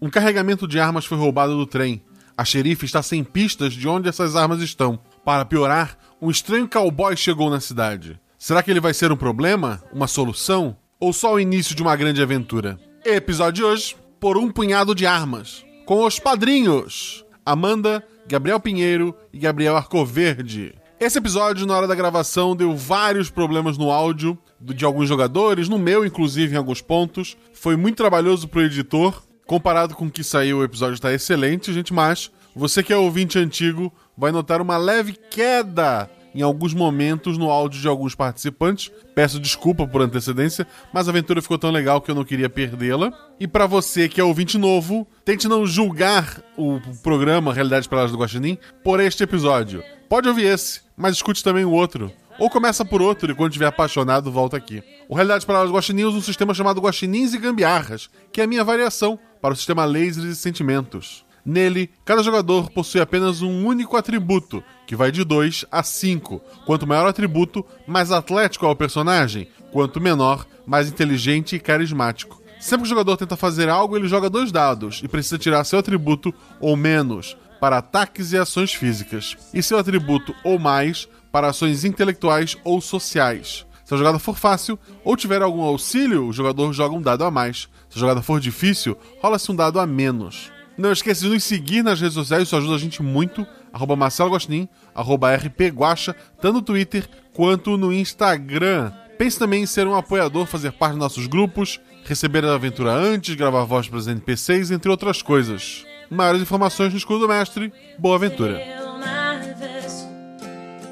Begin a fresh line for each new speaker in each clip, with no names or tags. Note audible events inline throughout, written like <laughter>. Um carregamento de armas foi roubado do trem. A xerife está sem pistas de onde essas armas estão. Para piorar, um estranho cowboy chegou na cidade. Será que ele vai ser um problema? Uma solução? Ou só o início de uma grande aventura? Episódio de hoje: Por um punhado de armas. Com os padrinhos: Amanda, Gabriel Pinheiro e Gabriel Arcoverde. Esse episódio, na hora da gravação, deu vários problemas no áudio do- de alguns jogadores, no meu, inclusive, em alguns pontos. Foi muito trabalhoso pro editor. Comparado com o que saiu, o episódio tá excelente, gente, mas você que é ouvinte antigo vai notar uma leve queda em alguns momentos no áudio de alguns participantes. Peço desculpa por antecedência, mas a aventura ficou tão legal que eu não queria perdê-la. E pra você que é ouvinte novo, tente não julgar o programa Realidades Peladas do Guaxinim por este episódio. Pode ouvir esse, mas escute também o outro. Ou começa por outro e quando estiver apaixonado, volta aqui. O Realidade Paralelas Guaxinim usa um sistema chamado Guaxinins e Gambiarras, que é a minha variação para o sistema Lasers e Sentimentos. Nele, cada jogador possui apenas um único atributo, que vai de 2 a 5. Quanto maior o atributo, mais atlético é o personagem. Quanto menor, mais inteligente e carismático. Sempre que o jogador tenta fazer algo, ele joga dois dados e precisa tirar seu atributo ou menos para ataques e ações físicas, e seu atributo ou mais para ações intelectuais ou sociais. Se a jogada for fácil ou tiver algum auxílio, o jogador joga um dado a mais. Se a jogada for difícil, rola-se um dado a menos. Não esqueça de nos seguir nas redes sociais, isso ajuda a gente muito. Arroba Marcelo Guaxinim, arroba RP Guaxa, tanto no Twitter quanto no Instagram. Pense também em ser um apoiador, fazer parte dos nossos grupos, receber a aventura antes, gravar voz para os NPCs, entre outras coisas. Maiores informações no Escudo do Mestre. Boa aventura.
Fill my vessel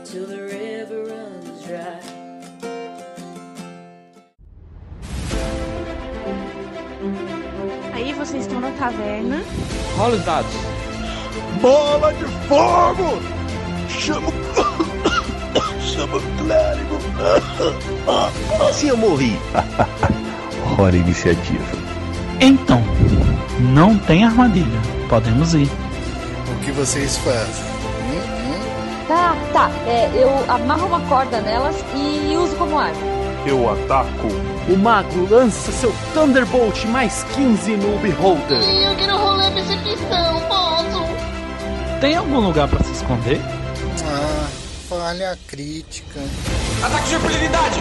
till the river runs dry.
Aí vocês estão na taverna.
Rola os dados.
Bola de fogo! Chama o. Chama o clérigo! Se eu morri! Hora iniciativa.
Então, não tem armadilha. Podemos ir.
O que vocês fazem? Hum,
Tá, tá. É, eu amarro uma corda nelas e uso como arma.
Eu ataco.
O mago lança seu Thunderbolt mais 15 no Beholder.
Eu quero rolar percepção, posso?
Tem algum lugar pra se esconder?
hum. Ah, falha crítica.
Ataque de impunidade!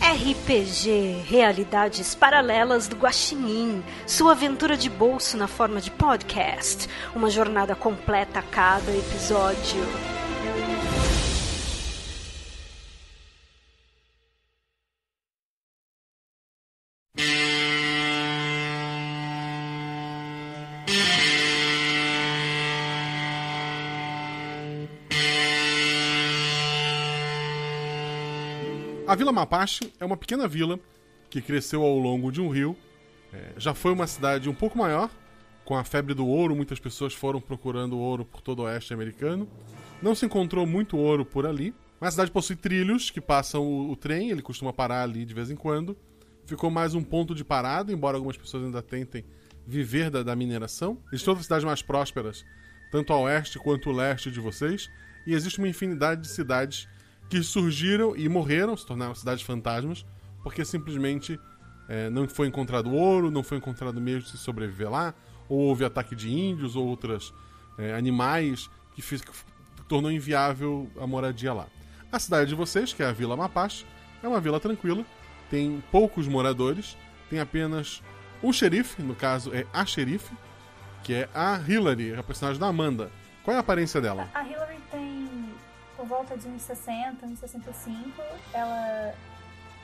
RPG, Realidades Paralelas do Guaxinim, sua aventura de bolso na forma de podcast, uma jornada completa a cada episódio.
A Vila Mapache é uma pequena vila que cresceu ao longo de um rio. É, já foi uma cidade um pouco maior. Com a febre do ouro, muitas pessoas foram procurando ouro por todo o oeste americano. Não se encontrou muito ouro por ali. Mas a cidade possui trilhos que passam o, o trem, ele costuma parar ali de vez em quando. Ficou mais um ponto de parada, embora algumas pessoas ainda tentem viver da, da mineração. Existem outras cidades mais prósperas, tanto a oeste quanto o leste de vocês. E existe uma infinidade de cidades que surgiram e morreram, se tornaram cidades fantasmas, porque simplesmente eh, não foi encontrado ouro, não foi encontrado meio de se sobreviver lá, ou houve ataque de índios ou outros animais que, fiz- que f- tornou inviável a moradia lá. A cidade de vocês, que é a Vila Mapache, é uma vila tranquila, tem poucos moradores, tem apenas um xerife, no caso é a xerife, que é a Hillary, a personagem da Amanda. Qual é a aparência dela?
A Hillary tem por volta de 1,60, 1,65. Ela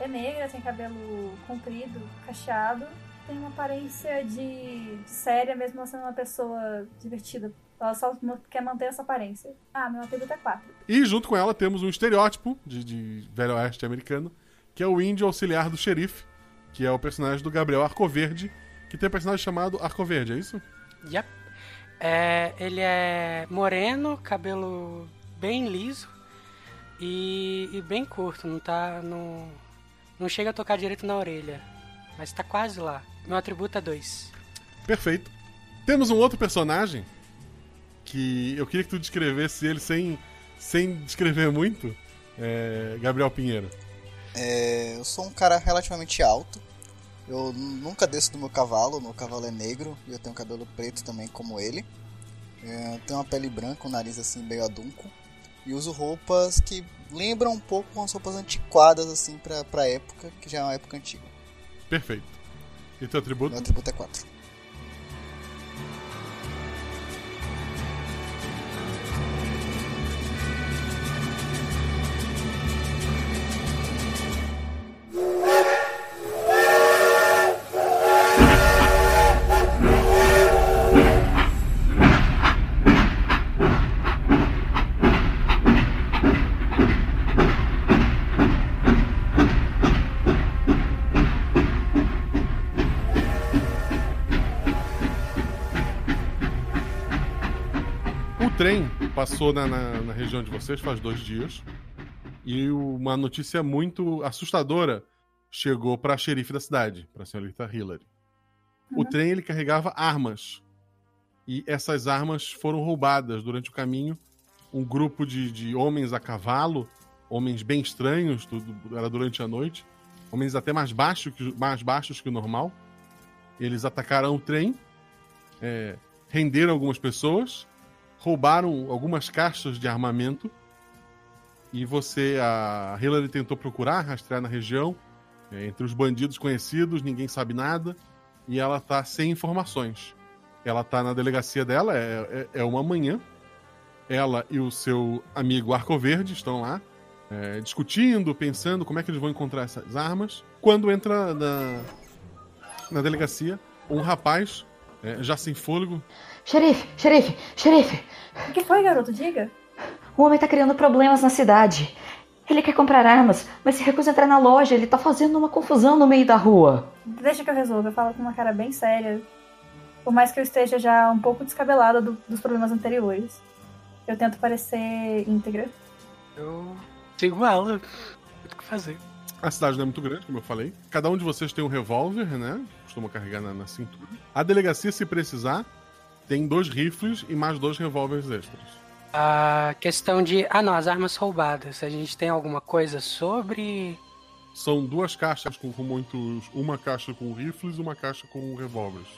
é negra, tem cabelo comprido, cacheado. Tem uma aparência de, de séria, mesmo ela sendo uma pessoa divertida. Ela só mo- quer manter essa aparência. Ah, meu apelido é 4.
E junto com ela temos um estereótipo de, de velho oeste americano, que é o índio auxiliar do xerife, que é o personagem do Gabriel Arcoverde, que tem um personagem chamado Arcoverde, é isso?
Yep. É, ele é moreno, cabelo bem liso e, e bem curto, não tá. Não, não chega a tocar direito na orelha. Mas tá quase lá. Meu atributo é 2.
Perfeito. Temos um outro personagem que eu queria que tu descrevesse ele sem, sem descrever muito, é, Gabriel Pinheiro.
É, eu sou um cara relativamente alto. Eu n- nunca desço do meu cavalo. Meu cavalo é negro e eu tenho cabelo preto também, como ele. É, eu tenho uma pele branca, um nariz assim meio adunco. E uso roupas que lembram um pouco umas roupas antiquadas assim pra, pra época, que já é uma época antiga.
Perfeito. E teu atributo?
Meu atributo é 4.
O trem passou na, na- na região de vocês faz dois dias. E uma notícia muito assustadora chegou para a xerife da cidade, para a senhorita Hillary. O trem ele carregava armas. E essas armas foram roubadas durante o caminho. Um grupo de, de homens a cavalo, homens bem estranhos, tudo era durante a noite, homens até mais, baixo que, mais baixos que o normal. Eles atacaram o trem, é, renderam algumas pessoas roubaram algumas caixas de armamento e você, a Hillary tentou procurar, rastrear na região, é, entre os bandidos conhecidos, ninguém sabe nada, e ela tá sem informações. Ela tá na delegacia dela, é, é, é uma manhã. Ela e o seu amigo Arco Verde estão lá, é, discutindo, pensando como é que eles vão encontrar essas armas. Quando entra na, na delegacia, um rapaz, é, já sem fôlego,
Xerife, xerife, xerife.
O que foi, garoto? Diga.
O homem tá criando problemas na cidade. Ele quer comprar armas, mas se recusa a entrar na loja. Ele tá fazendo uma confusão no meio da rua.
Deixa que eu resolva. Fala com uma cara bem séria. Por mais que eu esteja já um pouco descabelada do- dos problemas anteriores. Eu tento parecer íntegra.
Eu sigo ela. Não tem o que fazer.
A cidade não é muito grande, como eu falei. Cada um de vocês tem um revólver, né? Costuma carregar na, na cintura. A delegacia, se precisar, tem dois rifles e mais dois revólveres extras.
A questão de. Ah, não, as armas roubadas. A gente tem alguma coisa sobre.
São duas caixas com, com muitos. Uma caixa com rifles e uma caixa com revólveres.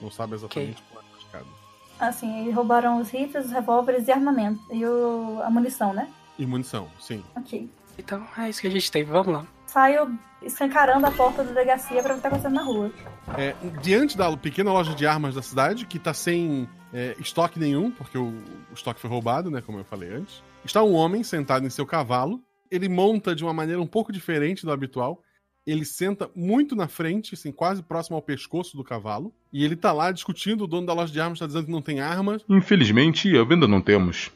Não sabe exatamente qual é a cada.
Assim, eles roubaram os rifles, os revólveres e armamento. E o- a munição, né?
E munição, sim.
Ok.
Então é isso que a gente tem, vamos lá.
Saio escancarando a porta da delegacia pra ver o que tá acontecendo na rua.
É, diante da pequena loja de armas da cidade, que tá sem é, estoque nenhum, porque o, o estoque foi roubado, né? Como eu falei antes, está um homem sentado em seu cavalo. Ele monta de uma maneira um pouco diferente do habitual. Ele senta muito na frente, assim, quase próximo ao pescoço do cavalo. E ele tá lá discutindo, o dono da loja de armas tá dizendo que não tem armas.
Infelizmente, a venda não temos.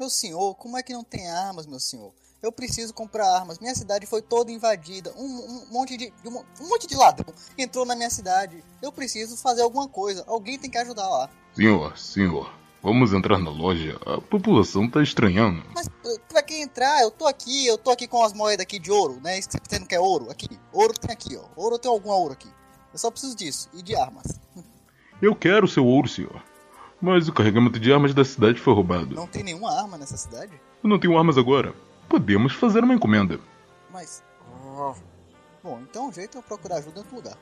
Meu senhor, como é que não tem armas, meu senhor? Eu preciso comprar armas. Minha cidade foi toda invadida. Um, um monte de, de um, um monte de ladrão entrou na minha cidade. Eu preciso fazer alguma coisa. Alguém tem que ajudar lá.
Senhor, senhor, vamos entrar na loja. A população tá estranhando.
Mas p- pra quem entrar, eu tô aqui, eu tô aqui com as moedas aqui de ouro, né? Isso que você não quer ouro? Aqui. Ouro tem aqui, ó. Ouro tem algum ouro aqui. Eu só preciso disso e de armas.
Eu quero seu ouro, senhor. Mas o carregamento de armas da cidade foi roubado.
Não tem nenhuma arma nessa cidade?
Eu não tenho armas agora. Podemos fazer uma encomenda.
Mas. Bom, então o jeito é eu procurar ajuda em outro lugar.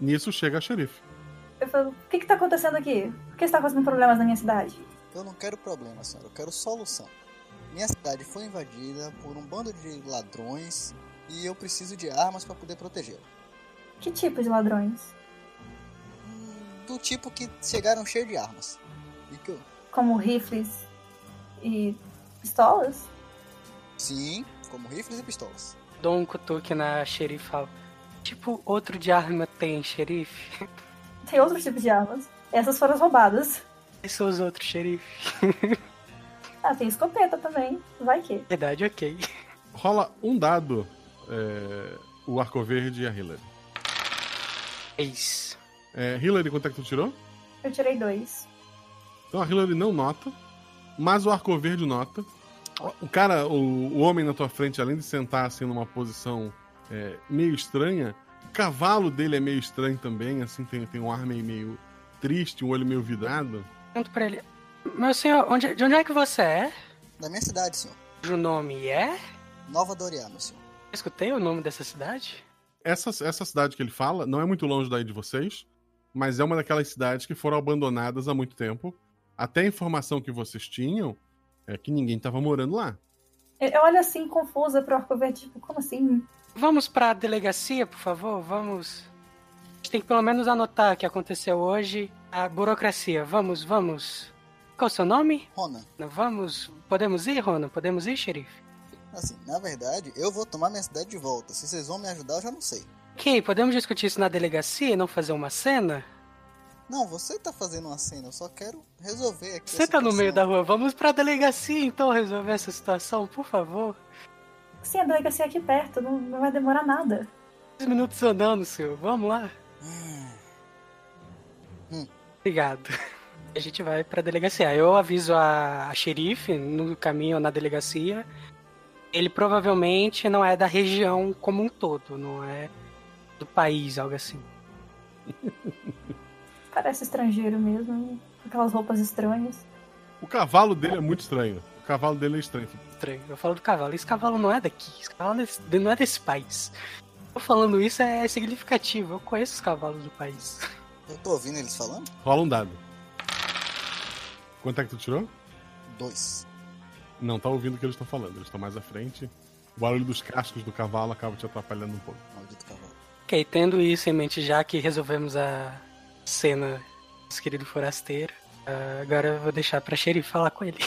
Nisso chega a xerife.
Eu falo, o que que tá acontecendo aqui? Por que está causando problemas na minha cidade?
Eu não quero problema, senhora. Eu quero solução. Minha cidade foi invadida por um bando de ladrões e eu preciso de armas pra poder protegê-la.
Que tipo de ladrões?
Do tipo que chegaram cheio de armas. E que eu...
Como rifles e pistolas?
Sim, como rifles e pistolas.
Dou um cutuque na xerife e falo. Tipo, outro de arma tem, xerife?
Tem outros tipos de armas. Essas foram as roubadas. <laughs>
Esses são os outros, xerife.
Ah, tem escopeta também. Vai que.
Verdade, ok.
Rola um dado é, o arco verde e a Hillary.
Eis.
É, Hillary, quanto é que tu tirou?
Eu tirei dois.
Então a Hillary não nota, mas o arco verde nota. O cara, o, o homem na tua frente, além de sentar assim numa posição é, meio estranha, o cavalo dele é meio estranho também, assim, tem, tem um ar meio, meio triste, um olho meio vidrado.
Pergunto pra ele. Meu senhor, onde- de onde é que você é?
Da minha cidade, senhor.
O nome é?
Nova Doriá, meu senhor.
escutei o nome dessa cidade?
Essa, essa cidade que ele fala não é muito longe daí de vocês, mas é uma daquelas cidades que foram abandonadas há muito tempo. Até a informação que vocês tinham é que ninguém estava morando lá.
Eu olho assim, confusa pro Arco Verde, tipo, como assim?
Vamos pra delegacia, por favor? Vamos. A gente tem que pelo menos anotar o que aconteceu hoje. A burocracia. Vamos, vamos. Qual o seu nome?
Ronan.
Vamos. Podemos ir, Ronan? Podemos ir, xerife?
Assim, na verdade, eu vou tomar minha cidade de volta. Se vocês vão me ajudar, eu já não sei.
Ok, podemos discutir isso na delegacia e não fazer uma cena?
Não, você tá fazendo uma cena, eu só quero resolver aqui.
Você
essa
tá no meio da
questão.
rua, vamos pra delegacia então resolver essa situação, por favor.
Sim, a delegacia é aqui perto, não, não vai demorar nada.
Dois minutos andando, senhor, vamos lá. Hum. Obrigado. Hum. A gente vai pra delegacia. Eu aviso a, a xerife no caminho na delegacia. Ele provavelmente não é da região como um todo, não é do país, algo assim.
Parece estrangeiro mesmo, com aquelas roupas estranhas.
O cavalo dele é muito estranho. O cavalo dele é estranho.
Estranho. Eu falo do cavalo. Esse cavalo não é daqui. Esse cavalo não é desse- não é desse país. Eu falando isso é significativo. Eu conheço os cavalos do país.
Eu tô ouvindo eles falando?
Rola um dado. Quanto é que tu tirou?
Dois.
Não tá ouvindo o que eles estão falando, eles estão mais à frente. O barulho dos cascos do cavalo acaba te atrapalhando um pouco.
Maldito cavalo.
Ok, tendo isso em mente, já que resolvemos a cena dos querido forasteiro, ah, agora eu vou deixar pra xerife falar com ele.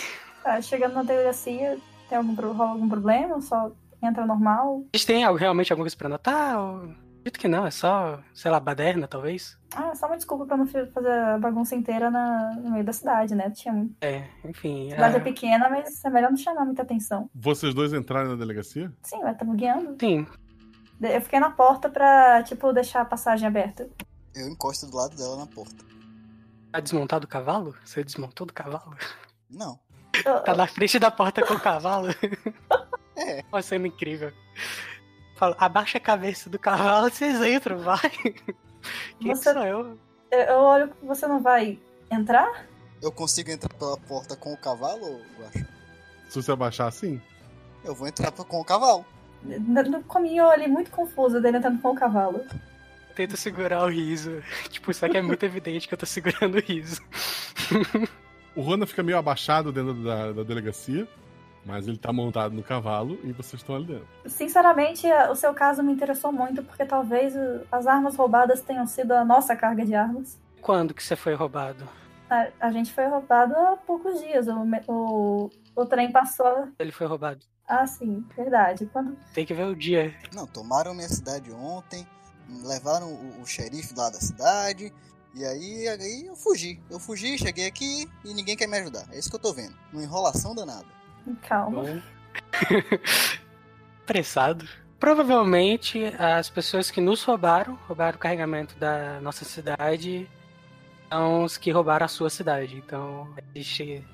Tá, chegando na delegacia, tem algum, pro- rola algum problema? Só entra normal?
A gente tem algo- realmente alguma coisa pra anotar? Ou... Acredito que não, é só, sei lá, baderna talvez?
Ah, só uma desculpa pra não fi- fazer a bagunça inteira na, no meio da cidade, né? Tinha muito.
É, enfim.
A cidade é
ah,
pequena, mas é melhor não chamar muita atenção.
Vocês dois entraram na delegacia?
Sim, vai estar guiando.
Sim.
Eu fiquei na porta pra, tipo, deixar a passagem aberta.
Eu encosto do lado dela na porta.
Tá desmontado o cavalo? Você desmontou do cavalo?
Não.
Tá na frente da porta com o cavalo? É. Uma cena incrível. Fala, abaixa a cabeça do cavalo e vocês entram, vai. Quem que
Você-
sou eu?
Eu, eu olho, você não vai entrar?
Eu consigo entrar pela porta com o cavalo, ou Guaxa?
Se você abaixar assim,
Eu vou entrar pra- com o cavalo.
No, no caminho eu olhei muito confusa dele entrando com o cavalo.
Tento segurar o riso. Tipo, só que é muito evidente que eu tô segurando o riso.
o Rona fica meio abaixado dentro da, da delegacia, mas ele tá montado no cavalo e vocês estão ali dentro.
Sinceramente, a- o seu caso me interessou muito, porque talvez o- as armas roubadas tenham sido a nossa carga de armas.
Quando que você foi roubado?
A, a gente foi roubado há poucos dias. O, me- o, o trem passou.
Ele foi roubado.
Ah, sim, verdade. Quando.
Tem que ver o dia.
Não, tomaram minha cidade ontem, levaram o, o xerife lá da cidade, e aí, aí eu fugi. Eu fugi, cheguei aqui e ninguém quer me ajudar. É isso que eu tô vendo. Uma enrolação danada.
Calma.
Apressado. Provavelmente as pessoas que nos roubaram, roubaram o carregamento da nossa cidade, são os que roubaram a sua cidade. Então a gente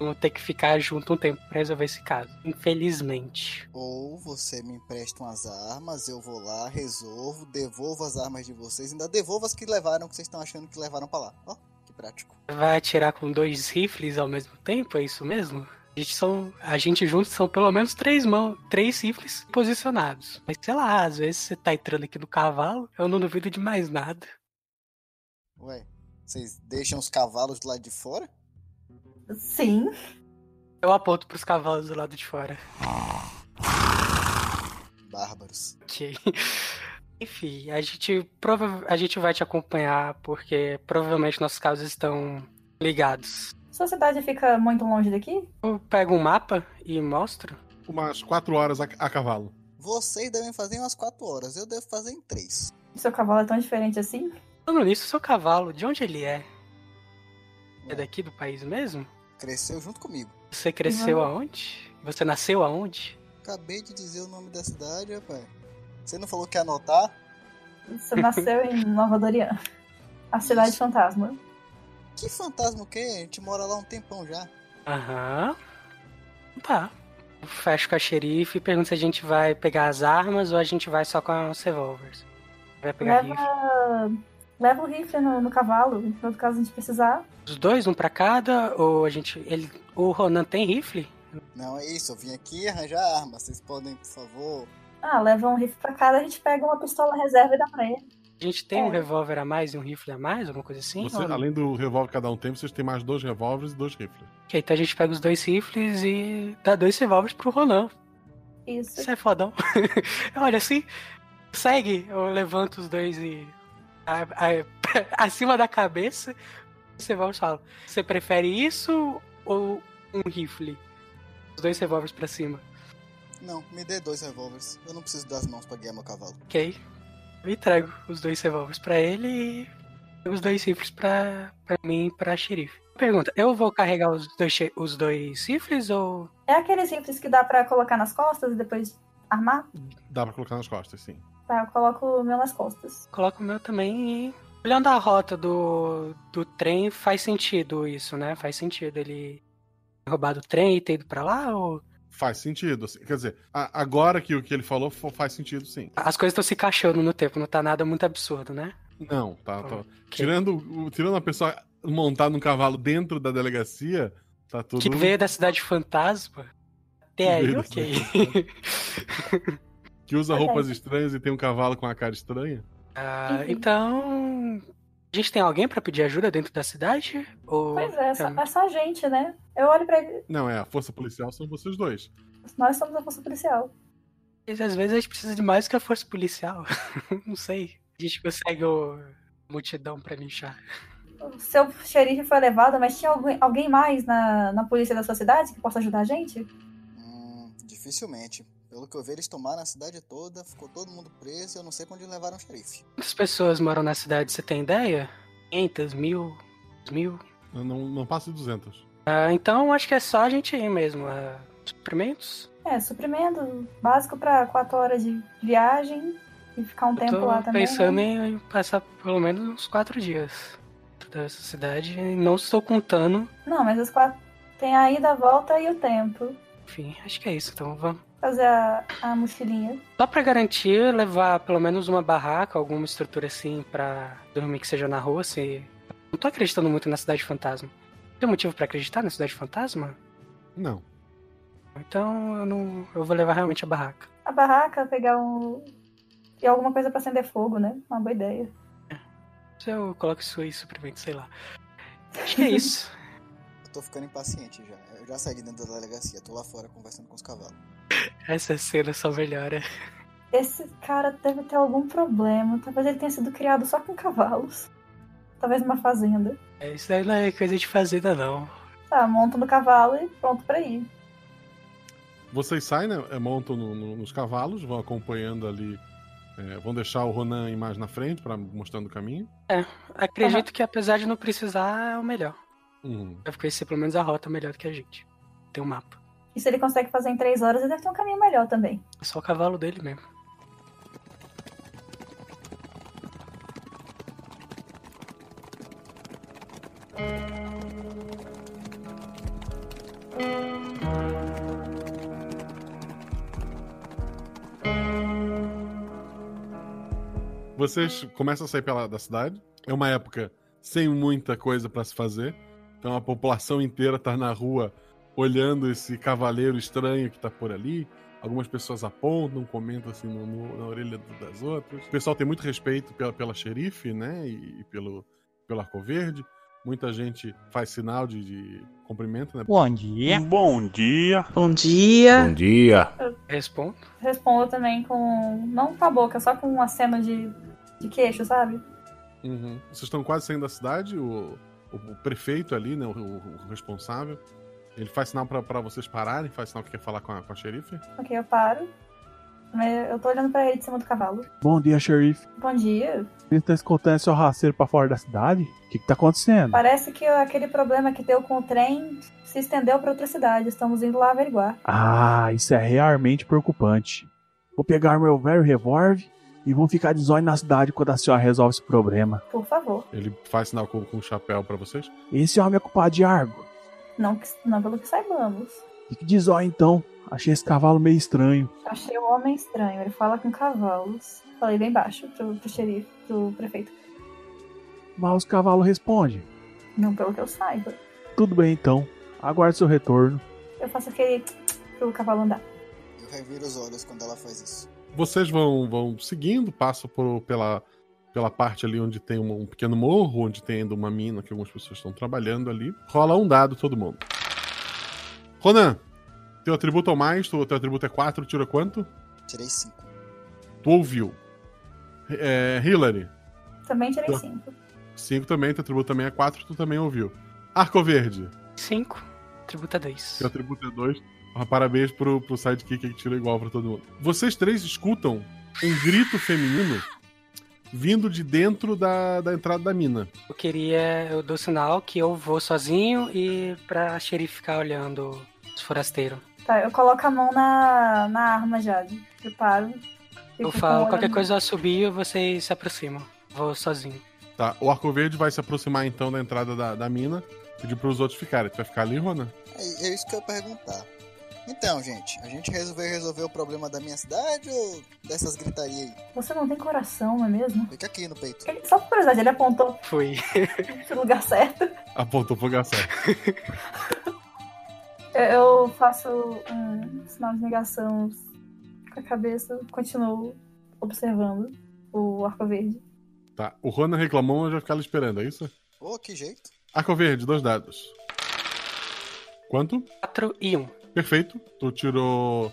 vai ter que ficar junto um tempo pra resolver esse caso. Infelizmente.
Ou você me empresta umas armas, eu vou lá, resolvo, devolvo as armas de vocês, ainda devolvo as que levaram, que vocês estão achando que levaram pra lá. Ó, que prático.
Vai atirar com dois rifles ao mesmo tempo, é isso mesmo? A gente, são, a gente juntos são pelo menos três mãos, três rifles posicionados. Mas sei lá, às vezes você tá entrando aqui no cavalo, eu não duvido de mais nada.
Ué, vocês deixam os cavalos do lado de fora?
Sim.
Eu aponto pros cavalos do lado de fora.
Bárbaros.
Ok. Enfim, a gente, prova a gente vai te acompanhar porque provavelmente nossos casos estão ligados.
Sua cidade fica muito longe daqui?
Eu pego um mapa e mostro.
Umas quatro horas a, a cavalo.
Vocês devem fazer em umas 4 horas, eu devo fazer em 3.
Seu cavalo é tão diferente assim?
Falando nisso, seu cavalo, de onde ele é? É daqui do país mesmo?
Cresceu junto comigo.
Você cresceu
Uhum.
aonde? Você nasceu aonde?
Acabei de dizer o nome da cidade, rapaz. Você não falou que ia anotar?
Você nasceu em Nova Dorian. A cidade fantasma.
Que fantasma o quê? A gente mora lá um tempão já.
Aham. Tá. Eu Fecho com a xerife e pergunto se a gente vai pegar as armas ou a gente vai só com os revólveres. Vai pegar rifle.
Leva. Leva o rifle no, no cavalo, em todo caso a gente precisar.
Os dois, um pra cada, ou a gente. Ele, o Ronan tem rifle?
Não, é isso, eu vim aqui arranjar arma. Vocês podem, por favor.
Ah, leva um rifle pra casa, a gente pega uma pistola reserva e dá pra ele. É,
A gente tem um revólver a mais e um rifle a mais, alguma coisa assim?
Você-
Ou não?
além do revólver cada um tem, vocês têm mais dois revólveres e dois rifles.
Ok, então a gente pega os dois rifles e dá dois revólveres pro Ronan.
Isso.
Isso é fodão. <laughs> Olha, assim, segue. Eu levanto os dois e. a- a- acima da cabeça, os revólveres falam: Você prefere isso ou um rifle? Os dois revólveres pra cima.
Não, me dê dois revólveres. Eu não preciso das mãos pra guiar meu cavalo.
Ok. Eu entrego os dois revólveres pra ele e os dois rifles pra, pra mim e pra xerife. Pergunta, eu vou carregar os dois, che- os dois rifles ou...
É aqueles rifles que dá pra colocar nas costas e depois armar?
Dá pra colocar nas costas, sim.
Tá, eu coloco o meu nas costas.
Coloco o meu também e... Olhando a rota do, do trem, faz sentido isso, né? Faz sentido ele ter roubado o trem e ter ido pra lá ou...
Faz sentido. assim. Quer dizer, a- agora que o que ele falou fo- faz sentido, sim.
As coisas estão se encaixando no tempo, não tá nada muito absurdo, né? Então,
Não, tá. tá. Tirando, o- tirando a pessoa montada num cavalo dentro da delegacia, tá tudo.
Que Tipo, veio da cidade fantasma. Até aí,
Veio da
ok. <laughs>
Que usa roupas
Ok.
estranhas e tem um cavalo com uma cara estranha.
Ah,
Uhum.
então. A gente tem alguém pra pedir ajuda dentro da cidade? Ou...
Pois é, é só,
Então,
é só a gente, né? Eu olho pra ele,
Não, é, a força policial são vocês dois.
nós somos a força policial.
mas Às vezes a gente precisa de mais que a força policial. <laughs> Não sei. A gente consegue o multidão pra linchar.
O seu xerife foi levado, mas tinha alguém, alguém mais na, na polícia da sua cidade que possa ajudar a gente?
Hum, Dificilmente. Pelo que eu vi, eles tomaram a cidade toda, ficou todo mundo preso e eu não sei pra onde levaram o xerife.
Quantas pessoas moram na cidade? Você tem ideia? 500, mil, mil?
Eu não, não passa de 200.
Ah, então acho que é só a gente ir mesmo. Ah, suprimentos?
É, suprimento básico pra quatro horas de viagem e ficar um tempo lá
Tô
também.
pensando
né?
em passar pelo menos uns quatro dias dentro dessa cidade. e Não estou contando.
Não, mas os quatro. Tem a ida, a volta e o tempo.
Enfim, acho que é isso. Então vamos.
Fazer a, a mochilinha.
Só pra garantir, levar pelo menos uma barraca, alguma estrutura assim pra dormir que seja na rua, se. Não tô acreditando muito na cidade fantasma. Tem motivo pra acreditar na cidade fantasma?
Não.
Então eu não. eu vou levar realmente a barraca.
A barraca, pegar um. E alguma coisa pra acender fogo, né? Uma boa ideia.
Se eu coloco isso aí suprimento, sei lá. Acho que é isso.
Eu tô ficando impaciente já. Eu já saí de dentro da delegacia, tô lá fora conversando com os cavalos.
Essa cena só melhora.
<laughs> Esse cara deve ter algum problema. Talvez ele tenha sido criado só com cavalos. Talvez numa fazenda.
É, Isso daí não é coisa de fazenda, não.
Tá, monta no cavalo e pronto pra ir.
Vocês saem, né? é, Montam no- no- nos cavalos, vão acompanhando ali. é, vão deixar o Ronan ir mais na frente, pra, mostrando o caminho.
É, acredito que apesar de não precisar, é o melhor.
Uhum.
Deve conhecer é pelo menos a rota melhor do que a gente. Tem um mapa.
E se ele consegue fazer em três horas, ele deve ter um caminho melhor também.
É só o cavalo dele mesmo.
Vocês começam a sair pela da cidade. É uma época sem muita coisa pra se fazer. Então a população inteira tá na rua olhando esse cavaleiro estranho que tá por ali. Algumas pessoas apontam, comentam assim no- no- na orelha do- das outras. O pessoal tem muito respeito pela, pela xerife, né? E, e pelo, pelo arco verde. Muita gente faz sinal de, de cumprimento, né?
Bom dia.
Bom dia.
Bom dia.
Bom dia.
Respondo.
Respondo também com. Não com a boca, só com um aceno de, de queixo, sabe?
Uhum. Vocês estão quase saindo da cidade, o, o- o prefeito ali, né, o, o- o responsável, ele faz sinal pra, pra vocês pararem, faz sinal que quer falar com a, com a xerife.
Ok, eu paro. Mas Eu tô olhando pra ele de cima do cavalo.
Bom dia, xerife.
Bom dia.
Você tá escoltando seu rasteiro pra fora da cidade? O que, que tá acontecendo?
Parece que aquele problema que deu com o trem se estendeu pra outra cidade. Estamos indo lá averiguar.
Ah, isso é realmente preocupante. Vou pegar meu velho revólver e vou ficar de zóio na cidade quando a senhora resolve esse problema.
Por favor.
Ele faz sinal com, com o chapéu pra vocês.
Esse homem é culpado de Argo.
Não, que- não pelo que saibamos.
Fique de zóio então. Achei esse cavalo meio estranho.
Achei o homem estranho. Ele fala com cavalos. Falei bem baixo pro, pro xerife, pro prefeito.
Mas o cavalo responde.
Não pelo que eu saiba.
Tudo bem então. Aguarde seu retorno.
Eu faço aquele pro cavalo andar.
Eu reviro os olhos quando ela faz isso.
Vocês vão, vão seguindo, passam por, pela, pela parte ali onde tem um, um pequeno morro, onde tem ainda uma mina que algumas pessoas estão trabalhando ali. Rola um dado todo mundo. Ronan, teu atributo é o mais, teu, teu atributo é 4, tira quanto?
Tirei 5.
Tu ouviu. É, Hillary,
Também tirei 5.
5 também, teu atributo também é 4, tu também ouviu. Arco Verde,
5. Tributa 2.
teu atributo é 2. Parabéns pro, pro sidekick que tira igual pra todo mundo. Vocês três escutam um grito feminino vindo de dentro da, da entrada da mina.
Eu queria. Eu dou sinal que eu vou sozinho e pra xerife ficar olhando os forasteiros.
Tá, eu coloco a mão na, na arma já. Preparo.
Eu
Fico
falo,
com-
qualquer coisa eu assobio, vocês se aproximam. Vou sozinho.
Tá, o Arco Verde vai se aproximar então da entrada da, da mina, pedir pros outros ficarem. Tu vai ficar ali, Ronan?
É, é isso que eu ia perguntar. Então, gente, a gente resolveu resolver o problema da minha cidade ou dessas gritarias aí?
Você não tem coração, não é mesmo?
Fica aqui no peito.
Ele- só por curiosidade, ele apontou
Fui.
<laughs> pro lugar certo.
Apontou pro garçom.
Eu- Eu faço um sinal de negação com a cabeça, continuo observando o arco verde.
Tá, o Ronan reclamou, mas vai ficar ali esperando, é isso?
Ô, que jeito.
Arco Verde, dois dados. Quanto?
4 e 1. Um.
Perfeito. Tu tirou.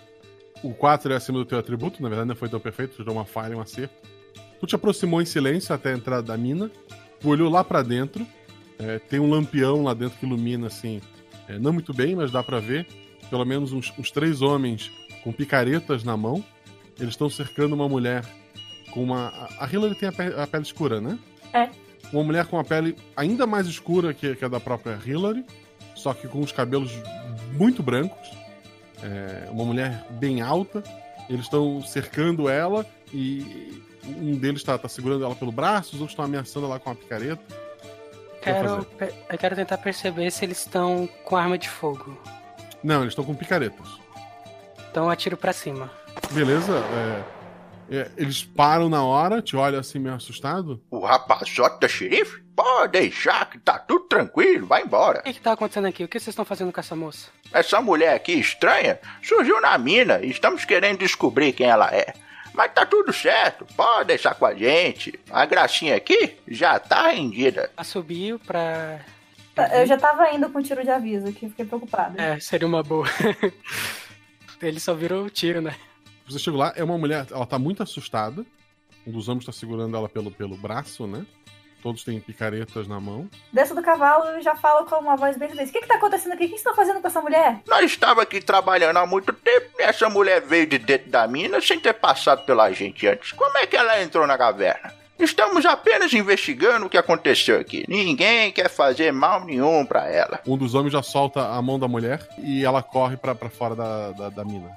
O 4 é acima do teu atributo, na verdade não foi tão perfeito, tu tirou uma falha, um acerto. Tu te aproximou em silêncio até a entrada da mina, tu olhou lá pra dentro, é, tem um lampião lá dentro que ilumina assim, é, não muito bem, mas dá pra ver. Pelo menos uns, uns três homens com picaretas na mão, eles estão cercando uma mulher com uma. a- A Hillary tem a pe- a pele escura, né?
É.
Uma mulher com a pele ainda mais escura que, que a da própria Hillary, só que com os cabelos muito brancos. É, uma mulher bem alta. Eles estão cercando ela e um deles está segurando ela pelo braço, os outros estão ameaçando ela com uma picareta. O que vai
Quero,
fazer?
pe- eu quero tentar perceber se eles estão com arma de fogo.
Não, eles estão com picaretas.
Então eu atiro pra cima.
Beleza? é, é, eles param na hora, te olham assim meio assustado.
O rapazote da xerife? Pode deixar que tá tudo tranquilo, vai embora.
O que, que tá acontecendo aqui? O que vocês estão fazendo com essa moça?
Essa mulher aqui estranha surgiu na mina e estamos querendo descobrir quem ela é. Mas tá tudo certo, pode deixar com a gente. A gracinha aqui já tá rendida.
Assobio pra.
Tá, Eu já tava indo com um tiro de aviso aqui, fiquei preocupada.
Uhum. É, seria uma boa. Ele só virou o tiro, né?
Você chega lá, é uma mulher, ela tá muito assustada. Um dos homens está segurando ela pelo, pelo braço, né? Todos têm picaretas na mão.
Desço do cavalo e já falo com uma voz bem silênciosa. O que que tá acontecendo aqui? O que vocês estão fazendo com essa mulher?
Nós estávamos aqui trabalhando há muito tempo e essa mulher veio de dentro da mina sem ter passado pela gente antes. Como é que ela entrou na caverna? Estamos apenas investigando o que aconteceu aqui. Ninguém quer fazer mal nenhum pra ela.
Um dos homens já solta a mão da mulher e ela corre pra, pra fora da, da, da mina.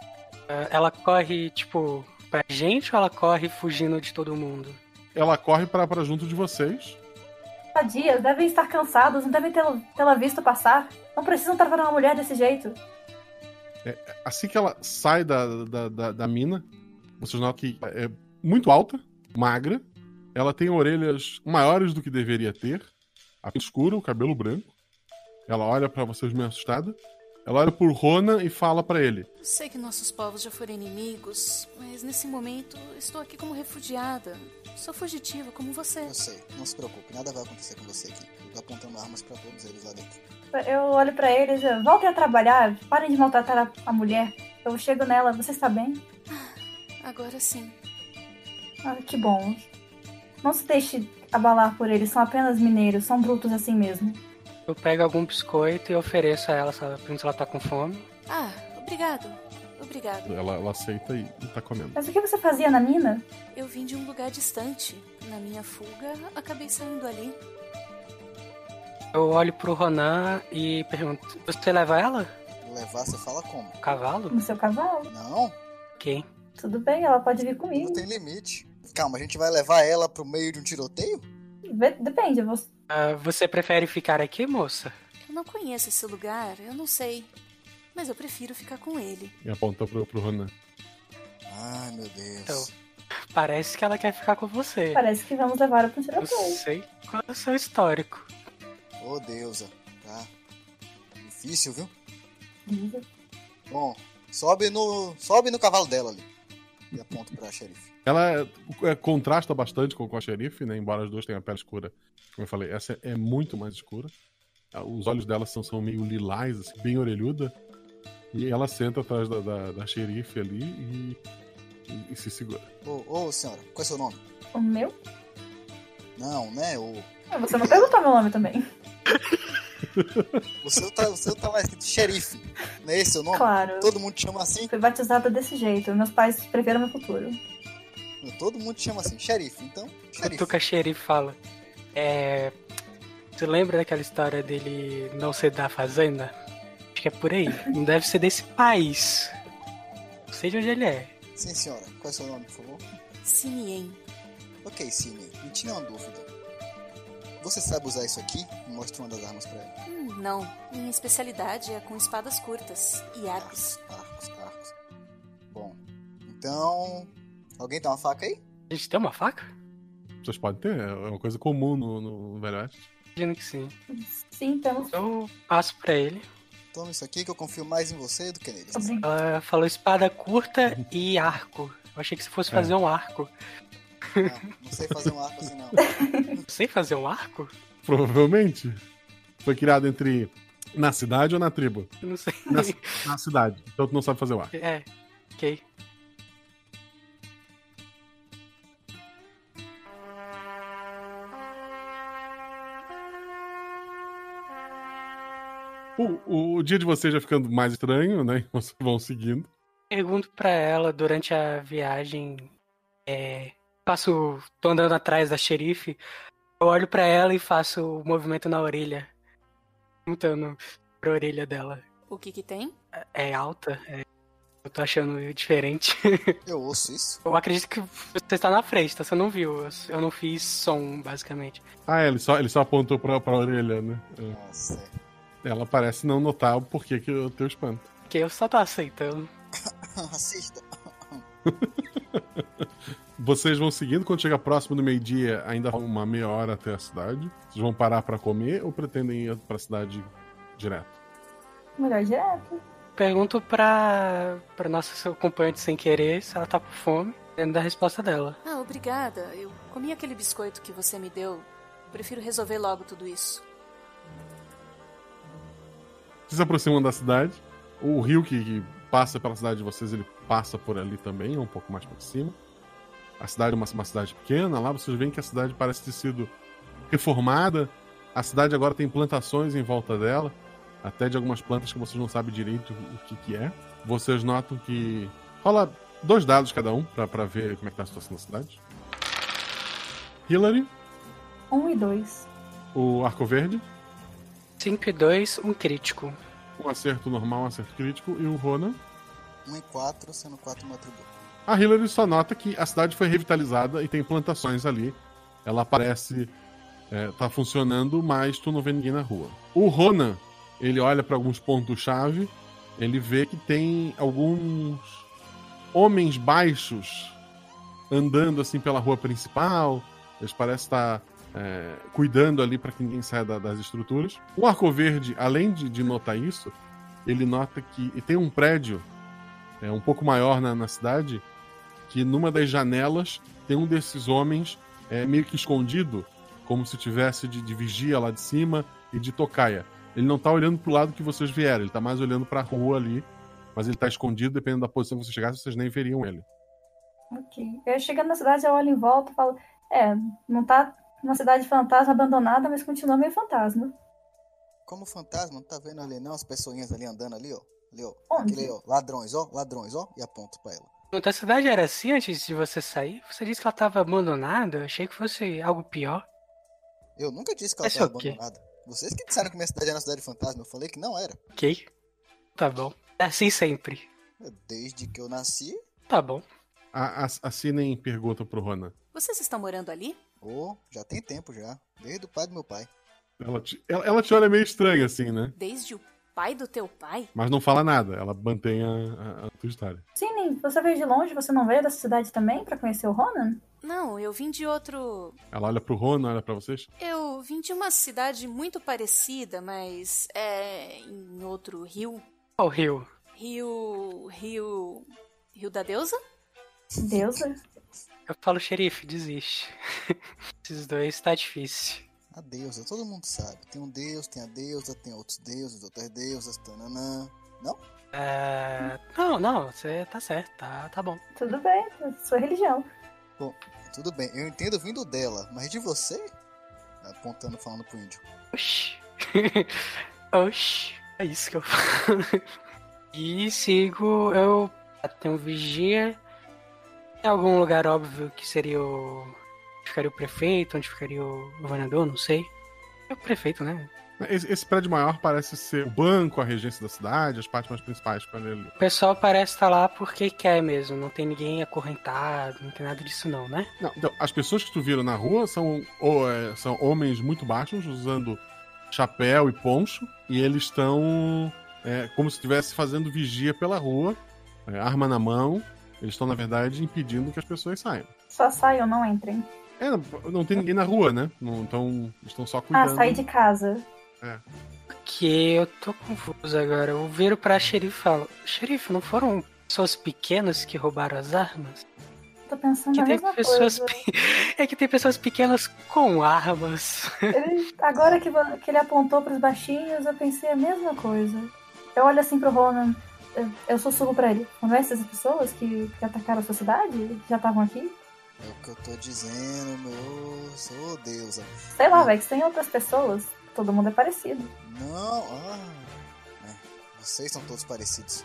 É, Ela corre, tipo, pra gente ou ela corre fugindo de todo mundo?
Ela corre pra, pra junto de vocês.
Tadias, devem estar cansados, não devem tê-la tê-la visto passar. Não precisam tratar uma mulher desse jeito.
É, assim que ela sai da, da, da, da mina, vocês notam que é muito alta, magra. Ela tem orelhas maiores do que deveria ter. A pele escura, o cabelo branco. Ela olha pra vocês meio assustada. Ela olha por Rona e fala pra ele.
Sei que nossos povos já foram inimigos, mas nesse momento estou aqui como refugiada. Sou fugitiva, como você.
Eu sei, não se preocupe, nada vai acontecer com você aqui. Eu tô apontando armas pra todos eles lá dentro.
Eu olho pra eles, eu, voltem a trabalhar, parem de maltratar a, a mulher. Eu chego nela, você está bem?
Agora sim.
Ah, que bom. Não se deixe abalar por eles, são apenas mineiros, são brutos assim mesmo.
Eu pego algum biscoito e ofereço a ela, sabe? Pergunto se ela tá com fome.
Ah, obrigado. Obrigado.
Ela, ela aceita e, e tá comendo.
Mas o que você fazia na mina?
Eu vim de um lugar distante. Na minha fuga, acabei saindo ali.
Eu olho pro Ronan e pergunto: Você leva ela?
Levar, você fala como?
Cavalo?
No seu cavalo?
Não.
Quem?
Tudo bem, ela pode vir comigo.
Não tem limite. Calma, a gente vai levar ela pro meio de um tiroteio?
Vê- Depende, eu vou.
Ah, você prefere ficar aqui, moça?
Eu não conheço esse lugar, eu não sei. Mas eu prefiro ficar com ele.
E aponta pro, pro Ronan.
Ai, meu Deus.
Então, parece que ela quer ficar com você.
Parece que vamos levar ela pro
Eu
tiroteio.
sei qual é o seu histórico.
Ô, deusa. Tá. Difícil, viu? Bom, sobe no. Sobe no cavalo dela ali. e aponto pra xerife.
Ela é- é- contrasta bastante com, com a xerife, né? Embora as duas tenham a pele escura. Como eu falei, essa é muito mais escura. Ah, Os olhos dela são, são meio lilás, assim, bem orelhuda. E ela senta atrás da, da, da xerife ali e, e- e se segura.
Ô, ô senhora, qual é seu nome?
O meu?
Não, né? O,
Ah, Você não perguntou meu nome também.
o seu tá, o seu tá lá escrito xerife. Não é esse seu nome?
Claro.
Todo mundo te chama assim?
Fui batizada desse jeito. Meus pais preveram meu futuro.
Todo mundo te chama assim, xerife. Então,
O Tuca Xerife fala. É. Tu lembra daquela história dele não ser da fazenda? Acho que é por aí. Não deve ser desse país. Não sei de onde ele é.
Sim, senhora. Qual é seu nome, por favor?
Sinien.
Ok, Cine. Me tira uma dúvida. Você sabe usar isso aqui? Mostra uma das armas pra ela.
Hum, não. Minha especialidade é com espadas curtas e arcos.
Arcos, arcos. Bom, então... Alguém tem uma faca aí?
A gente tem uma faca?
Vocês podem ter, é uma coisa comum no, no Velho Oeste.
Imagino que sim.
Sim, então.
Eu passo pra ele.
Toma isso aqui que eu confio mais em você do que
<laughs>
neles.
Ela falou espada curta e arco. Eu achei que se fosse
É.
fazer um arco.
Não sei fazer um arco assim, não.
Sem fazer um arco?
Provavelmente. Foi criado entre. Na cidade ou na tribo?
Eu não sei. <laughs>
Na, ci- na cidade. Então tu não sabe fazer o ar.
É, ok.
O, o dia de vocês já ficando mais estranho, né? <laughs> Vocês vão seguindo.
Pergunto pra ela durante a viagem. É, passo. tô andando atrás da xerife. Eu olho pra ela e faço o movimento na orelha. Perguntando pra orelha dela.
O que que tem?
É alta? É, eu tô achando diferente. <laughs>
Eu ouço isso?
Eu acredito que você está na frente, tá? Você não viu. Eu- Eu não fiz som, basicamente.
Ah, é, ele só, ele só apontou pra, pra orelha, né? É. Ela parece não notar o porquê que eu teu espanto.
Porque eu só tô aceitando.
<laughs> Assista.
Vocês vão seguindo, quando chega próximo do meio-dia, ainda falta uma meia hora até a cidade. Vocês vão parar pra comer ou pretendem ir pra cidade direto?
Melhor direto.
Pergunto pra, pra nossa seu acompanhante sem querer se ela tá com fome, dentro da resposta dela.
Ah, obrigada. Eu comi aquele biscoito que você me deu. Prefiro resolver logo tudo isso.
Vocês se aproximam da cidade. O rio que, que passa pela cidade de vocês, ele passa por ali também, é um pouco mais pra cima. A cidade é uma, uma cidade pequena. Lá vocês veem que a cidade parece ter sido reformada. A cidade agora tem plantações em volta dela, até de algumas plantas que vocês não sabem direito o que, que é. Vocês notam que. Rola dois dados cada um pra pra ver como é que tá a situação da cidade. Hillary,
Um e dois.
o arco verde,
5 e 2, um crítico.
um acerto normal, um acerto crítico, e o Ronan.
1 e 4, Um sendo 4 meu atributo.
A Hillary só nota que a cidade foi revitalizada e tem plantações ali. Ela parece é, tá funcionando, mas tu não vê ninguém na rua. O Ronan, ele olha para alguns pontos chave, ele vê que tem alguns homens baixos andando assim pela rua principal. Eles parecem estar é, cuidando ali para que ninguém saia da- das estruturas. O Arco Verde, além de, de notar isso, ele nota que e tem um prédio é, um pouco maior na, na cidade que numa das janelas tem um desses homens é, meio que escondido, como se tivesse de, de vigia lá de cima e de tocaia. Ele não tá olhando pro lado que vocês vieram, ele tá mais olhando pra rua ali, mas ele tá escondido, dependendo da posição que vocês chegassem, vocês nem veriam ele.
Ok. Eu chegando na cidade, eu olho em volta e falo: É, não tá uma cidade fantasma abandonada, mas continua meio fantasma.
Como fantasma, não tá vendo ali não? As pessoinhas ali andando ali, ó. Ali, ó.
Onde?
Aquele, ó. Ladrões, ó. Ladrões, ó. E aponto pra ela.
A cidade era assim antes de você sair? Você disse que ela tava abandonada? Eu achei que fosse algo pior.
Eu nunca disse que ela
Esse
tava
é o quê?
abandonada. Vocês que disseram que minha cidade era uma cidade fantasma, eu falei que não era.
Ok. Tá bom. É assim sempre.
Desde que eu nasci.
Tá bom.
A, a, a Sinem pergunta pro Ronan.
Vocês estão morando ali?
Ô, já tem tempo já. Desde o pai do meu pai.
Ela te, ela, ela te olha meio estranha assim, né?
Desde o pai do teu pai?
Mas não fala nada, ela mantém a, a, a tua história.
Sim, Nin, você veio de longe, você não veio dessa cidade também pra conhecer o Ronan?
Não, eu vim de outro.
Ela olha pro Ronan, olha pra vocês.
Eu vim de uma cidade muito parecida, mas é em outro rio.
Qual rio?
Rio. Rio. Rio da Deusa?
Deusa?
Eu falo, xerife, desiste. <laughs> Esses dois tá difícil.
A deusa, todo mundo sabe. Tem um deus, tem a deusa, tem outros deuses, outras deusas, tananã. Não?
É... Não, não, você tá certo, tá, tá bom.
Tudo bem, sua religião.
Bom, tudo bem, eu entendo vindo dela, mas de você? Apontando, falando pro índio.
Oxi. Oxi. É isso que eu falo. E sigo, eu tenho vigia. Em algum lugar óbvio que seria o. Ficaria o prefeito, onde ficaria o governador, não sei. É o prefeito, né?
Esse, esse prédio maior parece ser o banco, a regência da cidade, as partes mais principais para ele.
O pessoal parece estar lá porque quer é mesmo, não tem ninguém acorrentado, não tem nada disso não, né?
Não, então, as pessoas que tu viram na rua são, ou, é, são homens muito baixos, usando chapéu e poncho, e eles estão é, como se estivesse fazendo vigia pela rua, é, arma na mão. Eles estão, na verdade, impedindo que as pessoas saiam.
Só saiam, não entrem.
É, não, não tem ninguém na rua, né? Não tão, estão só
Ah,
cuidando.
saí de casa.
É.
Que eu tô confuso agora. Eu viro pra xerife e falo: Xerife, não foram pessoas pequenas que roubaram as armas?
Tô pensando
Que
na
tem
mesma
pessoas
coisa.
<laughs> É que tem pessoas pequenas com armas.
Ele- agora que, vo- que ele apontou pros baixinhos, eu pensei a mesma coisa. Eu olho assim pro Ronan, eu, eu sussurro pra ele. Não é essas pessoas que, que atacaram a sua cidade? Já estavam aqui?
É o que eu tô dizendo, meu. Sou deusa.
Sei lá, velho, que tem outras pessoas. Todo mundo é parecido.
Não, ah. é, vocês são todos parecidos.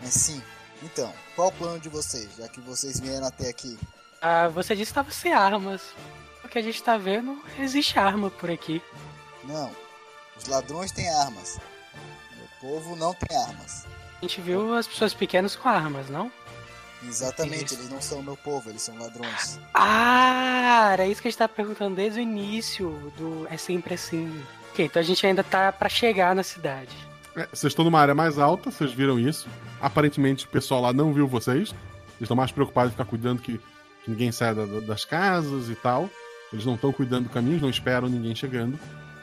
Mas sim, então, qual o plano de vocês, já que vocês vieram até aqui?
Ah, você disse que tava sem armas. O que a gente tá vendo, existe arma por aqui.
Não, os ladrões têm armas. O povo não tem armas.
A gente viu as pessoas pequenas com armas, não?
Exatamente, eles não são meu povo, eles são ladrões.
Ah, era isso que a gente tava perguntando desde o início do É sempre assim. Ok, então a gente ainda tá pra chegar na cidade.
É, vocês estão numa área mais alta, vocês viram isso. Aparentemente o pessoal lá não viu vocês. Eles estão mais preocupados em ficar cuidando que, que ninguém saia da- da- das casas e tal. Eles não estão cuidando do caminho, não esperam ninguém chegando.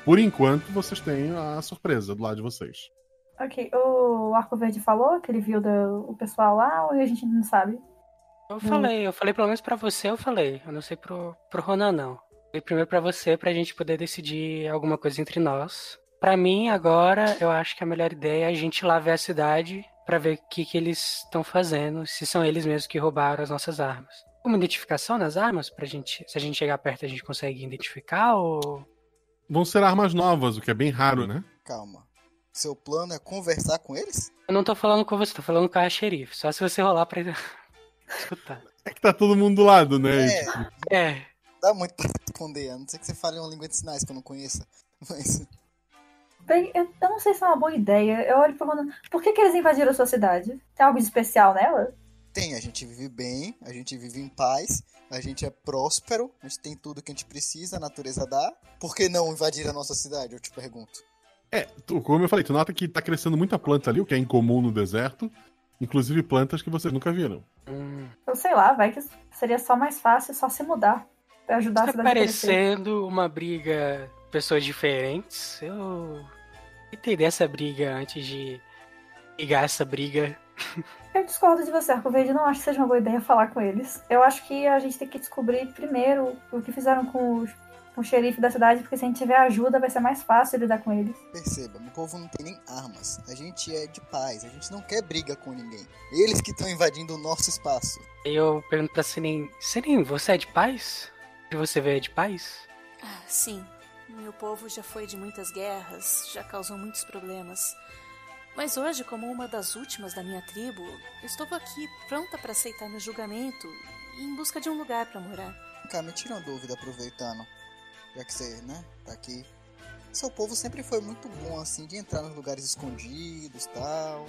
Por enquanto, vocês têm a surpresa do lado de vocês.
Ok, o Arco Verde falou que ele viu da- o pessoal lá ou a gente não sabe?
Eu falei, eu falei pelo menos pra você, eu falei. Eu não sei pro, pro Ronan, não. Falei primeiro pra você, pra gente poder decidir alguma coisa entre nós. Pra mim, agora, eu acho que a melhor ideia é a gente ir lá ver a cidade pra ver o que, que eles estão fazendo, se são eles mesmos que roubaram as nossas armas. Uma identificação nas armas, pra gente. Se a gente chegar perto, a gente consegue identificar ou.
Vão ser armas novas, o que é bem raro, né?
Calma. Seu plano é conversar com eles?
Eu não tô falando com você, tô falando com a xerife. Só se você rolar pra <laughs> escutar.
É que tá todo mundo do lado, né?
É.
Tipo,
É.
Dá muito pra responder, a não ser que você fale uma língua de sinais que eu não conheça. Mas.
Bem, Hum, eu, eu não sei se é uma boa ideia. Eu olho pro Ronan, por que, que eles invadiram a sua cidade? Tem algo de especial nela?
Tem, a gente vive bem, a gente vive em paz, a gente é próspero, a gente tem tudo que a gente precisa, a natureza dá. Por que não invadir a nossa cidade? Eu te pergunto.
É, tu- como eu falei, tu nota que tá crescendo muita planta ali, o que é incomum no deserto. Inclusive plantas que vocês nunca viram.
Eu sei lá, vai que seria só mais fácil só se mudar. Pra ajudar a
Tá
cidade a crescer.
parecendo uma briga de pessoas diferentes. Eu entendi essa briga antes de ligar essa briga.
Eu discordo de você, Arco Verde. Eu não acho que seja uma boa ideia falar com eles. Eu acho que a gente tem que descobrir primeiro o que fizeram com o, com o xerife da cidade, porque se a gente tiver ajuda, vai ser mais fácil lidar com eles.
Perceba, meu povo não tem nem armas. A gente é de paz, a gente não quer briga com ninguém. Eles que estão invadindo o nosso espaço.
Eu pergunto pra Selim, Selim, você é de paz? E você veio de paz?
Ah, sim, meu povo já foi de muitas guerras, já causou muitos problemas. Mas hoje, como uma das últimas da minha tribo, estou aqui pronta para aceitar meu julgamento e em busca de um lugar para morar.
Vem cá, me tira uma dúvida aproveitando. Já que você, né, tá aqui. Seu povo sempre foi muito bom, assim, de entrar nos lugares escondidos tal.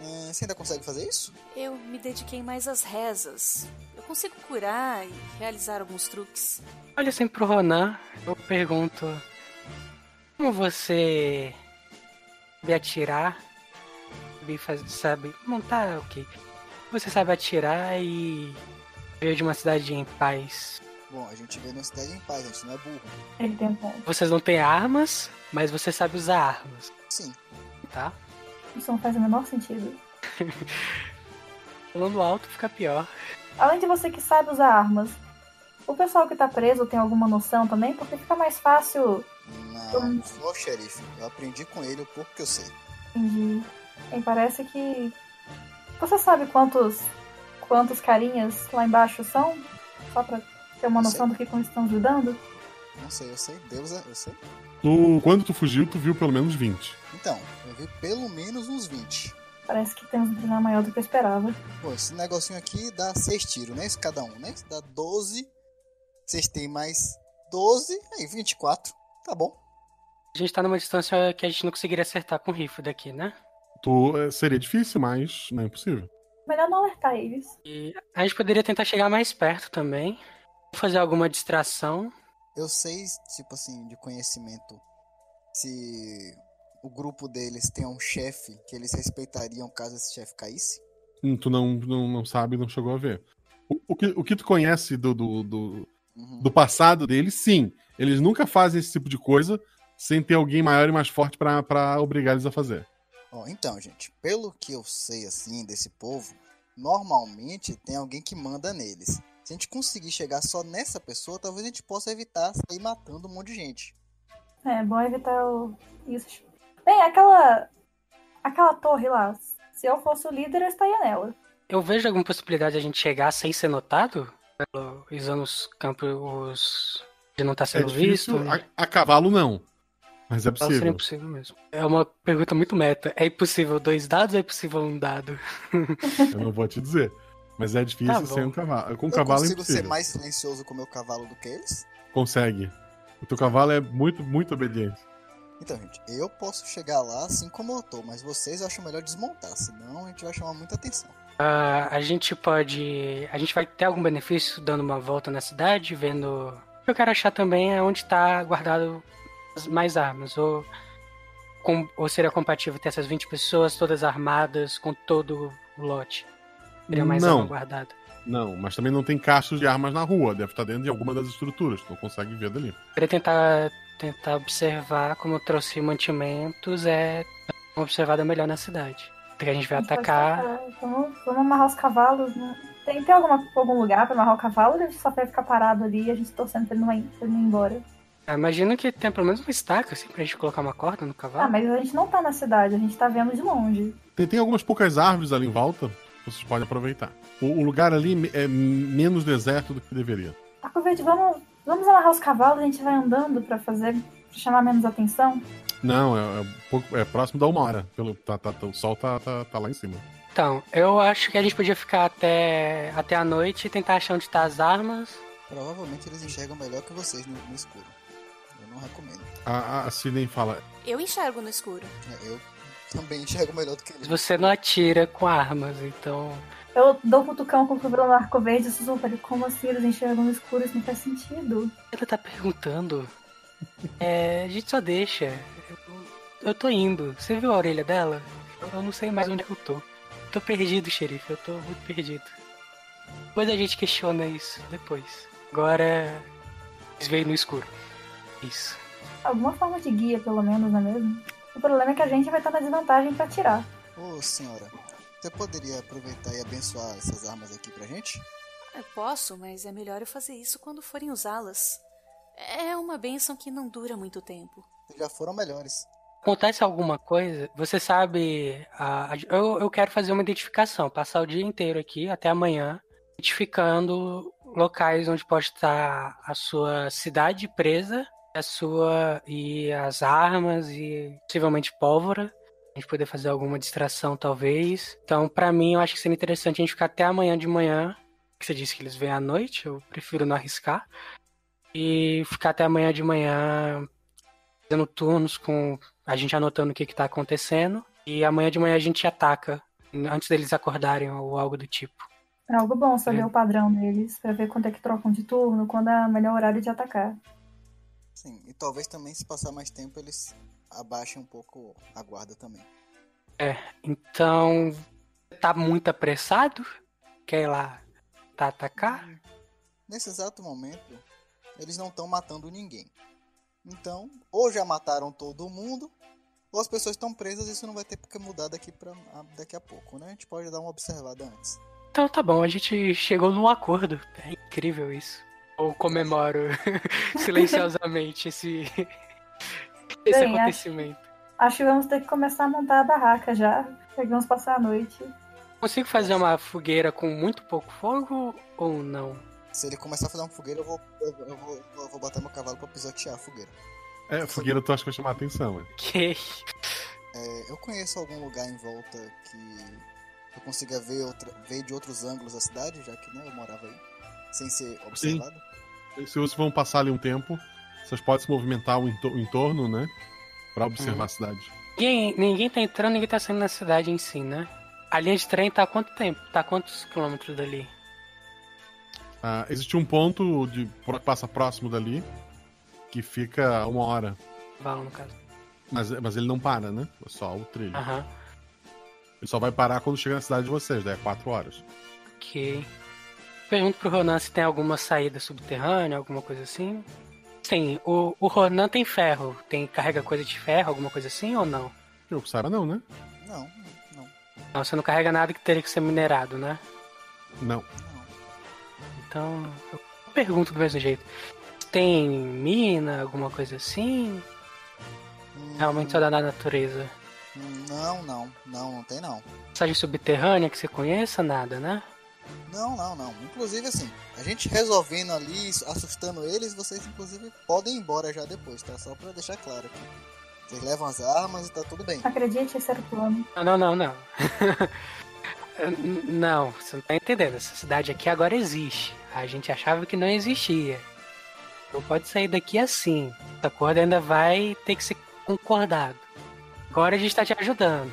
Hum, você ainda consegue fazer isso?
Eu me dediquei mais às rezas. Eu consigo curar e realizar alguns truques.
Olha sempre pro Ronan, eu pergunto, como você sabe atirar? Sabe, faz- sabe montar, ok. Você sabe atirar e veio de uma cidade em paz.
Bom, a gente vê na cidade em paz, a gente não é burro.
Ele tem um ponto.
Vocês não têm armas, mas você sabe usar armas.
Sim.
Tá?
Isso não faz o menor sentido.
<laughs> Falando alto fica pior.
Além de você que sabe usar armas, o pessoal que tá preso tem alguma noção também? Porque fica mais fácil.
Não, não sou Ah, xerife. Eu aprendi com ele o pouco que eu sei.
Entendi. Bem, Uhum. parece que. Você sabe quantos. quantos carinhas lá embaixo são? Só pra ter uma
Não
noção
sei.
do que como estão ajudando?
Não sei, eu sei. Deus é. Eu sei.
Tu, quando tu fugiu, tu viu pelo menos 20.
Então, eu vi pelo menos uns 20.
Parece que temos um problema maior do que eu esperava.
Pô, esse negocinho aqui dá 6 tiros, né? Isso cada um, né? Isso dá 12. Vocês têm mais 12. Aí, 24. Tá bom.
A gente tá numa distância que a gente não conseguiria acertar com o rifle daqui, né?
Tu, eh, seria difícil, mas não é impossível.
Melhor não alertar eles.
E a gente poderia tentar chegar mais perto também. Fazer alguma distração.
Eu sei, tipo assim, de conhecimento, se o grupo deles tem um chefe que eles respeitariam caso esse chefe caísse.
Hum, Tu não, não, não sabe, não chegou a ver. O, o que, o que tu conhece do, do, do,
Uhum.
do passado deles, sim. Eles nunca fazem esse tipo de coisa sem ter alguém maior e mais forte pra- pra obrigar eles a fazer.
Ó, então, gente, pelo que eu sei, assim, desse povo, normalmente tem alguém que manda neles. Se a gente conseguir chegar só nessa pessoa, talvez a gente possa evitar sair matando um monte de gente.
É bom evitar o... isso. Bem, aquela. aquela torre lá. Se eu fosse o líder, eu estaria nela.
Eu vejo alguma possibilidade de a gente chegar sem ser notado? Pelo- Tá, Usando os campos os... de não estar
É
Tá sendo visto?
difícil, a, a cavalo não. Mas é
Nossa,
possível.
seria impossível mesmo. É uma pergunta muito meta. É impossível dois dados ou é possível um dado?
<laughs> Eu não vou te dizer. Mas é difícil
Tá bom.
sem um cavalo. Com
eu
cavalo é
consigo ser
impossível.
mais silencioso com o meu cavalo do que eles?
Consegue. O teu cavalo é muito, muito obediente.
Então, gente, eu posso chegar lá assim como eu tô, mas vocês eu acho melhor desmontar, senão a gente vai chamar muita atenção.
Ah, a gente pode. A gente vai ter algum benefício dando uma volta na cidade, vendo. O que eu quero achar também é onde tá guardado as- mais armas. Ou, com- ou seria compatível ter essas 20 pessoas todas armadas com todo o lote? Teria mais
Não.
arma guardada.
Não, mas também não tem caixas de armas na rua. Deve estar dentro de alguma das estruturas. Tu não consegue ver dali.
Queria tentar, tentar observar como eu trouxe mantimentos é dar uma observada melhor na cidade. Porque a gente vai
A gente pode
atacar.
sacar. Vamos, vamos amarrar os cavalos. né? Tem, tem alguma, algum lugar pra amarrar o cavalo ou a gente só vai ficar parado ali e a gente torcendo pra ele não, ir- pra ele não ir embora?
Ah, Imagino que tem pelo menos uma estaca assim pra gente colocar uma corda no cavalo.
Ah, mas a gente não tá na cidade, a gente tá vendo de longe.
Tem, tem algumas poucas árvores ali em volta. Vocês podem aproveitar. O, o lugar ali me- é menos deserto do que deveria.
Tá com verde, vamos, vamos amarrar os cavalos, a gente vai andando pra fazer, pra chamar menos atenção.
Não, é, é um pouco- é próximo da uma hora. Pelo, tá- tá- tá- o sol tá, tá- tá lá em cima.
Então, eu acho que a gente podia ficar até, até a noite e tentar achar onde tá as armas.
Provavelmente eles enxergam melhor que vocês no, no escuro. Eu não recomendo.
A, a, a Sidney fala:
Eu enxergo no escuro.
Eu também <laughs> enxergo melhor do que
Mas
eles.
Você não atira com armas, então.
Eu dou um cutucão com o cabelo no arco verde e sussurro pra ele, como assim eles enxergam no escuro, isso não faz sentido.
Ela tá perguntando. É, a gente só deixa. Eu, eu tô indo. Você viu a orelha dela? Eu- Eu não sei mais onde é eu tô. Tô perdido, xerife. Eu tô muito perdido. Depois a gente questiona isso. Depois. Agora. Eles veem no escuro. Isso.
Alguma forma de guia, pelo menos, não é mesmo? O problema é que a gente vai estar na desvantagem pra tirar.
Ô senhora, você poderia aproveitar e abençoar essas armas aqui pra gente?
Eu posso, mas é melhor eu fazer isso quando forem usá-las. É uma bênção que não dura muito tempo.
Já foram melhores.
Acontece alguma coisa, você sabe. a- a- eu, eu quero fazer uma identificação, passar o dia inteiro aqui até amanhã, identificando locais onde pode estar a sua cidade presa, a sua. e as armas e possivelmente pólvora. A gente poder fazer alguma distração, talvez. Então, pra mim, eu acho que seria interessante a gente ficar até amanhã de manhã. Que você disse que eles vêm à noite, eu prefiro não arriscar. E ficar até amanhã de manhã fazendo turnos com a gente anotando o que, que tá acontecendo. E amanhã de manhã a gente ataca, antes deles acordarem ou algo do tipo.
É algo bom saber o padrão deles, pra ver quando é que trocam de turno, quando é o melhor horário de atacar.
Sim, e talvez também se passar mais tempo eles abaixem um pouco a guarda também.
É, então. Tá muito apressado? Quer ir lá tá atacar?
Nesse exato momento, eles não estão matando ninguém. Então, ou já mataram todo mundo, ou as pessoas estão presas e isso não vai ter porque mudar daqui, pra, a- daqui a pouco, né? A gente pode dar uma observada antes.
Então tá bom, a gente chegou num acordo. É incrível isso. Ou comemoro <laughs> silenciosamente esse, <laughs> esse
Bem,
acontecimento.
Acho que vamos ter que começar a montar a barraca já. porque Vamos passar a noite.
Consigo fazer uma fogueira com muito pouco fogo ou não?
Se ele começar a fazer uma fogueira, eu vou, eu, eu vou, eu vou botar meu cavalo pra pisotear a fogueira.
É, fogueira tu acha que vai chamar a atenção, né?
Que? <laughs>
É, eu conheço algum lugar em volta que eu consiga ver, outra- ver de outros ângulos a cidade, já que né, eu morava aí, sem ser observado.
Os seus vão passar ali um tempo, vocês podem se movimentar o, ento- o entorno, né? Pra observar a cidade.
Ninguém, ninguém tá entrando, ninguém tá saindo na cidade em si, né? A linha de trem tá há quanto tempo? Tá a quantos quilômetros dali?
Ah, existe um ponto de, que passa próximo dali, que fica uma hora.
Bala, no caso.
Mas, mas ele não para, né? É só o trilho.
Aham.
Ele só vai parar quando chegar na cidade de vocês, daí é quatro horas.
Ok. Pergunto pro Ronan se tem alguma saída subterrânea, alguma coisa assim. Sim, o, o Ronan tem ferro. Tem carrega coisa de ferro, alguma coisa assim ou não?
Eu saiba não, né?
Não,
Não, você não carrega nada que teria que ser minerado, né?
Não.
Então, eu pergunto do mesmo jeito. Tem mina, alguma coisa assim? Realmente só da na natureza.
Hum, Não, não, não, não tem não.
Passagem subterrânea que você conheça, nada, né?
Não, não, não. Inclusive, assim, a gente resolvendo ali, assustando eles, vocês, inclusive, podem ir embora já depois, tá? Só pra deixar claro aqui. Vocês levam as armas e tá tudo bem.
Acredite, esse era o plano.
Não, não, não, <laughs> não. N- não, você não tá entendendo. Essa cidade aqui agora existe. A gente achava que não existia. Não pode sair daqui assim. Esse acordo ainda vai ter que ser concordado. Agora a gente tá te ajudando.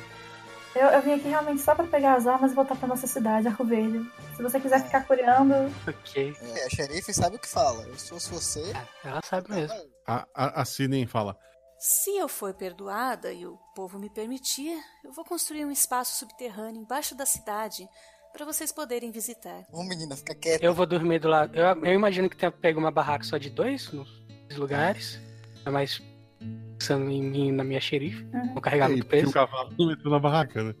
Eu, eu vim aqui realmente só pra pegar as armas e voltar pra nossa cidade, Arco Verde. Se você quiser ficar curando,
Ok.
É, a xerife sabe o que fala. Eu sou se você.
É,
tá
Ela sabe mesmo.
A, a, a Sidney fala:
Se eu for perdoada e o povo me permitir, eu vou construir um espaço subterrâneo embaixo da cidade para vocês poderem visitar.
Ô menina, fica quieta.
Eu vou dormir do lado. Eu, eu imagino que tenha pego uma barraca só de dois nos dois lugares. Ainda mais pensando em mim, na minha xerife.
uhum.
Vou carregar
Ei,
muito
porque
peso.
o cavalo não entrou na barraca, né?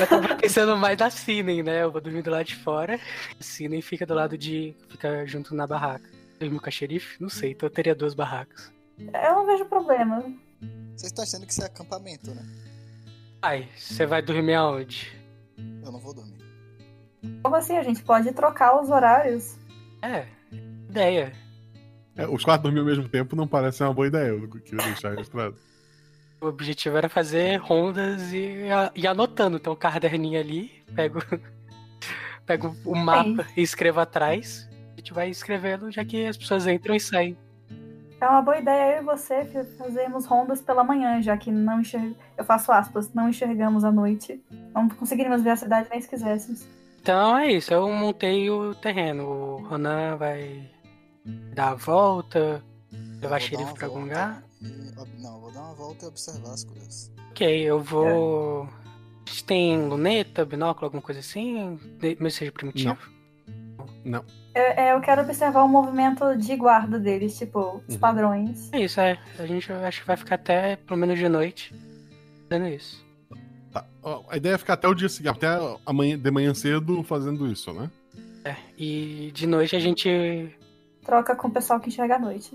Eu tava pensando mais na Sinem, né? Eu vou dormir do lado de fora. A Sinem fica do lado de. fica junto na barraca. Dormir com a xerife? Não sei, então eu teria duas barracas.
eu não vejo problema.
Vocês estão achando que isso é acampamento, né?
Ai, você vai dormir aonde?
Eu não vou dormir.
Como assim? A gente pode trocar os horários.
É, ideia.
É, os quatro dormiam ao mesmo tempo não parece ser uma boa ideia, eu queria deixar
<laughs>
registrado.
O objetivo era fazer rondas e, e anotando. Então, um caderninho ali, pego, <laughs> pego o mapa e escrevo atrás. A gente vai escrevendo, já que as pessoas entram e saem.
É uma boa ideia eu e você fi- fazermos rondas pela manhã, já que não enxerg... Eu faço aspas, não enxergamos à noite. Não conseguiríamos ver a cidade nem se quiséssemos.
Então é isso, eu montei o terreno. O Ronan vai dar a volta, levar a xerife pra algum lugar.
E, ó, não, eu vou dar uma volta e observar as coisas.
Ok, eu vou. A gente tem luneta, binóculo, alguma coisa assim? De- Mesmo que seja primitivo.
Não.
Eu, é, eu quero observar o movimento de guarda deles, tipo, os padrões.
É isso, é. A gente eu acho que vai ficar até pelo menos de noite fazendo isso.
Tá. ó, A ideia é ficar até o dia seguinte, até amanhã, de manhã cedo fazendo isso, né?
É, e de noite a gente
Troca com o pessoal que enxerga à noite.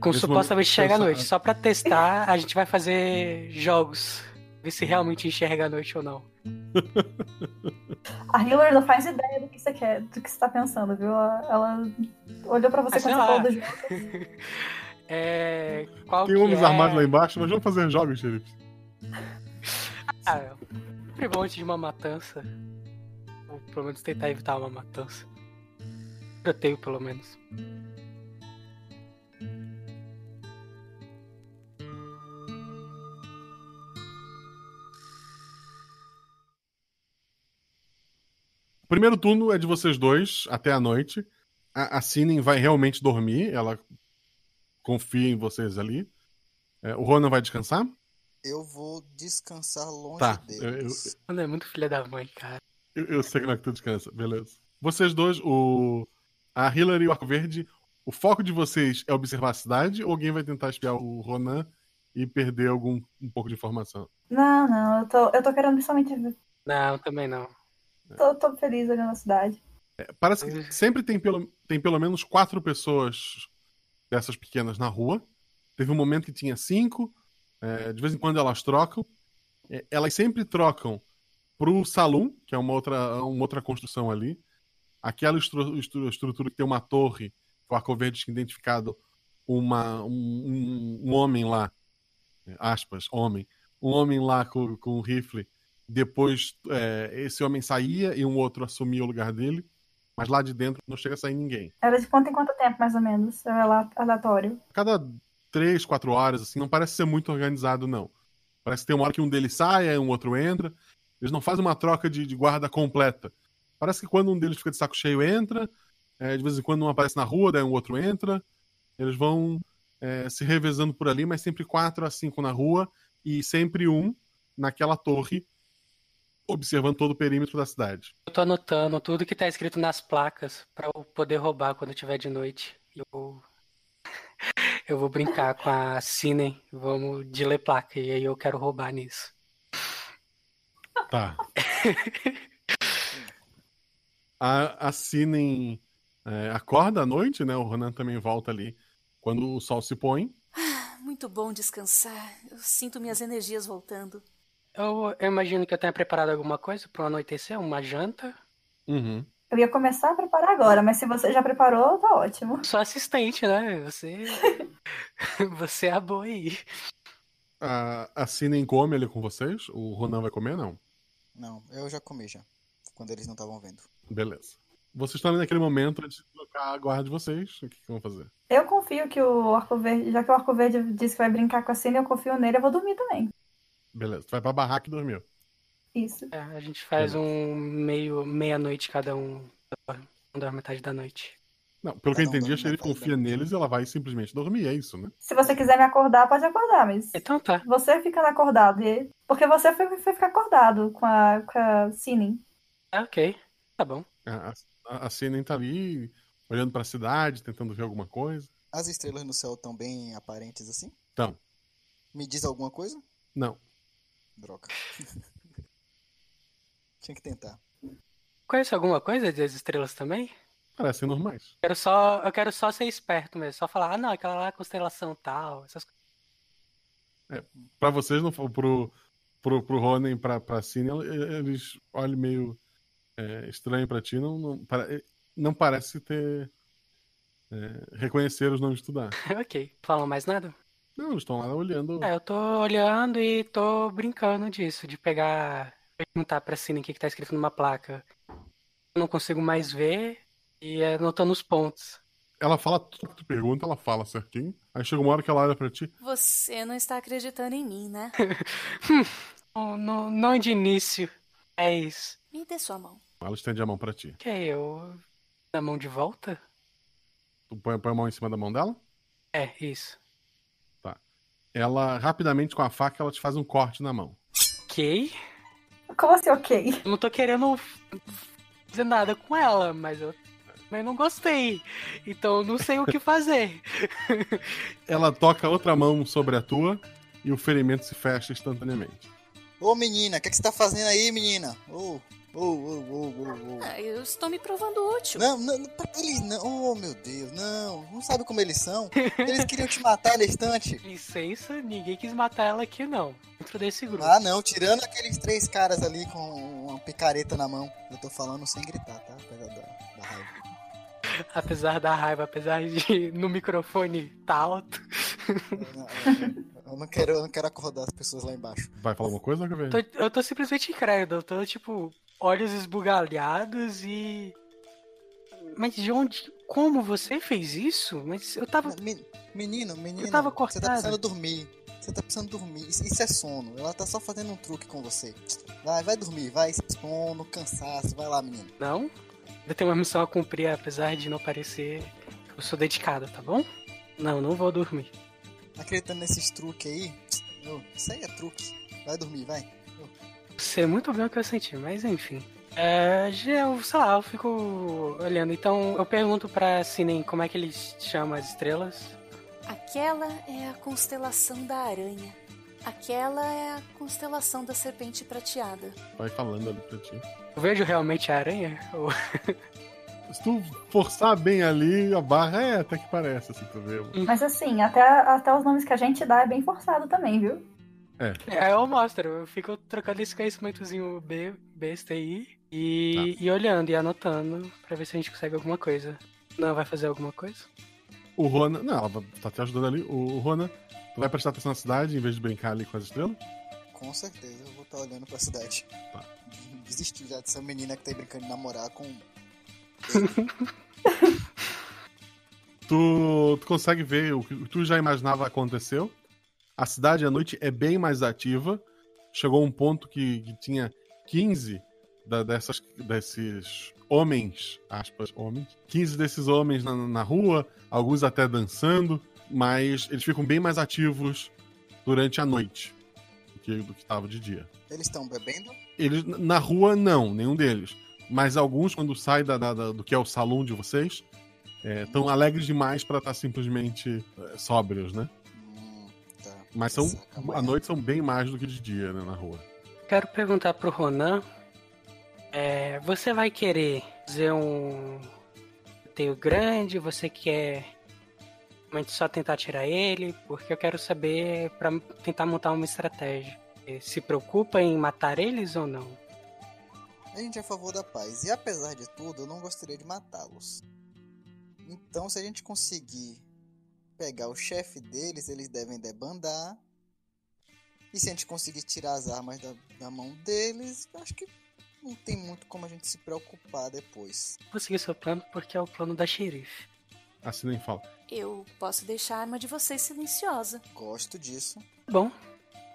com,
Nesse
supostamente
momento,
enxerga à
pensa-
noite. Só pra testar, a gente vai fazer jogos. Ver se realmente enxerga à noite ou não.
A Hillary não faz ideia do que você quer, do que você tá pensando, viu? Ela, ela olhou pra você
Ah, sei
quando você
lá.
falou do jogo.
É. Qual
Tem
que
homens
é...
armados lá embaixo, nós vamos fazer jogos, xerife.
Ah, é sempre bom antes de uma matança. Ou pelo menos tentar evitar uma matança. Eu tenho, pelo menos.
O primeiro turno é de vocês dois até a noite. A, a Sinin vai realmente dormir, ela confia em vocês ali. É, o Ronan vai descansar?
Eu vou descansar longe
Tá. Eu, eu,
deles.
Mano, é muito filha da mãe, cara.
eu- eu sei como é que tu descansa, beleza. Vocês dois, o a Hillary e o Arco Verde, o foco de vocês é observar a cidade ou alguém vai tentar espiar o Ronan e perder algum um pouco de informação?
Não, não, eu tô, eu tô querendo principalmente ver.
Não, também não.
Tô, tô feliz olhando a cidade.
Parece que sempre tem pelo, tem pelo menos quatro pessoas dessas pequenas na rua. Teve um momento que tinha cinco. é, de vez em quando elas trocam. É, elas sempre trocam pro salão, que é uma outra, uma outra construção ali. Aquela estru- estru- estrutura que tem uma torre, com arco verde tinha identificado uma, um, um- um homem lá, é, aspas, homem, um homem lá com, com um rifle. Depois é, esse homem saía e um outro assumia o lugar dele, mas lá de dentro não chega a sair ninguém.
Era é de quanto em quanto tempo, mais ou menos? Era lá aleatório.
Cada três, quatro horas, assim, não parece ser muito organizado, não. Parece que tem uma hora que um deles sai, aí um outro entra. Eles não fazem uma troca de, de guarda completa. Parece que quando um deles fica de saco cheio, entra. É, de vez em quando um aparece na rua, daí um outro entra. Eles vão é, se revezando por ali, mas sempre quatro a cinco na rua e sempre um naquela torre, observando todo o perímetro da cidade.
Eu tô anotando tudo que tá escrito nas placas pra eu poder roubar quando tiver de noite. Eu, eu vou brincar com a Cine, vamos de ler placa, e aí eu quero roubar nisso.
Tá. A, assinem é, acorda à noite, né? O Ronan também volta ali quando o sol se põe.
Muito bom descansar. Eu sinto minhas energias voltando.
Eu, eu imagino que eu tenha preparado alguma coisa para anoitecer, uma janta.
Uhum.
Eu ia começar a preparar agora, mas se você já preparou, tá ótimo.
Sou assistente, né? Você. você é a boa aí.
A, a Sinem come ali com vocês. O Ronan vai comer, não?
Não, eu já comi já. Quando eles não estavam vendo.
Beleza. Vocês estão ali naquele momento antes de trocar a guarda de vocês. O que, que vão fazer?
Eu confio que o Arco Verde, já que o Arco Verde disse que vai brincar com a Cine, eu confio nele, eu vou dormir também.
Beleza. Tu vai pra barraca e dormiu.
Isso.
É, a gente faz um meio meia-noite cada um. Não dá metade da noite.
Não, é pelo que eu entendi, a Xerife confia neles e ela vai simplesmente dormir. É isso, né?
Se você quiser me acordar, pode acordar, mas.
Então tá.
Você fica lá acordado. e- Porque você foi, foi ficar acordado com a, com a Cine.
Ah, ok. Tá bom.
A, a, a Sinem tá ali olhando pra cidade, tentando ver alguma coisa.
As estrelas no céu estão bem aparentes assim?
Então,
Me diz alguma coisa?
não.
Droga. <laughs> Tinha que tentar.
Conhece alguma coisa das estrelas também?
Parecem normais.
Quero só, eu quero só ser esperto mesmo, só falar, ah não, aquela lá é a constelação tal, essas coisas.
É, pra vocês, não, pro, pro, pro Ronen e pra, pra Cine, eles olham meio é, estranho pra ti. Não, não, pare- não parece ter. é, reconhecer os nomes de estudar.
ok, falam mais nada?
Não, eles estão lá olhando.
É, eu tô olhando e tô brincando disso, de pegar, perguntar pra Cine o que que tá escrito numa placa. Eu não consigo mais ver e anotando os pontos.
Ela fala tudo que tu pergunta, ela fala certinho. Aí chega uma hora que ela olha pra ti.
Você não está acreditando em mim,
<laughs>
né?
Não, Hum, oh, não, não é de início, É mas.
Me dê sua mão.
Ela estende a mão pra ti.
Que é eu. Na mão de volta?
Tu põe, põe a mão em cima da mão dela. Tá.
É, isso.
Ela, rapidamente, com a faca, ela te faz um corte na mão.
Ok.
Como assim, ok?
Não tô querendo fazer nada com ela, mas eu também não gostei. Então eu não sei o que fazer.
Ela toca outra mão sobre a tua e o ferimento se fecha instantaneamente.
Ô menina, o que, que você tá fazendo aí, menina? Ô, ô, ô, ô, ô, ô.
Ah, eu estou me provando útil.
Não, não, não, pra eles não. Oh, meu Deus, não. Não sabe como eles são? Eles queriam te matar na estante.
Licença, ninguém quis matar ela aqui não. Dentro desse grupo.
Ah, não, tirando aqueles três caras ali com uma picareta na mão. Eu tô falando sem gritar, tá? Apesar da, da raiva.
Apesar da raiva, apesar de <laughs> no microfone tá alto.
Eu não quero, eu não quero acordar as pessoas lá embaixo.
Vai falar alguma coisa, Gabriel?
Tô- eu tô simplesmente incrédulo, eu tô tipo, olhos esbugalhados e. Mas de onde. Como você fez isso? Mas eu tava.
Menino, menino.
Eu tava
Você tá precisando
cortado.
dormir. Você tá precisando dormir. Isso, isso é sono. Ela tá só fazendo um truque com você. Vai, vai dormir, vai. Sono, cansaço. Vai lá, menino.
Não? Eu tenho uma missão a cumprir, apesar de não parecer. Eu sou dedicado, tá bom? Não, não vou dormir.
Acreditando nesses truques aí. Ô, isso aí é truque. Vai dormir, vai.
Sei muito bem o que eu senti, mas enfim. É, já- eu, sei lá, eu fico olhando. Então eu pergunto pra Sinem como é que eles chamam as estrelas.
Aquela é a constelação da aranha. Aquela é a constelação da serpente prateada.
Vai falando ali pra ti.
Eu vejo realmente a aranha? Ou-
<laughs> Se tu forçar bem ali, a barra é até que parece, assim, tu vê.
Mas assim, até, até os nomes que a gente dá é bem forçado também, viu?
É.
É, eu mostro, eu fico trocando esse conhecimentozinho B, besta aí e, e olhando e anotando pra ver se a gente consegue alguma coisa. Não vai fazer alguma coisa?
O Rona. Não, ela tá te ajudando ali. O o Rona, tu vai prestar atenção na cidade em vez de brincar ali com as estrelas?
Com certeza eu vou estar olhando pra cidade. Desisti já dessa menina que tá aí brincando de namorar com.
Tu, tu consegue ver o que tu já imaginava aconteceu. A cidade à noite é bem mais ativa. Chegou um ponto que, que tinha 15 da- dessas, desses homens, aspas, homens. 15 desses homens na, na rua, alguns até dançando, mas eles ficam bem mais ativos durante a noite do que, do que tava de dia.
Eles estão bebendo?
Eles, n- na rua, não, nenhum deles. Mas alguns, quando saem da, da- da- do que é o salão de vocês, estão alegres demais para estar simplesmente é, sóbrios, né?
Hum, tá.
Mas são, à noite são bem mais do que de dia, né, na rua.
Quero perguntar pro Ronan. é, você vai querer fazer um teio grande? Você quer realmente só tentar tirar ele? Porque eu quero saber pra tentar montar uma estratégia. Eh, Se preocupa em matar eles ou não?
A gente é a favor da paz. E apesar de tudo, eu não gostaria de matá-los. Então, se a gente conseguir pegar o chefe deles, eles devem debandar. E se a gente conseguir tirar as armas da, da mão deles, eu acho que não tem muito como a gente se preocupar depois.
Vou seguir seu plano porque é o plano da xerife.
Assim nem fala.
Eu posso deixar a arma de vocês silenciosa.
Gosto disso.
Bom,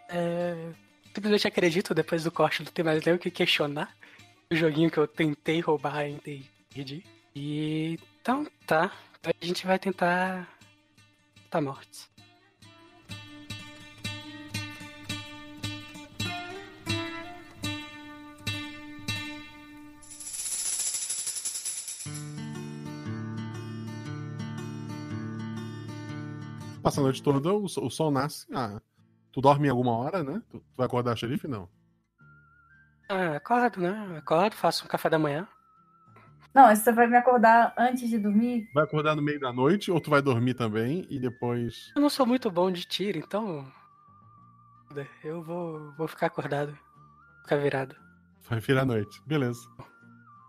é, simplesmente acredito depois do corte não tem mais nem o que questionar. O joguinho que eu tentei roubar ainda perdi. E então tá. Então a gente vai tentar. Tá mortos.
Passa a noite toda, o, sol- o sol nasce. Ah, tu dorme em alguma hora, né? Tu, tu vai acordar xerife? Não.
Ah, acordo, né? Acordo, faço um café da manhã.
Não, você vai me acordar antes de dormir?
Vai acordar no meio da noite ou tu vai dormir também e depois. <laughs>
Eu não sou muito bom de tiro, então. né, Eu vou, vou ficar acordado. Ficar virado.
Vai virar a noite. Beleza.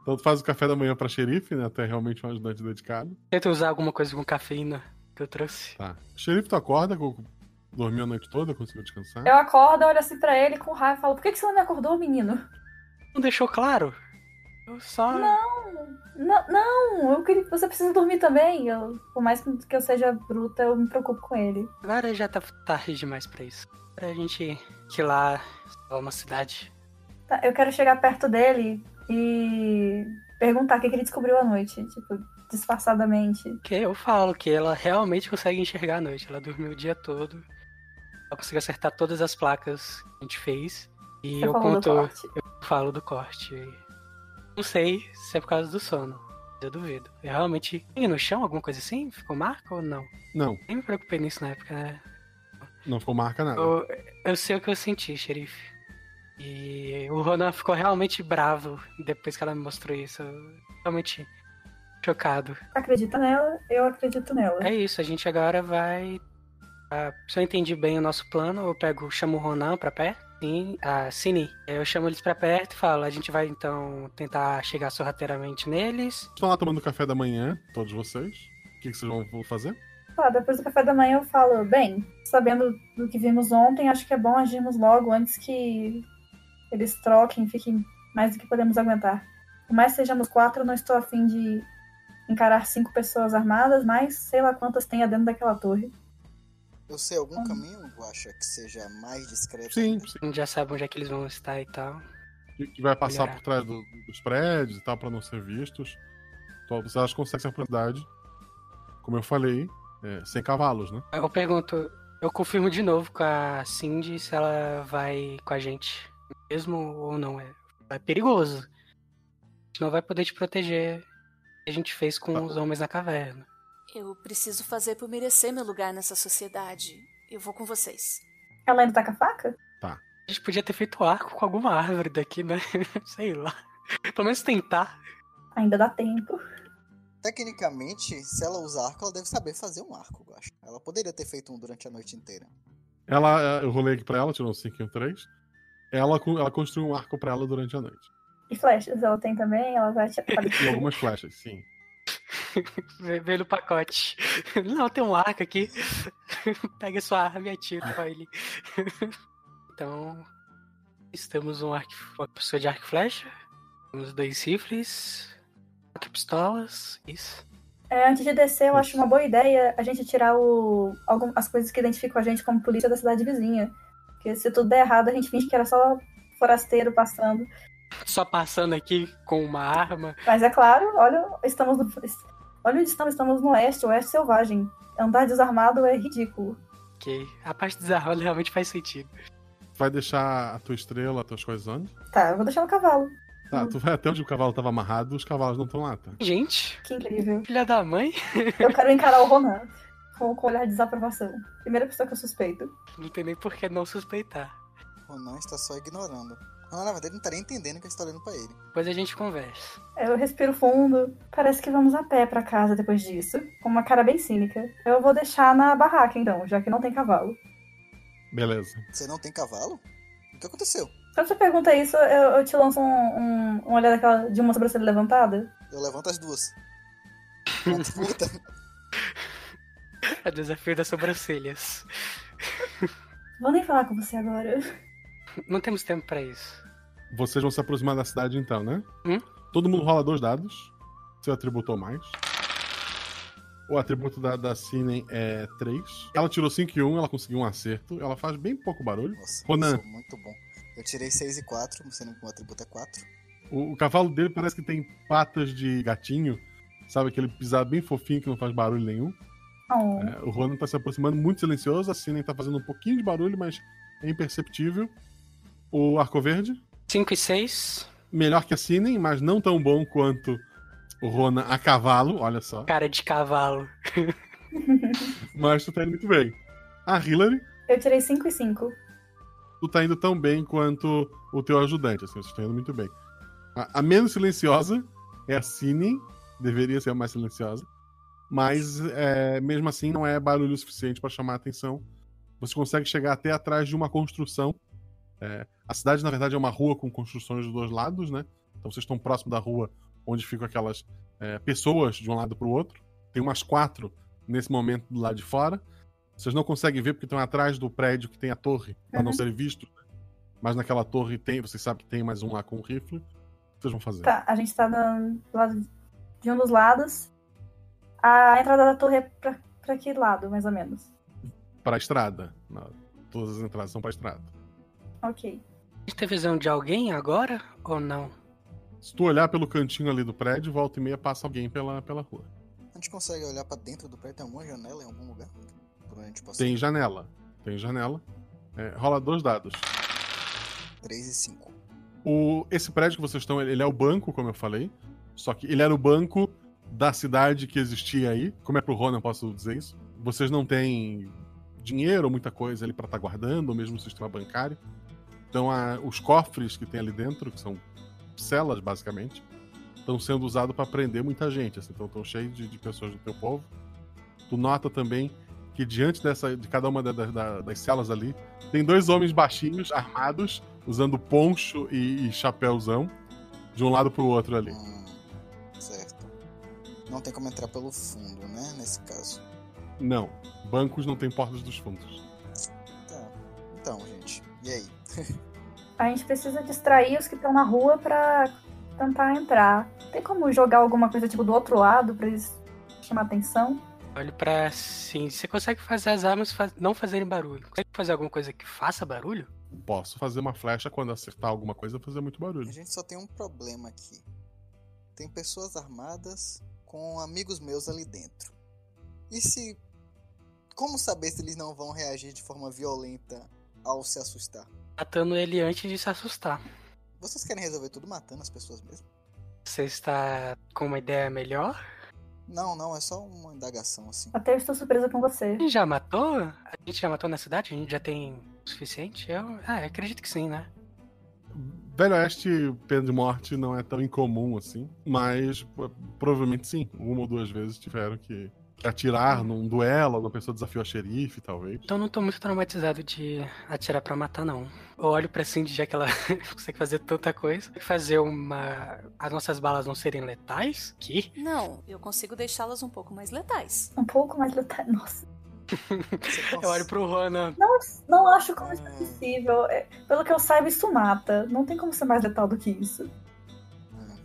Então tu faz o café da manhã pra xerife, né? Tu é realmente um ajudante dedicado.
Tenta usar alguma coisa com cafeína que eu trouxe.
Tá. Xerife, tu acorda, co- dormiu a noite toda, conseguiu descansar?
Eu acordo, olho assim pra ele com raiva e falo: Por que, que você não me acordou, menino?
Não deixou claro? Eu só.
Não, não, não, eu queria, você precisa dormir também. Eu, por mais que eu seja bruta, eu me preocupo com ele.
Agora já tá tarde demais pra isso. Pra gente ir lá, sei lá, uma cidade.
Tá, eu quero chegar perto dele e perguntar o que, que ele descobriu à noite, tipo, disfarçadamente.
Que eu falo que ela realmente consegue enxergar à noite. Ela dormiu o dia todo. Ela conseguiu acertar todas as placas que a gente fez. E
Você
eu
falou do
conto.
corte?
Eu falo do corte. Não sei se é por causa do sono. mas Eu duvido. Eu realmente. E no chão, alguma coisa assim? Ficou marca ou não?
Não,
Nem me preocupei nisso na época, né?
não ficou marca nada.
Eu, eu sei o que eu senti, xerife. E o Ronan ficou realmente bravo depois que ela me mostrou isso. Eu Realmente chocado.
Acredita nela, eu acredito nela.
É isso, a gente agora vai. Ah, se eu entendi bem o nosso plano, eu pego, chamo o Ronan pra perto. Sim, a Cine. Eu chamo eles pra perto e falo: a gente vai então tentar chegar sorrateiramente neles.
Estão lá tomando café da manhã, todos vocês. O que, que vocês vão fazer?
Tá, depois do café da manhã eu falo, bem, sabendo do que vimos ontem, acho que é bom agirmos logo antes que eles troquem, fiquem mais do que podemos aguentar. Por mais que sejamos quatro, eu não estou afim de encarar cinco pessoas armadas, mas sei lá quantas tenha dentro daquela torre.
Eu sei algum caminho, Guaxa, que seja mais discreto?
Sim,
A gente já sabe onde é que eles vão estar e tal.
Que, que vai passar
Melhorar.
por trás do- dos prédios e tal, pra não ser vistos. Então vocês acham que conseguem essa oportunidade. Como eu falei, é, sem cavalos, né?
Eu pergunto, eu confirmo de novo com a Cindy se ela vai com a gente mesmo ou não. É, é perigoso. A gente não vai poder te proteger. que A gente fez com os homens na caverna.
Eu preciso fazer por merecer meu lugar nessa sociedade. Eu vou com vocês.
Ela ainda tá com a faca?
A gente podia ter feito arco com alguma árvore daqui, né? <laughs> Sei lá. Pelo menos tentar.
Ainda dá tempo.
Tecnicamente, se ela usar arco, ela deve saber fazer um arco, eu acho. Ela poderia ter feito um durante a noite inteira.
Ela, eh, eu rolei aqui pra ela, tirou um 5 e um 3. Ela, co- ela construiu um arco pra ela durante a noite.
E flechas ela tem também, ela vai atirar.
E <laughs> algumas flechas, sim.
Ve- Veio no pacote. <laughs> Não, tem um arco aqui. <laughs> Pega sua arma e atira pra ele. <laughs> Então, estamos um arco, uma pessoa de arco e flecha. Temos dois rifles, quatro pistolas, isso.
É, antes de descer, eu acho uma boa ideia a gente tirar o, algum, as coisas que identificam a gente como polícia da cidade vizinha. Porque se tudo der errado, a gente finge que era só forasteiro passando.
Só passando aqui com uma arma.
Mas é claro, olha, estamos no, olha onde estamos, estamos no oeste, oeste selvagem. Andar desarmado é ridículo.
Ok. A parte desarmada realmente faz sentido.
Vai deixar a tua estrela, as tuas coisas onde?
Tá, eu vou deixar no cavalo.
Uhum.
Tá, tu vai até onde o cavalo tava amarrado, os cavalos não estão lá, tá?
Gente,
que incrível.
Filha da mãe.
Eu quero encarar o Ronan com, com um olhar de desaprovação. Primeira pessoa que eu suspeito.
Não tem nem por que é não suspeitar.
Ronan está só ignorando. Ronan, na verdade, não tá nem entendendo que eu estou olhando pra ele.
Depois a gente conversa.
Eu respiro fundo. Parece que vamos a pé pra casa depois disso. Com uma cara bem cínica. Eu vou deixar na barraca então, já que não tem cavalo.
Beleza.
Você não tem cavalo? O que aconteceu?
Quando Então, você pergunta isso, eu, eu te lanço um, um, um olhar daquela, de uma sobrancelha levantada.
Eu levanto
<laughs>
as duas. Puta.
É o desafio das sobrancelhas.
Vou nem falar com você agora.
Não temos tempo pra isso.
Vocês vão se aproximar da cidade então, né?
Hum?
Todo mundo rola dois dados. Seu atributo ou mais. O atributo da, da Cine é 3. Ela tirou 5 e 1, ela conseguiu um acerto. Ela faz bem pouco barulho. Ronan,
Sou é muito bom. Eu tirei 6 e 4, sendo que o meu atributo é 4.
o, o cavalo dele parece que tem patas de gatinho. Sabe aquele pisar bem fofinho que não faz barulho nenhum?
Oh.
É, o Ronan tá se aproximando muito silencioso. A Cine tá fazendo um pouquinho de barulho, mas é imperceptível. O Arco Verde?
5 e 6.
Melhor que a Cine, mas não tão bom quanto o Ronan a cavalo, olha só.
Cara de cavalo.
Mas tu tá indo muito bem. A Hillary,
Eu tirei 5 e 5.
tu tá indo tão bem quanto o teu ajudante, assim, vocês estão indo muito bem. A, a menos silenciosa é a Cine, deveria ser a mais silenciosa, mas é, mesmo assim não é barulho suficiente pra chamar a atenção. Você consegue chegar até atrás de uma construção. É, a cidade, na verdade, é uma rua com construções dos dois lados, né? Então vocês estão próximo da rua onde ficam aquelas é, pessoas de um lado pro outro. Tem umas quatro nesse momento do lado de fora. Vocês não conseguem ver porque estão atrás do prédio que tem a torre, pra não
Uhum.
serem vistos. né? Mas naquela torre tem, vocês sabem que tem mais um lá com rifle. O que vocês vão fazer?
Tá, a gente tá no, do lado de um dos lados. A entrada da torre é pra, pra que lado, mais ou menos?
Pra estrada. Não, todas as entradas são pra estrada.
Ok.
A gente tem visão de alguém agora ou não?
Se tu olhar pelo cantinho ali do prédio, volta e meia passa alguém pela, pela rua.
A gente consegue olhar pra dentro do prédio? Tem alguma janela em algum lugar? Por onde a gente possa
Tem janela. Tem janela. É, rola dois dados.
3 e 5.
O, esse prédio que vocês estão, ele ele é o banco, como eu falei. Só que ele era o banco da cidade que existia aí. Como é pro Ronan, posso dizer isso. Vocês não têm dinheiro ou muita coisa ali pra estar guardando, ou mesmo sistema bancário. Então, a- os cofres que tem ali dentro, que são celas, basicamente, estão sendo usados para prender muita gente. assim. então, estão cheios de, de pessoas do teu povo. Tu nota também que diante dessa, de cada uma da- da- da- das celas ali, tem dois homens baixinhos, armados, usando poncho e, e chapéuzão, de um lado pro outro ali.
Hum, Certo. Não tem como entrar pelo fundo, né? Nesse caso.
Não, bancos não têm portas dos fundos.
Tá. Então, gente. E aí?
A gente precisa distrair os que estão na rua pra tentar entrar. Tem como jogar alguma coisa tipo do outro lado pra eles chamar atenção?
Olha pra sim. Você consegue fazer as armas faz- não fazerem barulho? Consegue fazer alguma coisa que faça barulho?
Posso fazer uma flecha quando acertar alguma coisa, fazer muito barulho.
A gente só tem um problema aqui. Tem pessoas armadas com amigos meus ali dentro. E se. Como saber se eles não vão reagir de forma violenta ao se assustar?
Matando ele antes de se assustar.
Vocês querem resolver tudo matando as pessoas mesmo?
Você está com uma ideia melhor?
Não, não, é só uma
<laughs>
indagação assim.
Até eu estou surpresa com você.
Já matou? A gente já matou na cidade? A gente já tem O suficiente? Eu ah, eu acredito que sim, né?
Velho Oeste, pena de morte não é tão incomum assim, mas pô, provavelmente sim. Uma ou duas vezes tiveram que atirar num duelo, uma pessoa desafiou a xerife, talvez.
Então não tô muito traumatizado de atirar pra matar, não. Eu olho pra Cindy, já que ela <laughs> consegue fazer tanta coisa. Fazer uma. As nossas balas não serem letais? Que?
Não, eu consigo deixá-las um pouco mais letais.
Um pouco mais letal. Nossa.
Eu olho pro Ronan.
Não, não acho como isso é possível. É, Pelo que eu saiba, isso mata. Não tem como ser mais letal do que isso.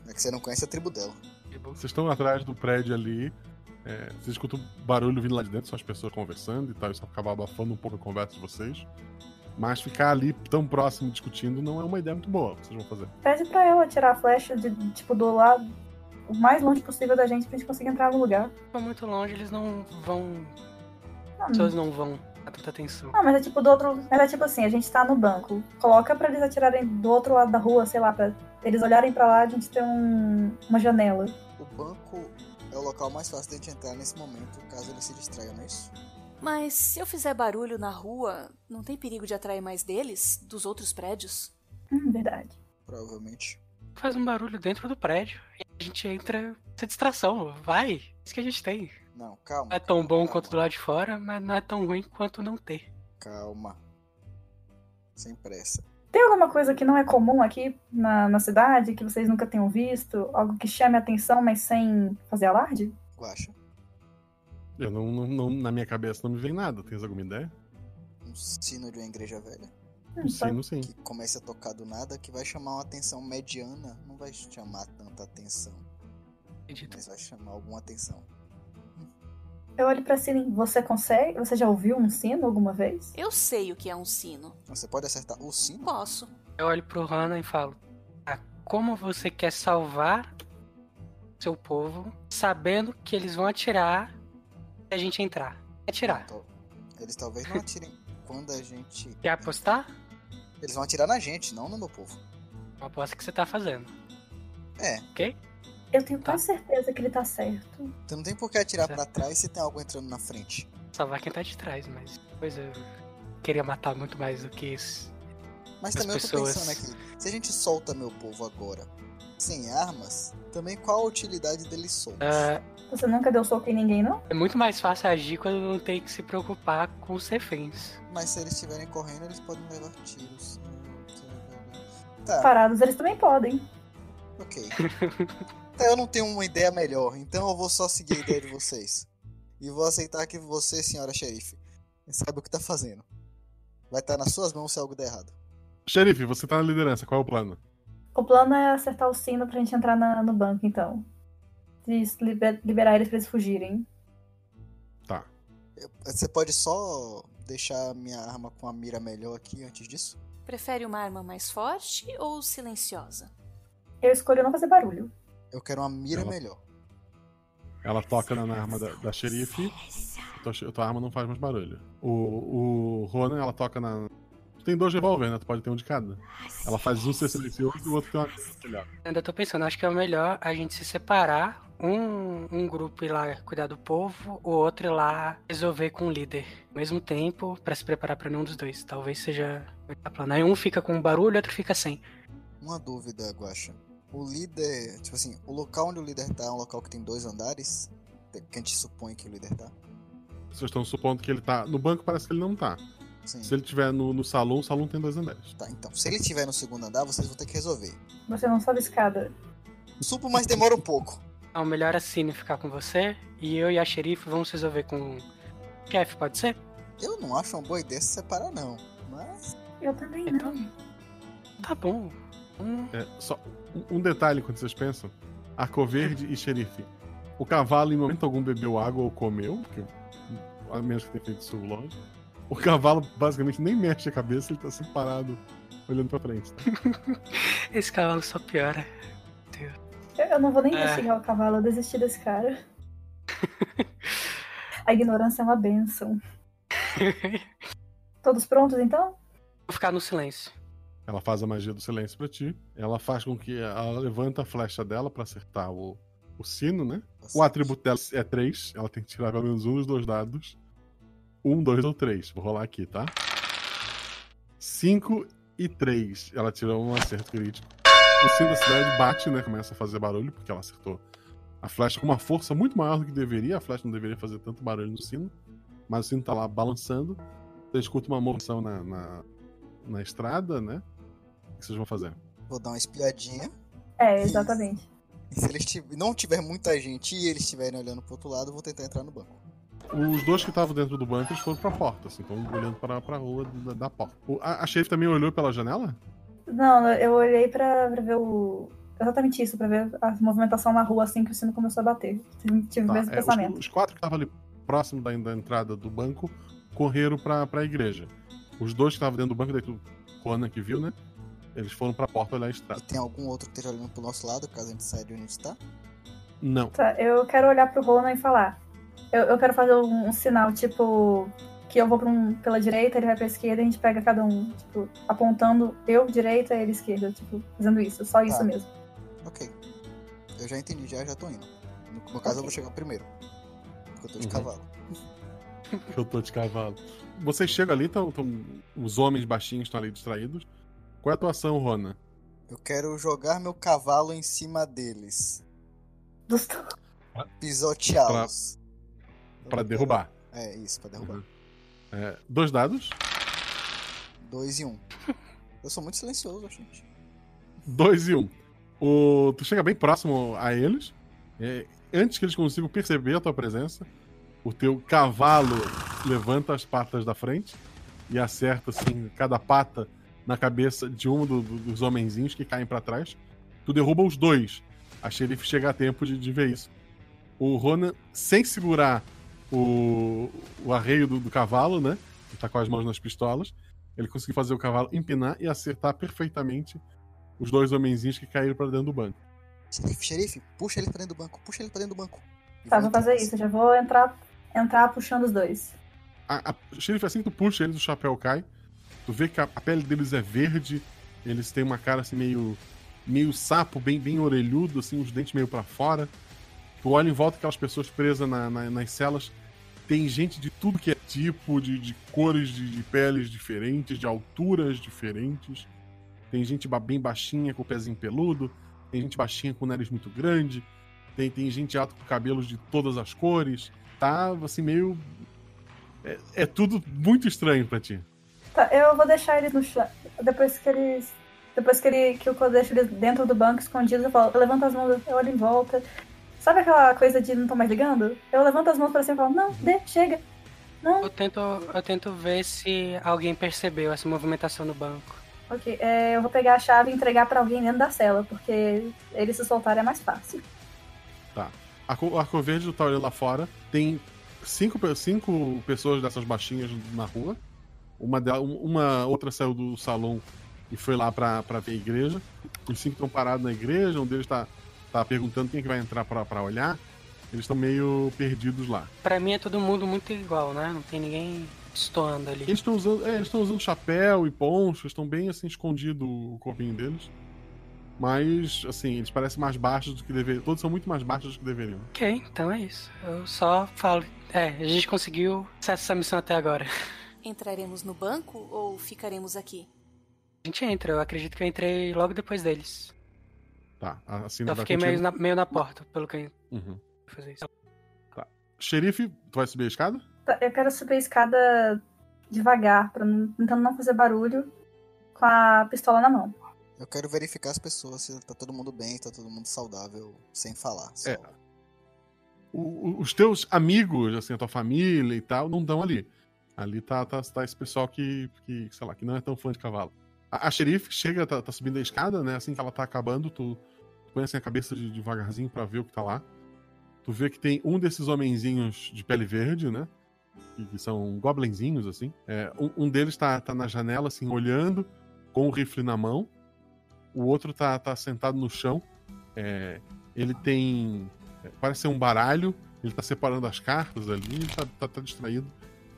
É que você não conhece a tribo dela.
Vocês estão atrás do prédio ali. É, vocês escutam barulho vindo lá de dentro, são as pessoas conversando e tal. Isso acaba abafando um pouco a conversa de vocês. Mas ficar ali tão próximo discutindo não é uma ideia muito boa. Vocês vão fazer.
Pede pra ela tirar a flecha de, tipo, do lado o mais longe possível da gente pra gente conseguir entrar no lugar. Ah,
Pra muito longe, eles não vão. As pessoas não vão dar tanta atenção.
Não, mas é tipo do outro. Mas é tipo assim, a gente tá no banco. Coloca pra eles atirarem do outro lado da rua, sei lá, pra eles olharem pra lá, a gente tem um, uma janela.
O banco é o local mais fácil de gente entrar nesse momento, caso ele se distraia, não é isso?
Mas se eu fizer barulho na rua, não tem perigo de atrair mais deles? Dos outros prédios?
Hum, verdade.
Provavelmente.
Faz um barulho dentro do prédio. E a gente entra. Essa distração, vai. é Isso que a gente tem.
Não, calma.
Não é tão bom quanto do lado de fora, mas não é tão ruim quanto não ter.
Calma. Sem pressa.
Tem alguma coisa que não é comum aqui na, na cidade, que vocês nunca tenham visto? Algo que chame a atenção, mas sem fazer alarde?
Guaxa.
Eu não, não- não- na minha cabeça não me vem nada. Tens alguma ideia?
Um sino de uma igreja velha.
Hum,
Um sino, sim.
Que começa a tocar do nada, que vai chamar uma atenção mediana. Não vai chamar tanta atenção. Mas vai chamar alguma atenção.
Eu olho pra Cine, você consegue? Você já ouviu um sino alguma vez?
Eu sei o que é um sino.
Você pode acertar o sino?
Posso.
Eu olho pro Hannah e falo: "Ah, Como você quer salvar seu povo sabendo que eles vão atirar se a gente entrar? Atirar.
Eles talvez não atirem quando a gente.
Quer apostar?
Eles vão atirar na gente, não no meu povo.
Uma aposta que você tá fazendo.
É.
Ok?
Eu tenho quase certeza que ele tá certo.
Tu Então não tem por que atirar
é
pra trás se tem algo entrando na frente.
Salvar quem tá de trás, mas. Pois eu queria matar muito mais do que isso.
Mas
as
também
pessoas.
eu tô pensando aqui, se a gente solta meu povo agora sem armas, também qual a utilidade deles soltos?
Ah,
Você nunca deu soco em ninguém, não?
é muito mais fácil agir quando não tem que se preocupar com os reféns.
Mas se eles estiverem correndo, eles podem levar tiros. Tá.
Parados eles também podem.
Ok. Tá, eu não tenho uma ideia melhor, então eu vou só seguir a ideia de vocês. E vou aceitar que você, senhora xerife, sabe o que tá fazendo. Vai estar nas suas mãos se algo der errado.
Xerife, você tá na liderança. Qual é o plano?
O plano é acertar o sino pra gente entrar na- no banco, então. De s- liber- liberar eles pra eles fugirem.
Tá.
Você pode só deixar a minha arma com a mira melhor aqui antes disso?
Prefere uma arma mais forte ou silenciosa?
Eu escolho não fazer barulho.
Eu quero uma mira melhor.
Ela toca na, na arma da, da xerife. Tua, xe- tua arma não faz mais barulho. O, o Ronan, ela toca na. Tu tem dois revólver, né? Tu pode ter um de cada. Ela faz um ser silencioso e o outro tem uma. melhor.
Ainda tô pensando, acho que é melhor a gente se separar. Um, um grupo ir lá cuidar do povo, o outro ir lá resolver com o líder. Ao mesmo tempo, pra se preparar pra nenhum dos dois. Talvez seja a plana. Aí um fica com barulho, outro fica sem. <laughs>
Uma dúvida, Guaxa. O líder, tipo assim, o local onde o líder tá é um local que tem dois andares? Que a gente supõe que o líder tá?
Vocês estão supondo que ele tá. No banco parece que ele não tá.
Sim.
Se ele tiver no, no salão, o salão tem dois andares.
Tá, então. Se ele tiver no segundo andar, vocês vão ter que resolver.
Você não sobe escada.
Supo, mas demora um pouco.
Ah, o melhor é Cine ficar com você. E eu e a xerife vamos resolver com o chefe, pode ser?
Eu não acho uma boa ideia se separar, não. Mas.
Eu também não.
Tá bom. Hum,
É, só um, um detalhe quando vocês pensam: Arco Verde e Xerife. O cavalo, em momento algum, bebeu água ou comeu, porque, a menos que tenha feito isso longe. O cavalo basicamente nem mexe a cabeça, ele tá sempre parado, olhando pra frente.
Esse cavalo só piora.
Eu, eu não vou nem
É.
investigar o cavalo, eu desisti
<laughs>
desse cara. a ignorância é
<laughs>
uma benção. Todos prontos, então?
Vou ficar no silêncio.
Ela faz a magia do silêncio pra ti. Ela faz com que ela levanta a flecha dela pra acertar o, o sino, né?
Tá
O atributo dela é 3. Ela tem que tirar pelo menos um dos dois dados. Um, dois ou três. Vou rolar aqui, tá? 5 e 3. Ela tirou um acerto crítico. O sino da cidade bate, né? Começa a fazer barulho, porque ela acertou a flecha com uma força muito maior do que deveria. A flecha não deveria fazer tanto barulho no sino. Mas o sino tá lá balançando. Você escuta uma moção na, na, na estrada, né? O que vocês vão fazer?
Vou dar uma espiadinha.
É, exatamente.
E se eles tiv- não tiver muita gente e eles estiverem olhando pro outro lado, eu vou tentar entrar no banco.
Os dois que estavam dentro do banco, eles foram pra porta, assim, estão olhando pra, pra rua da, da porta. O- a, a xerife também olhou pela janela?
Não, eu olhei pra, pra ver o. Exatamente isso, pra ver a movimentação na rua assim que o sino começou a bater. Tive, tive o
Tá,
mesmo
é, os-
pensamento.
Os, quatro que estavam ali próximo da, da entrada do banco correram pra, pra igreja. Os dois que estavam dentro do banco, daí tu- o Conan que viu, né? Eles foram pra porta olhar a estrada.
Tem algum outro que esteja olhando pro nosso lado, caso a gente saia de onde a gente tá?
Não. <laughs>
Tá, eu quero olhar pro Ronan e falar. Eu, eu quero fazer um, um sinal, tipo, que eu vou pra um- pela direita, ele vai pra esquerda e a gente pega cada um, tipo, apontando eu direita ele esquerda, tipo, fazendo isso, só isso
Tá.
mesmo.
Ok. Eu já entendi, já, já tô indo. No, no caso, eu vou chegar primeiro. Porque eu tô de
Uhum.
cavalo.
que eu tô de cavalo. Vocês chegam ali, tão, tão- os homens baixinhos estão ali distraídos. Qual é a tua ação, Rona?
Eu quero jogar meu cavalo em cima deles.
Dos
Pra,
Pisoteá-los.
pra derrubar.
É, isso, pra derrubar.
É, dois dados. <laughs>
Dois e um. Eu sou muito silencioso, gente.
Dois e um. O, tu chega bem próximo a eles. é, antes que eles consigam perceber a tua presença, o teu cavalo levanta as patas da frente e acerta assim, cada pata na cabeça de um do- do- dos homenzinhos que caem pra trás. Tu derruba os dois. A xerife chega a tempo de, de ver isso. O Ronan, sem segurar o, o arreio do, do cavalo, né? Que tá com as mãos nas pistolas. Ele conseguiu fazer o cavalo empinar e acertar perfeitamente os dois homenzinhos que caíram pra dentro do banco.
Xerife, xerife, puxa ele pra dentro do banco, puxa ele pra dentro do banco.
Tá, vou fazer isso, já vou entrar, entrar puxando os dois.
A, a, o xerife, assim que tu puxa eles, o chapéu cai. Tu vê que a, a pele deles é verde. Eles têm uma cara assim meio. meio sapo, bem, bem orelhudo, assim, os dentes meio pra fora. Tu olha em volta aquelas pessoas presas na- na- nas celas. Tem gente de tudo que é tipo, de, de cores, de, de peles diferentes, de alturas diferentes. Tem gente ba- bem baixinha com o pezinho peludo. Tem gente baixinha com o nariz muito grande. Tem, tem gente alta com cabelos de todas as cores. Tá assim, meio é, é tudo muito estranho pra ti.
Tá, eu vou deixar eles no chão. Depois que eles. Depois que, ele, que eu deixo eles dentro do banco escondidos, eu falo, eu levanto as mãos, eu olho em volta. Sabe aquela coisa de não tô mais ligando? Eu levanto as mãos pra cima e falo, não, dê, chega.
Eu tento, eu tento ver se alguém percebeu essa movimentação no banco.
Ok, é, eu vou pegar a chave e entregar pra alguém dentro da cela, porque eles se soltarem é mais fácil.
Tá. Arco, o Arco Verde tá olhando lá fora. Tem cinco, pe- cinco pessoas dessas baixinhas na rua. Uma, dela, um- uma outra saiu do salão e foi lá pra, pra ver a igreja. Os cinco estão parados na igreja. Um deles tá, tá perguntando quem é que vai entrar pra, pra olhar. Eles estão meio perdidos lá.
Pra mim é todo mundo muito igual, né? Não tem ninguém estoando ali.
Eles estão usando, é, eles estão usando chapéu e poncho, estão bem assim escondido o corpinho deles. Mas assim, eles parecem mais baixos do que deveriam. Todos são muito mais baixos do que deveriam.
Ok, então é isso. Eu só falo. É, a gente conseguiu acesso a essa missão até agora.
Entraremos no banco ou ficaremos aqui?
A gente entra, eu acredito que eu entrei logo depois deles.
Tá, assim
Eu fiquei meio na, meio na porta, pelo que eu
Uhum.
fui fazer isso.
Tá. Xerife, tu vai subir a escada?
Tá, Eu quero subir a escada devagar, pra não, tentando não fazer barulho, com a pistola na mão.
Eu quero verificar as pessoas, se tá todo mundo bem, se tá todo mundo saudável, sem falar. só.
É. O- o- os teus amigos, assim, a tua família e tal, não estão ali. Ali tá, tá, tá esse pessoal que, que, sei lá, que não é tão fã de cavalo. A, a xerife chega, tá, tá subindo a escada, né? Assim que ela tá acabando, tu, tu põe assim a cabeça de- devagarzinho pra ver o que tá lá. Tu vê que tem um desses homenzinhos de pele verde, né? Que, que são goblinzinhos, assim. É, um, um deles tá, tá na janela, assim, olhando, com o rifle na mão. O outro tá, tá sentado no chão. É, ele tem. é, Parece ser um baralho. Ele tá separando as cartas ali, ele tá, tá- tá distraído.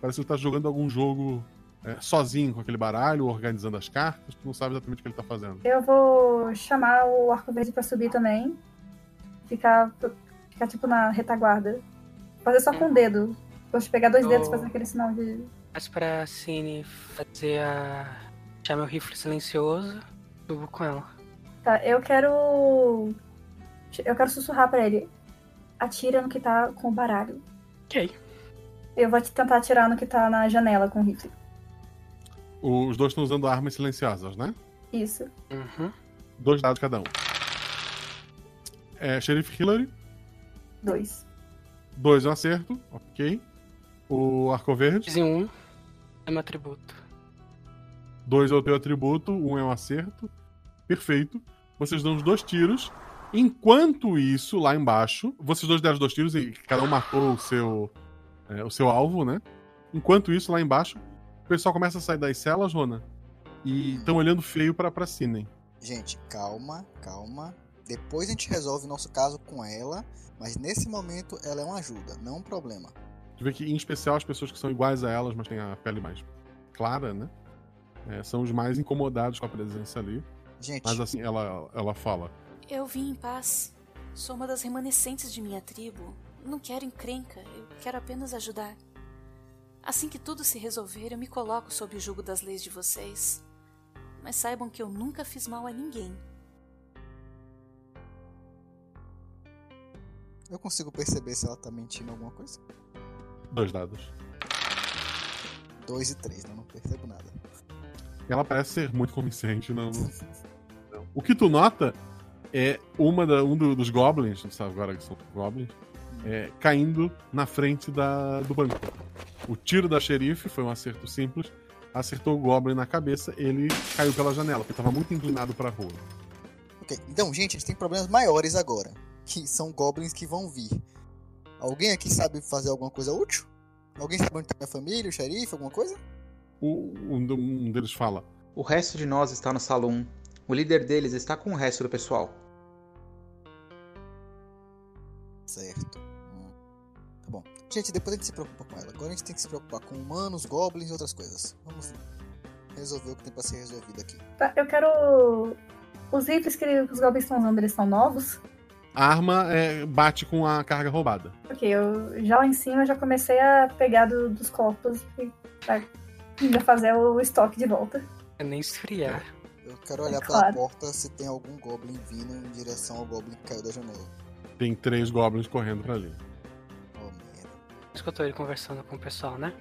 Parece que ele tá jogando algum jogo é, sozinho com aquele baralho, organizando as cartas. Tu não sabe exatamente o que ele tá fazendo.
Eu vou chamar o arco verde pra subir também. Ficar, ficar tipo na retaguarda. Fazer só com o dedo. Vou pegar dois dedos e
Oh.
fazer aquele sinal de.
Mas pra Cine fazer a Deixar meu rifle silencioso, subo com ela.
Tá, eu quero. Eu quero sussurrar pra ele. Atira no que tá com o baralho.
Ok.
Eu vou te tentar atirar no que tá na janela com o rifle.
Os dois estão usando armas silenciosas, né?
Isso.
Uhum.
Dois dados cada um. É, Sheriff Hillary,
Dois.
dois é um acerto, ok. O Arco Verde,
15 e 1 é meu atributo.
dois é o teu atributo, um é um acerto. Perfeito. Vocês dão os dois tiros. Enquanto isso, lá embaixo, vocês dois deram os dois tiros e cada um matou o seu, é, o seu alvo, né? Enquanto isso, lá embaixo, o pessoal começa a sair das celas, Rona, e estão olhando feio pra, pra Cine.
Gente, calma, calma. Depois a gente resolve o nosso caso com ela, mas nesse momento ela é uma ajuda, não um problema.
Tu vê que, em especial, as pessoas que são iguais a elas, mas têm a pele mais clara, né? É, são os mais incomodados com a presença ali.
Gente.
Mas assim, ela, ela fala.
Eu vim em paz. Sou uma das remanescentes de minha tribo. Não quero encrenca, eu quero apenas ajudar. Assim que tudo se resolver, eu me coloco sob o jugo das leis de vocês. Mas saibam que eu nunca fiz mal a ninguém.
Eu consigo perceber se ela tá mentindo alguma coisa?
Dois dados.
Dois e três, né? eu não percebo nada.
Ela parece ser muito convincente. Não... não. O que tu nota é uma da, um do- dos goblins, não sabe agora que são goblins, é, caindo na frente da, do banco. O tiro da xerife foi um acerto simples, acertou o goblin na cabeça, ele caiu pela janela, porque estava muito inclinado para a rua.
Ok, então, gente, a gente tem problemas maiores agora. Que são goblins que vão vir. Alguém aqui sabe fazer alguma coisa útil? Alguém sabe onde tá minha família, o xerife, alguma coisa?
O- um, do- um deles fala:
O resto de nós está no salão. um. O líder deles está com o resto do pessoal.
Certo. Hum. Tá bom. Gente, depois a gente se preocupa com ela. Agora a gente tem que se preocupar com humanos, goblins e outras coisas. Vamos resolver o que tem pra ser resolvido aqui.
Tá, eu quero. Os rifles que os goblins estão usando, eles são novos?
A arma é, bate com a carga roubada.
Ok, eu já lá em cima já comecei a pegar do- dos corpos e pra ainda fazer o estoque de volta.
É nem esfriar.
Eu quero olhar pela
claro.
porta se tem algum goblin vindo em direção ao goblin que caiu da janela.
Tem três goblins correndo para ali.
Oh,
Escutou ele conversando com o pessoal, né?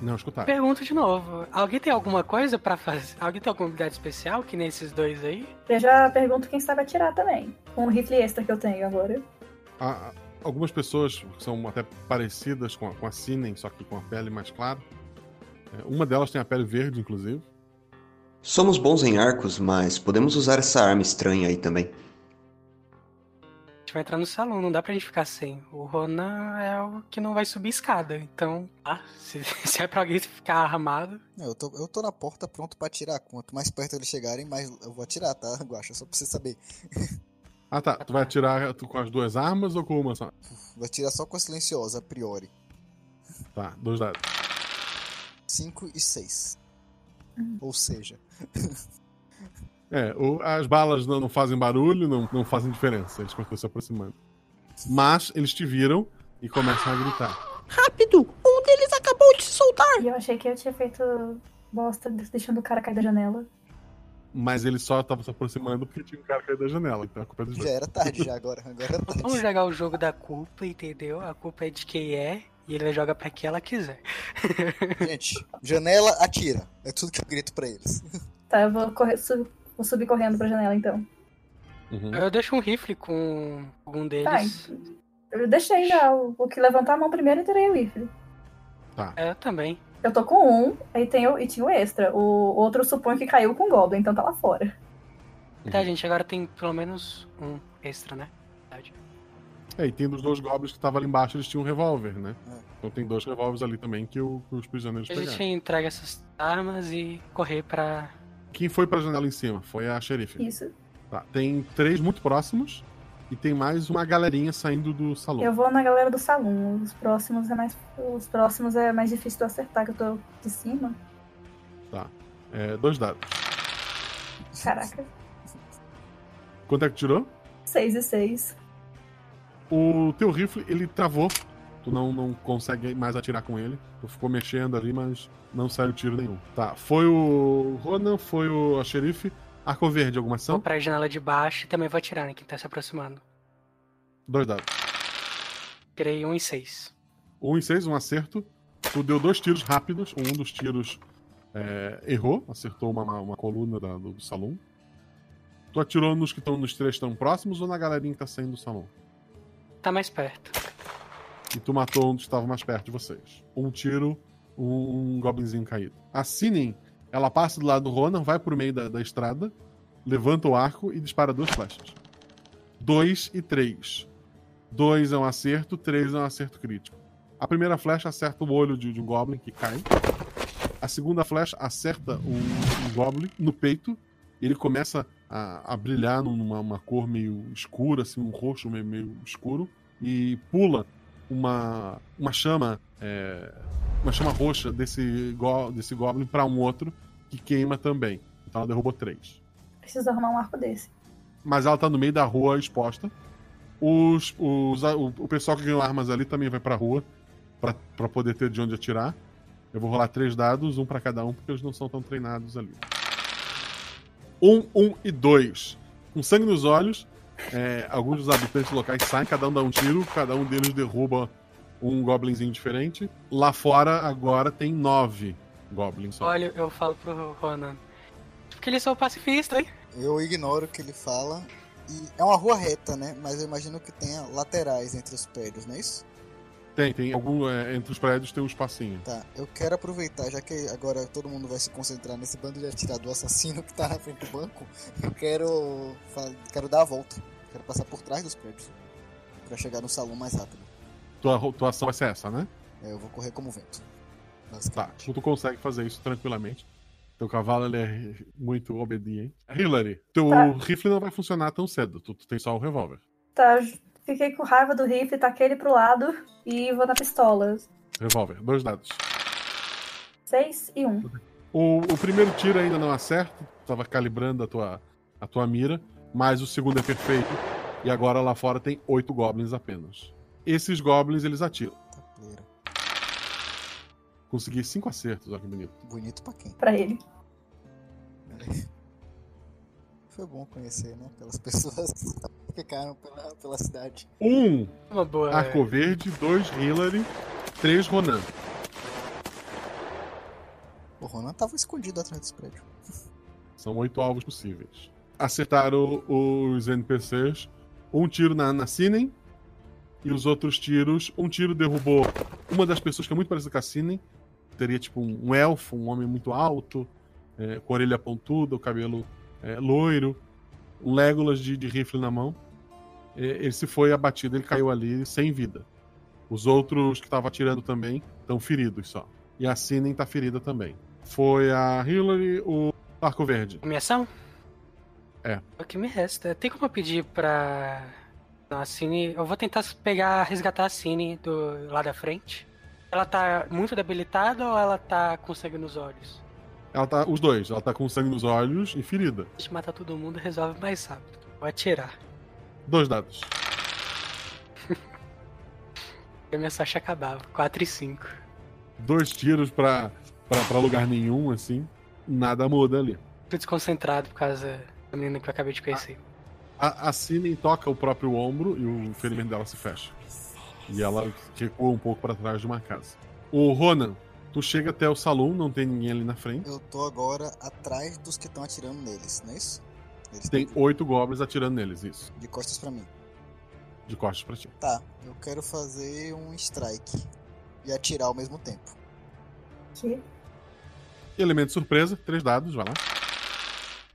Não escutar.
Pergunto de novo. Alguém tem alguma coisa pra fazer? Alguém tem alguma habilidade especial que nem esses dois aí?
Eu já pergunto quem sabe atirar também. Com o rifle extra que eu tenho agora.
A- a- algumas pessoas que são até parecidas com a, com a Sinem, só que com a pele mais clara. É, uma delas tem a pele verde, inclusive.
Somos bons em arcos, mas podemos usar essa arma estranha aí também.
A gente vai entrar no salão, não dá pra gente ficar sem. O Ronan é o que não vai subir escada, então. Ah, se, <laughs> se é pra alguém ficar armado.
Não, eu tô, eu tô na porta pronto pra atirar. Quanto mais perto eles chegarem, mais eu vou atirar, tá, Guaxa? Só pra você saber.
Ah tá, tu vai atirar tu, com as duas armas ou com uma só?
Vou atirar só com a silenciosa, a priori.
Tá, dois dados.
5 e 6.
Hum.
Ou seja,
É, o- as balas não, não fazem barulho, não, não fazem diferença. Eles continuam se aproximando. Mas eles te viram e começam a gritar.
Rápido! Um deles acabou de se soltar! E eu achei que eu tinha feito bosta de- deixando o cara cair da janela.
Mas eles só estavam se aproximando porque tinha um cara caído da janela. Então a culpa é dos
já era tarde já agora. <laughs> Agora era tarde.
Vamos jogar o jogo da culpa, entendeu? A culpa é de quem é e ele joga pra quem ela quiser. <laughs>
Gente, janela, atira. É tudo que eu grito pra eles.
Tá, eu vou, correr, su- vou subir correndo pra janela então.
Uhum.
Eu deixo um rifle com algum deles.
Tá, eu deixei já o, o que levantar a mão primeiro e tirei o rifle.
Tá.
É, Eu também.
Eu tô com um, aí tem o, e tinha o extra. O outro supõe que caiu com o Goblin, então tá lá fora.
Tá, gente, agora tem pelo menos um extra, né? Verdade.
É, e tem dos dois goblins que estavam ali embaixo, eles tinham um revólver, né? Então tem dois revólveres ali também que, o- que os prisioneiros
A gente
pegaram.
entrega essas armas e correr pra.
Quem foi pra janela em cima? Foi a xerife.
Isso.
Tá, tem três muito próximos e tem mais uma galerinha saindo do salão.
Eu vou na galera do salão. Os próximos é mais. Os próximos é mais difícil de eu acertar, que eu tô de cima.
Tá. É, dois dados.
Caraca.
Quanto é que tirou?
6 e 6.
O teu rifle, ele travou Tu não, não consegue mais atirar com ele. Tu ficou mexendo ali, mas não saiu tiro nenhum. Tá, foi o Ronan, foi o a xerife. Arco verde, alguma ação?
Pra tá janela de baixo e também vou atirar, né? Quem tá se aproximando.
Dois dados.
Tirei um e seis.
Um em seis, um acerto. Tu deu dois tiros rápidos. Um dos tiros é, errou, acertou uma, uma coluna da- do, do salão. Tu atirou nos que estão nos três tão próximos ou na galerinha que tá saindo do salão?
Tá mais perto.
E tu matou um dos que estava mais perto de vocês. Um tiro, um, um goblinzinho caído. A Sinin, ela passa do lado do Ronan, vai pro meio da, da estrada, levanta o arco e dispara duas flechas. Dois e três. Dois é um acerto, três é um acerto crítico. A primeira flecha acerta o olho de, de um goblin que cai. A segunda flecha acerta um, um goblin no peito. Ele começa a, a brilhar numa uma cor meio escura, assim, um roxo meio, meio escuro. E pula uma, uma chama, é, uma chama roxa desse, go, desse goblin para um outro que queima também. Então ela derrubou três
Preciso arrumar um arco desse.
mas ela tá no meio da rua exposta. Os, os, a- o, o pessoal que ganhou armas ali também vai pra rua pra, pra poder ter de onde atirar. Eu vou rolar três dados, um pra cada um, porque eles não são tão treinados ali. Um, um e dois. Com sangue nos olhos, é, alguns dos habitantes locais saem, cada um dá um tiro, cada um deles derruba um goblinzinho diferente. Lá fora, agora, tem nove goblins só.
Olha, eu falo pro Ronan. Porque ele sou pacifista, hein?
Eu ignoro o que ele fala. E é uma rua reta, né? Mas eu imagino que tenha laterais entre os prédios, não é isso?
Tem, tem algum. é, entre os prédios tem um espacinho.
Tá, eu quero aproveitar, já que agora todo mundo vai se concentrar nesse bando de atirado do assassino que tá na frente do banco, eu quero, fa- quero dar a volta. Quero passar por trás dos prédios. Pra chegar no salão mais rápido.
Tua, ro- tua ação vai ser essa, né?
É, Eu vou correr como vento.
Tá, tu tu consegue fazer isso tranquilamente. Teu cavalo ele é muito obediente. Hillary, teu
Tá.
rifle não vai funcionar tão cedo. Tu, tu tem só o revólver.
Tá, eu fiquei com raiva do rifle, taquei ele pro lado e vou na pistola.
Revólver, dois dados.
6 e 1. Um.
O, o primeiro tiro ainda não acerta, tu tava calibrando a tua, a tua mira, mas o segundo é perfeito. E agora lá fora tem oito goblins apenas. Esses goblins eles atiram. Consegui cinco acertos, olha que bonito.
Bonito pra quem?
Pra ele.
Foi bom conhecer, né? Pelas <laughs> pessoas que ficaram pela, pela cidade.
Um
Uma boa.
Arco Verde, dois Hillary, três Ronan.
O Ronan tava escondido atrás dos prédios.
São oito alvos possíveis. Acertaram os NPCs. Um tiro na, na Sinem. E os outros tiros. Um tiro derrubou uma das pessoas que é muito parecida com a Sinem. Teria tipo um, um elfo, um homem muito alto, é, com a orelha pontuda, o cabelo é, loiro, um Legolas de, de rifle na mão. É, ele se foi abatido, ele caiu ali sem vida. Os outros que estavam atirando também estão feridos só. E a Sinem tá ferida também. Foi a Hillary, o Arco Verde.
Minha ação?
É.
O que me resta? Tem como eu pedir pra. Não, a Cine. Eu vou tentar pegar, resgatar a Cine do lá da frente. Ela tá muito debilitada ou ela tá com sangue nos olhos?
Ela tá. Os dois. Ela tá com sangue nos olhos e ferida.
A gente mata todo mundo e resolve mais rápido. Vou atirar.
Dois dados.
Porque minha sorte acabava. 4 e 5.
Dois tiros pra, pra, pra lugar nenhum, assim. Nada muda ali.
Tô desconcentrado por causa da menina que eu acabei de conhecer.
A, a Sinem toca o próprio ombro e o ferimento dela se fecha. E ela recua um pouco pra trás de uma casa. O Ronan, tu chega até o salão, não tem ninguém ali na frente.
Eu tô agora atrás dos que estão atirando neles, não é isso?
Tem oito goblins atirando neles, isso.
De costas pra mim.
De costas pra ti.
Tá, eu quero fazer um strike. E atirar ao mesmo tempo.
Que?
Elemento surpresa, três dados, vai lá.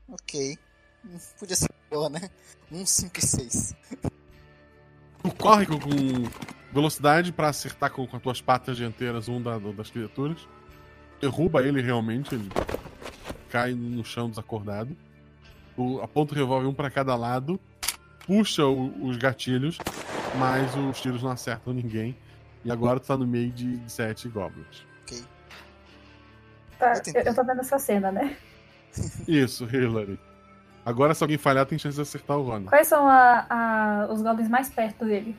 Ok. Hum, Podia ser pior, né? 1, 5 e 6.
Tu um corre com, com velocidade pra acertar com, com as tuas patas dianteiras um da- do- das criaturas. Derruba ele realmente, ele cai no chão desacordado. Tu aponta o revólver um pra cada lado, puxa o- os gatilhos, mas os tiros não acertam ninguém. E agora tu tá no meio de sete goblins.
Tá, eu, eu tô vendo essa cena, né?
Isso, Hillary. Agora, se alguém falhar, tem chance de acertar o Ronan.
Quais são a- a- os goblins mais perto dele?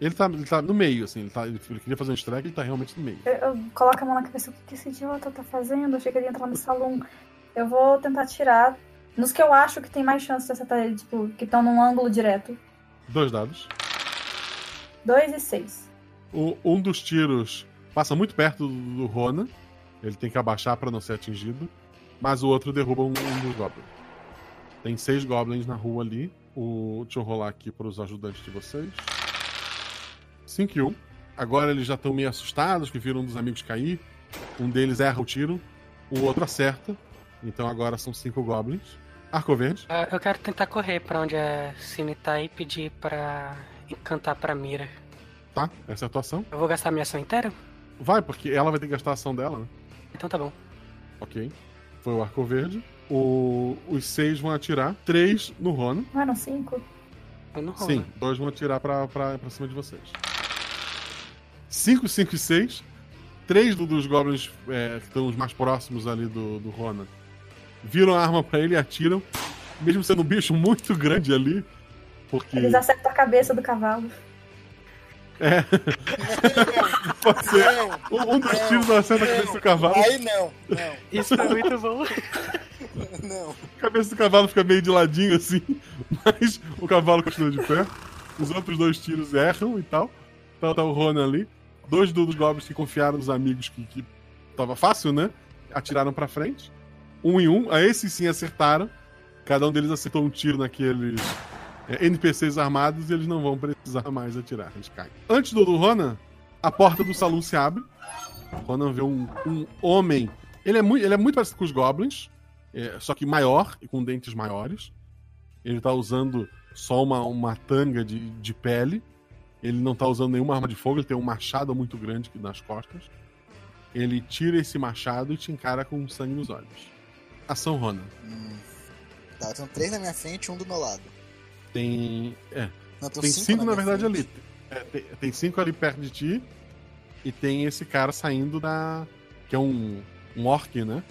Ele tá, ele tá no meio, assim. Ele, tá, ele queria fazer um strike, ele tá realmente no meio.
Eu, eu coloco a mão na cabeça, o que, que esse idiota tá fazendo? Achei que ele ia entrar no salão. Eu vou tentar tirar nos que eu acho que tem mais chance de acertar ele, tipo, que estão num ângulo direto.
Dois dados.
Dois e seis.
O- um dos tiros passa muito perto do, do Ronan. Ele tem que abaixar pra não ser atingido. Mas o outro derruba um, um dos goblins. Tem seis goblins na rua ali. O, deixa eu rolar aqui pros ajudantes de vocês. 5 e 1. Agora eles já estão meio assustados, que viram um dos amigos cair. Um deles erra o tiro, o outro acerta. Então agora são cinco goblins. Arco verde.
Ah, Eu quero tentar correr pra onde a Cine tá e pedir pra encantar pra mira.
Tá, essa é a atuação.
Eu vou gastar minha ação inteira?
Vai, porque ela vai ter que gastar a ação dela, né?
Então tá bom.
Ok. Foi o arco verde. O- os seis vão atirar. Três no Rono.
Não eram cinco?
Eu não
Sim, dois vão atirar pra, pra, pra cima de vocês. 5, 5 e 6. Três do- dos goblins é, que estão os mais próximos ali do, do Ronan viram a arma pra ele e atiram. Mesmo sendo um bicho muito grande ali. Porque.
Eles acertam a cabeça do cavalo.
É. Pode
<laughs>
ser. Um, um dos tiros acerta a cabeça do cavalo.
É,
Aí não, não.
Isso foi muito bom.
Não.
A cabeça do cavalo fica meio de ladinho assim, <laughs> mas o cavalo continua de pé. Os outros dois tiros erram e tal. Então tá o Ronan ali. Dois do- dos goblins que confiaram nos amigos que, que tava fácil, né? Atiraram pra frente. Um em um. A esses sim acertaram. Cada um deles acertou um tiro naqueles é, NPCs armados e eles não vão precisar mais atirar. Eles caem. Antes do, do Ronan, a porta do salão se abre. Ronan vê um, um homem. Ele é, muito, ele é muito parecido com os goblins, é, só que maior e com dentes maiores. Ele tá usando só uma, uma tanga de, de pele. Ele não tá usando nenhuma arma de fogo, ele tem um machado muito grande aqui nas costas. Ele tira esse machado e te encara com sangue nos olhos. Ação Ronan.
Tá, tem três na minha frente e um do meu lado.
Tem. É.
Não, tem
tem
cinco
cinco,
na
na,
minha
verdade, ali. É, tem, tem cinco ali perto de ti. E tem esse cara saindo da. Que é um. Um orc, né?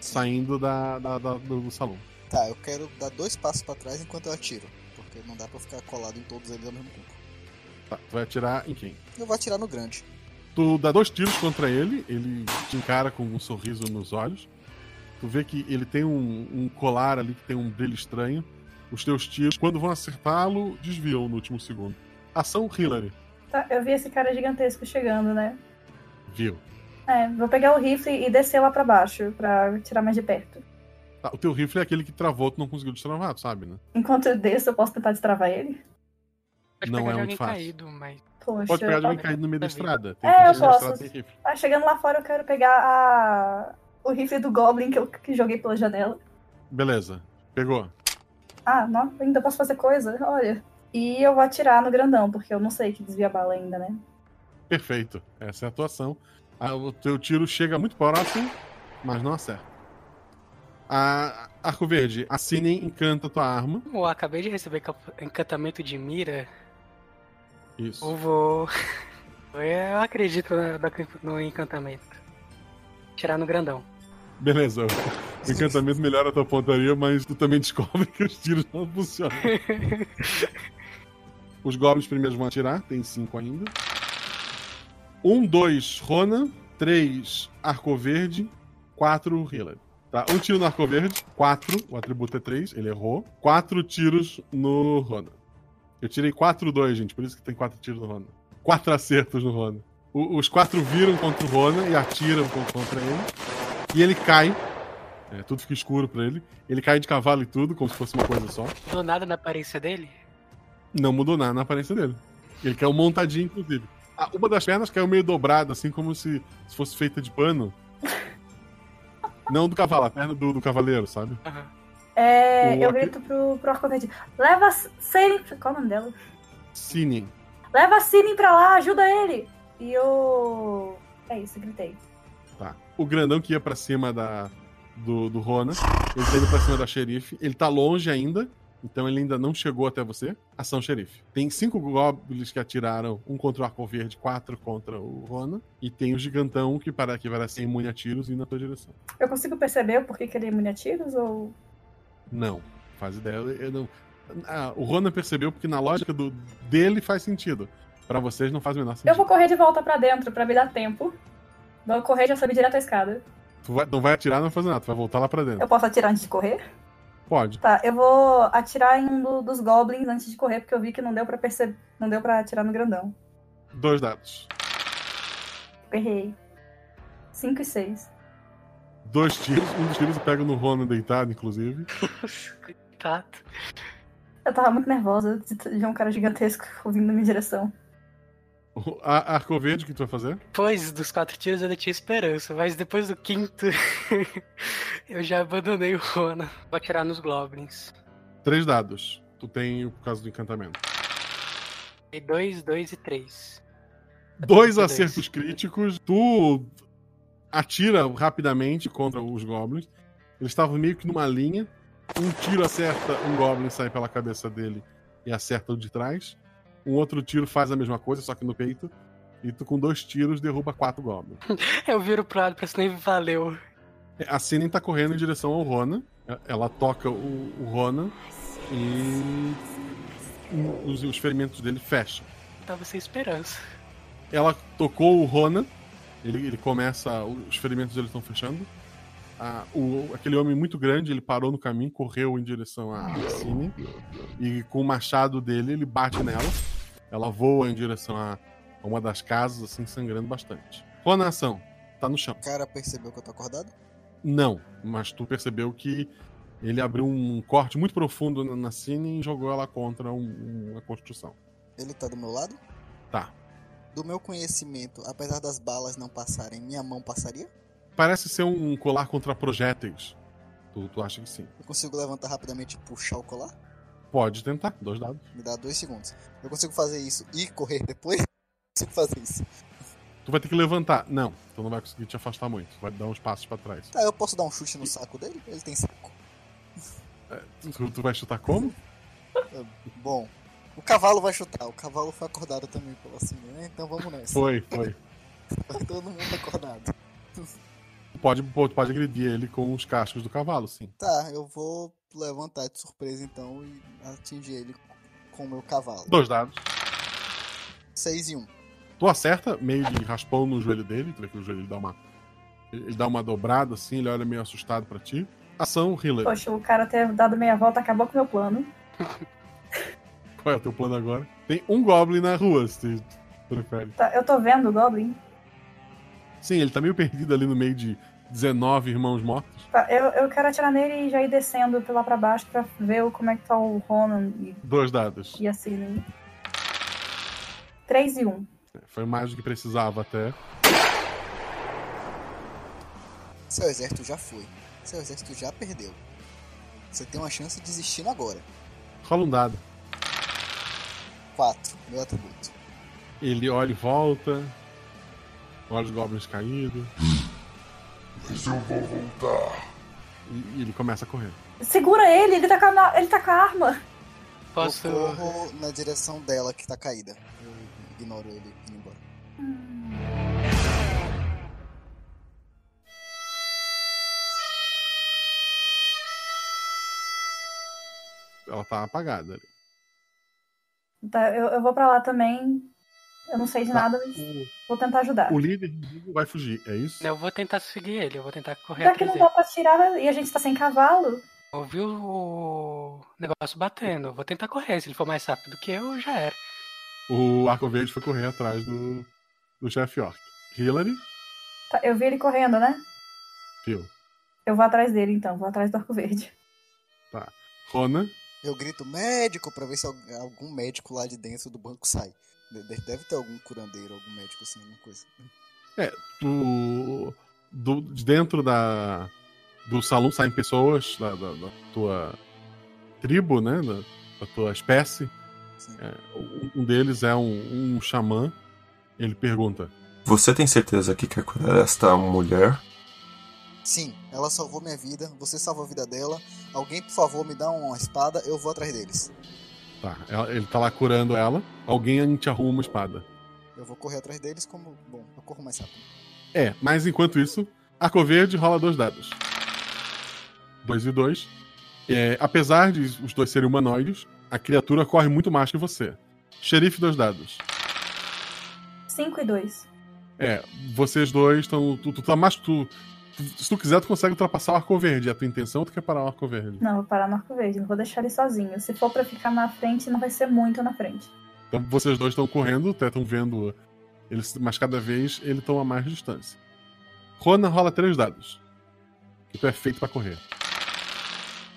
Saindo da, da- da- do, do salão.
Tá, eu quero dar dois passos pra trás enquanto eu atiro. Porque não dá pra ficar colado em todos eles ao mesmo tempo.
Tá, tu vai atirar em quem?
Eu vou atirar no grande.
Tu dá dois tiros contra ele, ele te encara com um sorriso nos olhos. Tu vê que ele tem um, um colar ali que tem um brilho estranho. Os teus tiros, quando vão acertá-lo, desviam no último segundo. Ação Hillary.
Tá, eu vi esse cara gigantesco chegando, né?
Viu.
É, vou pegar o rifle e descer lá pra baixo, pra tirar mais de perto.
Tá, o teu rifle é aquele que travou, tu não conseguiu destravar, tu sabe, né?
Enquanto eu desço, eu posso tentar destravar ele?
não é
pegar de
muito
alguém
fácil.
caído, mas.
Poxa,
Pode pegar de alguém
eu-
caído no meio da estrada. Tem que
É, eu
desviar a
posso.
estrada, tem rifle.
Ah, chegando lá fora, eu quero pegar a... o rifle do Goblin que eu que joguei pela janela.
Beleza. Pegou.
Ah, não, ainda posso fazer coisa? Olha. E eu vou atirar no grandão, porque eu não sei que desvia a bala ainda, né?
Perfeito. Essa é a atuação. Ah, o teu tiro chega muito próximo, mas não acerta. A Arco Verde, a Cine encanta tua arma.
Eu acabei de receber cap- encantamento de mira.
Isso.
Eu vou. <laughs> Eu acredito na- na- no encantamento. Tirar no grandão.
Beleza. O encantamento melhora a tua pontaria, mas tu também descobre que os tiros não funcionam. Os goblins primeiros vão atirar, tem cinco ainda. Um, dois, Rona. Três, Arco Verde. Quatro, Hillary. Tá, um tiro no Arco Verde. Quatro, o atributo é três, ele errou. Quatro tiros no Rona. Eu tirei quatro, dois, gente, por isso que tem quatro tiros no Rona. Quatro acertos no Rona. O- os quatro viram contra o Rona e atiram con- contra ele. E ele cai. É, tudo fica escuro pra ele. Ele cai de cavalo e tudo, como se fosse uma coisa só.
Do nada na aparência dele?
Não mudou nada na aparência dele. Ele caiu montadinho, inclusive. Ah, uma das pernas caiu meio dobrada, assim como se, se fosse feita de pano. Não do cavalo, a perna do, do cavaleiro, sabe?
É,
O
eu
aque-
grito pro, pro Arco Verde: leva a Selen. Qual é o nome dela?
Sinin.
Leva a Sinem pra lá, ajuda ele! E eu. É isso, eu gritei.
Tá. O grandão que ia pra cima da, do, do Rona, ele tá indo pra cima da xerife. Ele tá longe ainda, então ele ainda não chegou até você. Ação xerife. Tem cinco goblins que atiraram, um contra o arco verde, quatro contra o Rona. E tem o gigantão que, para, que parece ser imune a tiros indo na tua direção.
Eu consigo perceber o porquê que ele é imune a tiros? Ou.
Não, faz ideia. Eu não... Ah, o Ronan percebeu porque na lógica do... dele faz sentido. Pra vocês não faz o menor
Eu
sentido.
vou correr de volta pra dentro pra me dar tempo. Vou correr e já subir direto à escada.
Tu vai- não vai atirar, não vai fazer nada. Tu vai voltar lá pra dentro.
Eu posso atirar antes de correr?
Pode.
Tá, eu vou atirar em um do- dos goblins antes de correr, porque eu vi que não deu pra perceber. Não deu pra atirar no grandão.
Dois dados.
Errei. 5 e 6.
Dois tiros. Um dos tiros você pega no Ronan deitado, inclusive.
Tato.
Eu tava muito nervosa de t- de um cara gigantesco <laughs> vindo na minha direção.
O- A, arco verde, o que tu vai fazer?
Depois dos quatro tiros eu ainda tinha esperança, mas depois do quinto <laughs> eu já abandonei o Rona. Vou atirar nos Goblins.
Três dados. Tu tem por causa do encantamento.
E dois, dois e três.
Dois acertos críticos. Tu atira rapidamente contra os goblins. Eles estavam meio que numa linha. Um tiro acerta um goblin, sai pela cabeça dele e acerta o de trás. Um outro tiro faz a mesma coisa, só que no peito. E tu, com dois tiros, derruba quatro goblins.
Eu viro pro lado pra se nem valeu.
A Sinen tá correndo em direção ao Ronan. E- Ela toca o, o Ronan e o- os, os ferimentos dele fecham.
Tava sem esperança.
Ela tocou o Ronan. Ele, ele começa. Os ferimentos dele estão fechando. A- o- aquele homem muito grande, ele parou no caminho, correu em direção à Sine. E com o machado dele, ele bate nela. Ela voa em direção a, a uma das casas, assim, sangrando bastante. Ronan, ação. Tá no chão.
O cara percebeu que eu tô acordado?
Não, mas tu percebeu que ele abriu um corte muito profundo na, na Cine e jogou ela contra um- uma construção.
Ele tá do meu lado?
Tá.
Do meu conhecimento, apesar das balas não passarem, minha mão passaria?
Parece ser um colar contra projéteis. Tu, tu acha que sim?
Eu consigo levantar rapidamente e puxar o colar?
Pode tentar, dois dados.
Me dá dois segundos. Eu consigo fazer isso e correr depois? <laughs> Eu consigo fazer isso.
Tu vai ter que levantar. Não, tu não vai conseguir te afastar muito. Vai dar uns passos pra trás.
Tá, eu posso dar um chute no saco dele? Ele tem saco.
Tu, tu vai chutar como?
É, Bom, o cavalo vai chutar. O cavalo foi acordado também pela Cine, né? Então vamos nessa.
Foi, foi.
Vai todo mundo acordado.
Tu pode, pode, pode agredir ele com os cascos do cavalo, sim.
Tá, eu vou levantar de surpresa então e atingir ele com o meu cavalo. um.
Dois dados.
6 e 1.
Tu acerta, meio de raspão no joelho dele, tu vê que o joelho dá uma. Ele dá uma dobrada assim, ele olha meio assustado pra ti. Ação, Hiller.
Poxa, o cara ter dado meia volta acabou com o meu plano.
Qual é o teu plano agora? Tem um Goblin na rua, se tu prefere.
Tá, eu tô vendo o Goblin.
Sim, ele tá meio perdido ali no meio de 19 irmãos mortos.
Tá, eu, eu quero atirar nele e já ir descendo pra lá pra baixo pra ver o- como é que tá o Ronan e,
Dois dados.
e a Cilin. 3 e 1.
Foi mais do que precisava até.
Seu exército já foi. Seu exército já perdeu. Você tem uma chance de desistindo agora.
Rola um dado.
4, meu atributo.
Ele olha e volta. Olha os goblins caídos. Mas eu vou voltar. E, e ele começa a correr.
Segura ele, ele tá com a, ele tá com a arma.
Posso.
Eu corro na direção dela que tá caída. Eu ignoro ele e indo embora.
Ela tá apagada ali.
Tá, eu, eu vou pra lá também. Eu não sei de
Tá.
nada, mas vou tentar ajudar.
O líder vai fugir, é isso?
né, Eu vou tentar seguir ele, eu vou tentar correr
Já que
atrás
não
dele.
dá pra tirar e a gente tá sem cavalo,
Ouvi o o negócio batendo, eu vou tentar correr. Se ele for mais rápido que eu, já era.
O arco verde foi correr atrás do, do chefe orc. Hillary,
tá, eu vi ele correndo, né?
viu?
Eu vou atrás dele então, vou atrás do arco verde.
Tá. Rona,
Eu grito médico pra ver se al- algum médico lá de dentro do banco sai. De- de- Deve ter algum curandeiro, algum médico assim, alguma coisa.
É, tu. Do, de dentro da, do salão saem pessoas da, da- da tua tribo, né? Da, da tua espécie. É, um- um deles é um, um xamã. Ele pergunta:
Você tem certeza que quer curar esta mulher?
Sim, ela salvou minha vida, você salvou a vida dela. Alguém, por favor, me dá uma espada, eu vou atrás deles.
Tá, ela- ele tá lá curando ela. Alguém te arruma uma espada.
Eu vou correr atrás deles como. Bom, eu corro mais rápido.
É, mas enquanto isso, Arco Verde rola dois dados. Dois e dois. É, apesar de os dois serem humanoides, a criatura corre muito mais que você. Xerife, dois dados.
5 e 2.
É, vocês dois estão. Tu, tu tá mais. Tu, tu- se tu quiser, tu consegue ultrapassar o arco verde. É A tua intenção ou tu quer parar o arco verde?
Não, vou parar no arco verde, não vou deixar ele sozinho. Se for pra ficar na frente, não vai ser muito na frente.
Então vocês dois estão correndo, até estão vendo. Eles, mas cada vez ele toma mais distância. Rona rola três dados. Que tu é feito pra correr.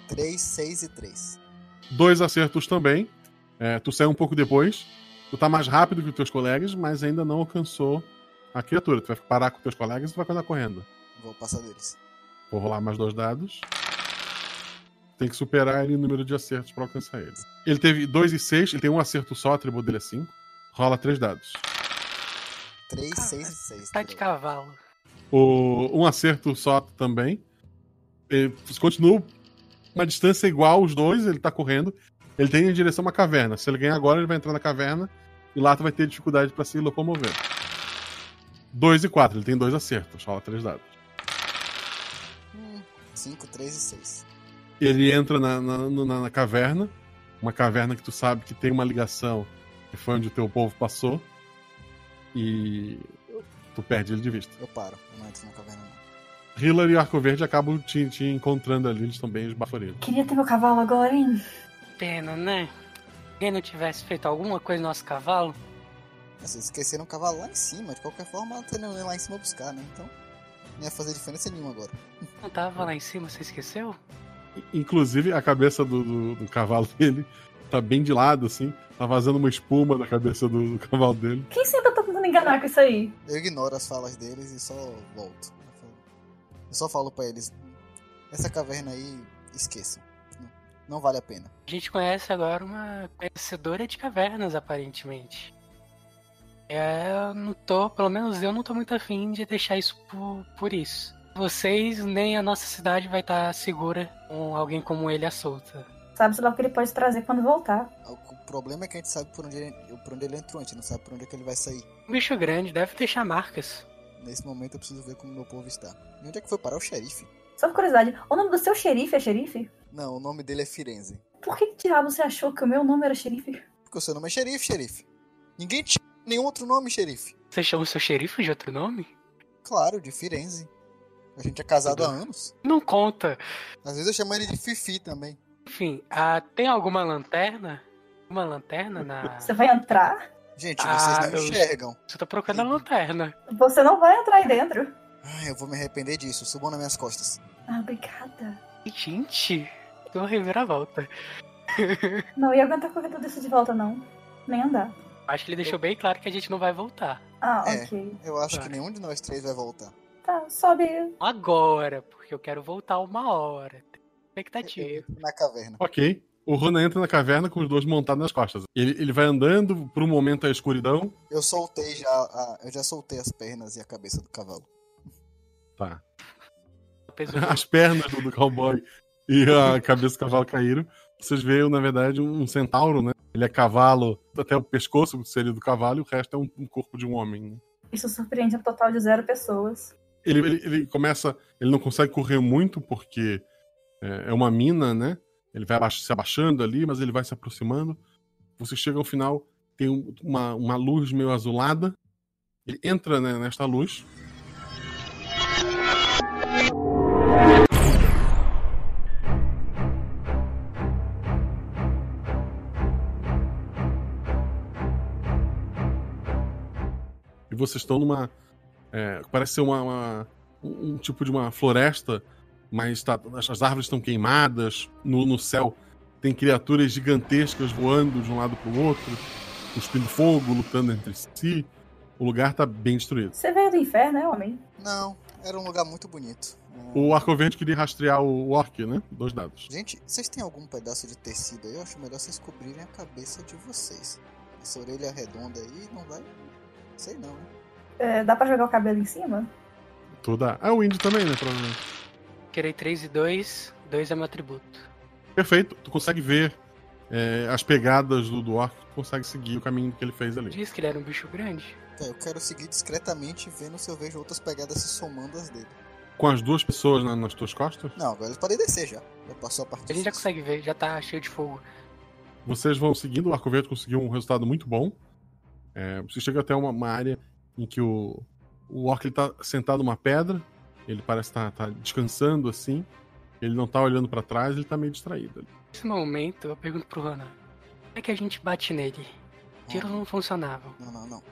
3, 6 e 3.
Dois acertos também. É, tu sai um pouco depois. Tu tá mais rápido que os teus colegas, mas ainda não alcançou a criatura. Tu vai parar com os teus colegas e tu vai continuar correndo.
Vou passar deles.
Vou rolar mais dois dados. Tem que superar ele no número de acertos pra alcançar ele. Ele teve 2 e 6, ele tem um acerto só, a tribo dele é 5. Rola três dados.
3, 6 e 6.
Tá de cavalo.
O, um acerto só também. Ele continua uma distância igual os dois, ele tá correndo. Ele tem em direção a uma caverna. Se ele ganhar agora, ele vai entrar na caverna e lá tu vai ter dificuldade pra se locomover. 2 e 4, ele tem dois acertos, rola três dados.
5, 3 e 6.
Ele entra na, na, no- na- na caverna, uma caverna que tu sabe que tem uma ligação, que foi onde o teu povo passou, e tu perde ele de vista.
Eu paro, eu não entro na caverna não.
Hillary e o Arco Verde acabam te, te encontrando ali, eles estão bem esbaforidos.
Queria ter meu cavalo agora, hein?
Pena, né? Quem não tivesse feito alguma coisa no nosso cavalo?
Vocês esqueceram o cavalo lá em cima, de qualquer forma, não tem ninguém lá em cima buscar, né? Então, não ia fazer diferença nenhuma agora.
Não tava lá em cima, você esqueceu?
Inclusive, a cabeça do, do- do cavalo <laughs> dele tá bem de lado, assim, tá vazando uma espuma da cabeça do, do cavalo dele.
Quem sempre tá tentando enganar com isso aí?
Eu ignoro as falas deles e só volto. Eu falo- Eu só falo pra eles: essa caverna aí, esqueçam. Não, não vale a pena.
A gente conhece agora uma conhecedora de cavernas, aparentemente. É, Eu não tô, pelo menos eu não tô muito afim de deixar isso por, por isso. Vocês, nem a nossa cidade vai estar segura com alguém como ele à solta.
Sabe-se lá o que ele pode trazer quando voltar.
O problema é que a gente sabe por onde ele, por onde ele entrou, a gente não sabe por onde é que ele vai sair.
Um bicho grande, deve deixar marcas.
Nesse momento eu preciso ver como meu povo está. E onde é que foi parar o xerife?
Só por curiosidade, o nome do seu xerife é xerife?
Não, o nome dele é Firenze.
Por que, que diabo você achou que o meu nome era xerife?
Porque o seu nome é xerife, xerife. Ninguém tinha nenhum outro nome, xerife.
Você chama o seu xerife de outro nome?
Claro, de Firenze. A gente é casado há anos.
Não conta.
Às vezes eu chamo ele de Fifi também.
Enfim, ah, tem alguma lanterna? Uma lanterna na.
Você vai entrar?
Gente,
Ah,
vocês não
eu-
enxergam.
Você tá procurando a lanterna.
Você não vai entrar aí dentro.
Ai, eu vou me arrepender disso. Subam nas minhas costas.
Ah, obrigada.
Gente, deu uma reviravolta.
Não ia aguentar correr tudo isso de volta, não. Nem andar.
Acho que ele deixou bem claro que a gente não vai voltar.
Ah,
É,
ok.
eu acho que nenhum de nós três vai voltar.
Tá, sobe aí.
Agora, porque eu quero voltar uma hora. Tem Expectativa.
Na caverna.
Ok. O Rona entra na caverna com os dois montados nas costas. Ele, ele vai andando, por um momento a escuridão.
Eu soltei já. a- eu já soltei as pernas e a cabeça do cavalo.
Tá. <laughs> As pernas do, do cowboy e a cabeça do cavalo caíram. Vocês veem, na verdade, um centauro, né? Ele é cavalo até o pescoço seria do cavalo e o resto é um, um corpo de um homem. né?
Isso surpreende um total de zero pessoas.
ele, ele, ele começa. Ele não consegue correr muito porque é, é uma mina, né? Ele vai abaixa- se abaixando ali, mas ele vai se aproximando. Você chega ao final, tem um- uma, uma luz meio azulada. Ele entra né, nesta luz. E vocês estão numa. é, parece ser uma, uma- um um tipo de uma floresta, mas tá, as as árvores estão queimadas. No, no céu tem criaturas gigantescas voando de um lado para o outro, cuspindo fogo, lutando entre si. O lugar tá bem destruído.
Você veio do inferno, é, homem?
Não, era um lugar muito bonito. É.
O arco verde queria rastrear o orc, né? Dois dados.
Gente, vocês têm algum pedaço de tecido aí? Eu acho melhor vocês cobrirem a cabeça de vocês. Essa orelha redonda aí não vai. Sei não, né?
É, dá pra jogar o cabelo em cima?
Toda. Ah, o índio também, né? Provavelmente.
Tirei 3 e 2. 2 é meu atributo.
Perfeito. Tu consegue ver é, as pegadas do, do orc, tu consegue seguir o caminho que ele fez ali.
Diz que ele era um bicho grande.
Tá, eu quero seguir discretamente vendo se eu vejo outras pegadas se somando às dele.
Com as duas pessoas na- nas tuas costas,
Não, agora eles podem descer já. Já passou a parte.
A gente já consegue ver, já tá cheio de fogo.
vocês vão seguindo. O arco verde conseguiu um resultado muito bom. É, você chega até uma, uma área em que o, o Orc ele tá sentado numa pedra, ele parece estar tá, tá descansando assim, ele não tá olhando pra trás, ele tá meio distraído.
Nesse momento, eu pergunto pro Rana: como é que a gente bate nele? Tiros não funcionavam.
Ah, Não, não, não.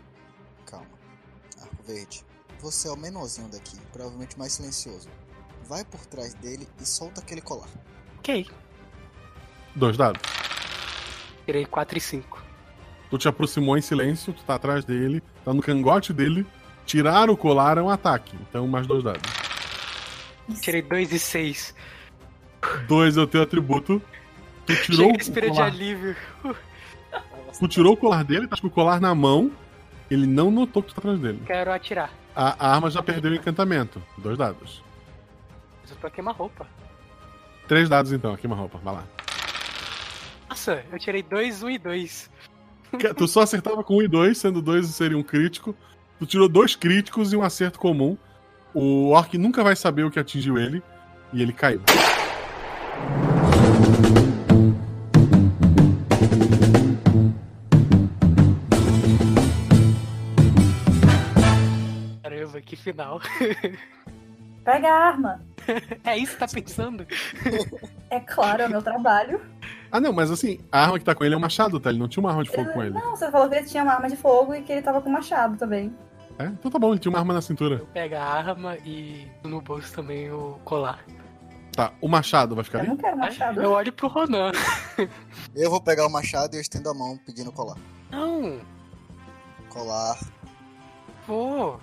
Calma. Arco Verde, você é o menorzinho daqui, provavelmente mais silencioso. Vai por trás dele e solta aquele colar.
Ok.
Dois dados.
Tirei 4 e 5.
Tu te aproximou em silêncio, tu tá atrás dele, tá no cangote dele. Tirar o colar é um ataque, então mais dois dados.
Tirei 2 e 6.
Dois é o teu atributo. Tu tirou
Chega, respira
o
de
colar.
alívio.
Tu tirou o colar dele, tá com o colar na mão. Ele não notou que tu tá atrás dele.
Quero atirar.
A, a arma já perdeu o encantamento. Dois dados.
Mas eu tô queimar roupa.
Três dados então, aqui uma roupa, vai lá.
Nossa, eu tirei 2, 1 um e 2.
Que- Tu só acertava com um e dois, sendo dois seria um crítico. Tu tirou dois críticos e um acerto comum. O Orc nunca vai saber o que atingiu ele. E ele caiu.
Caramba, que final. <laughs>
Pega a arma.
é isso que tá pensando?
É claro, é o meu trabalho. <laughs>
Ah, não, mas assim, a arma que tá com ele é um machado, tá? Ele não tinha uma arma de fogo com ele.
Não, você falou que ele tinha uma arma de fogo e que ele tava com machado também.
É? Então tá bom, ele tinha uma arma na cintura.
Pega a arma e no bolso também o colar.
Tá, o machado vai ficar ali?
quero machado.
Eu olho pro Ronan.
Eu vou pegar o machado e eu estendo a mão pedindo colar.
Não,
Colar,
vou,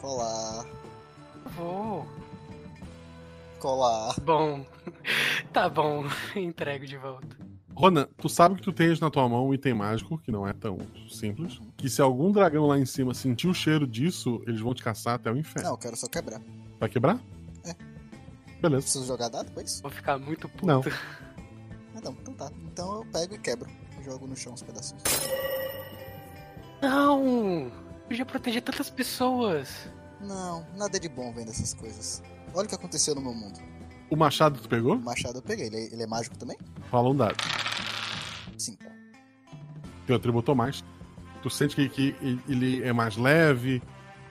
colar,
vou.
colar.
<laughs>
Bom, <laughs> tá bom, <laughs> entrego de volta.
Ronan, tu sabe que tu tens na tua mão um item mágico, que não é tão simples. Que se algum dragão lá em cima sentir o cheiro disso, eles vão te caçar até o inferno.
Não, eu quero só quebrar.
Vai quebrar?
É.
Beleza.
Preciso jogar dado depois?
Vou ficar muito puto.
Não.
Ah, não, então tá. Então eu pego e quebro. Jogo no chão uns pedacinhos.
Não! Eu já protegi tantas pessoas.
Não, nada de bom vendo essas coisas. Olha o que aconteceu no meu mundo.
O machado tu pegou?
O machado eu peguei. Ele é, ele é mágico também?
Rola um dado.
Cinco.
Teu atributo mais. Tu sente que, que ele- ele é mais leve,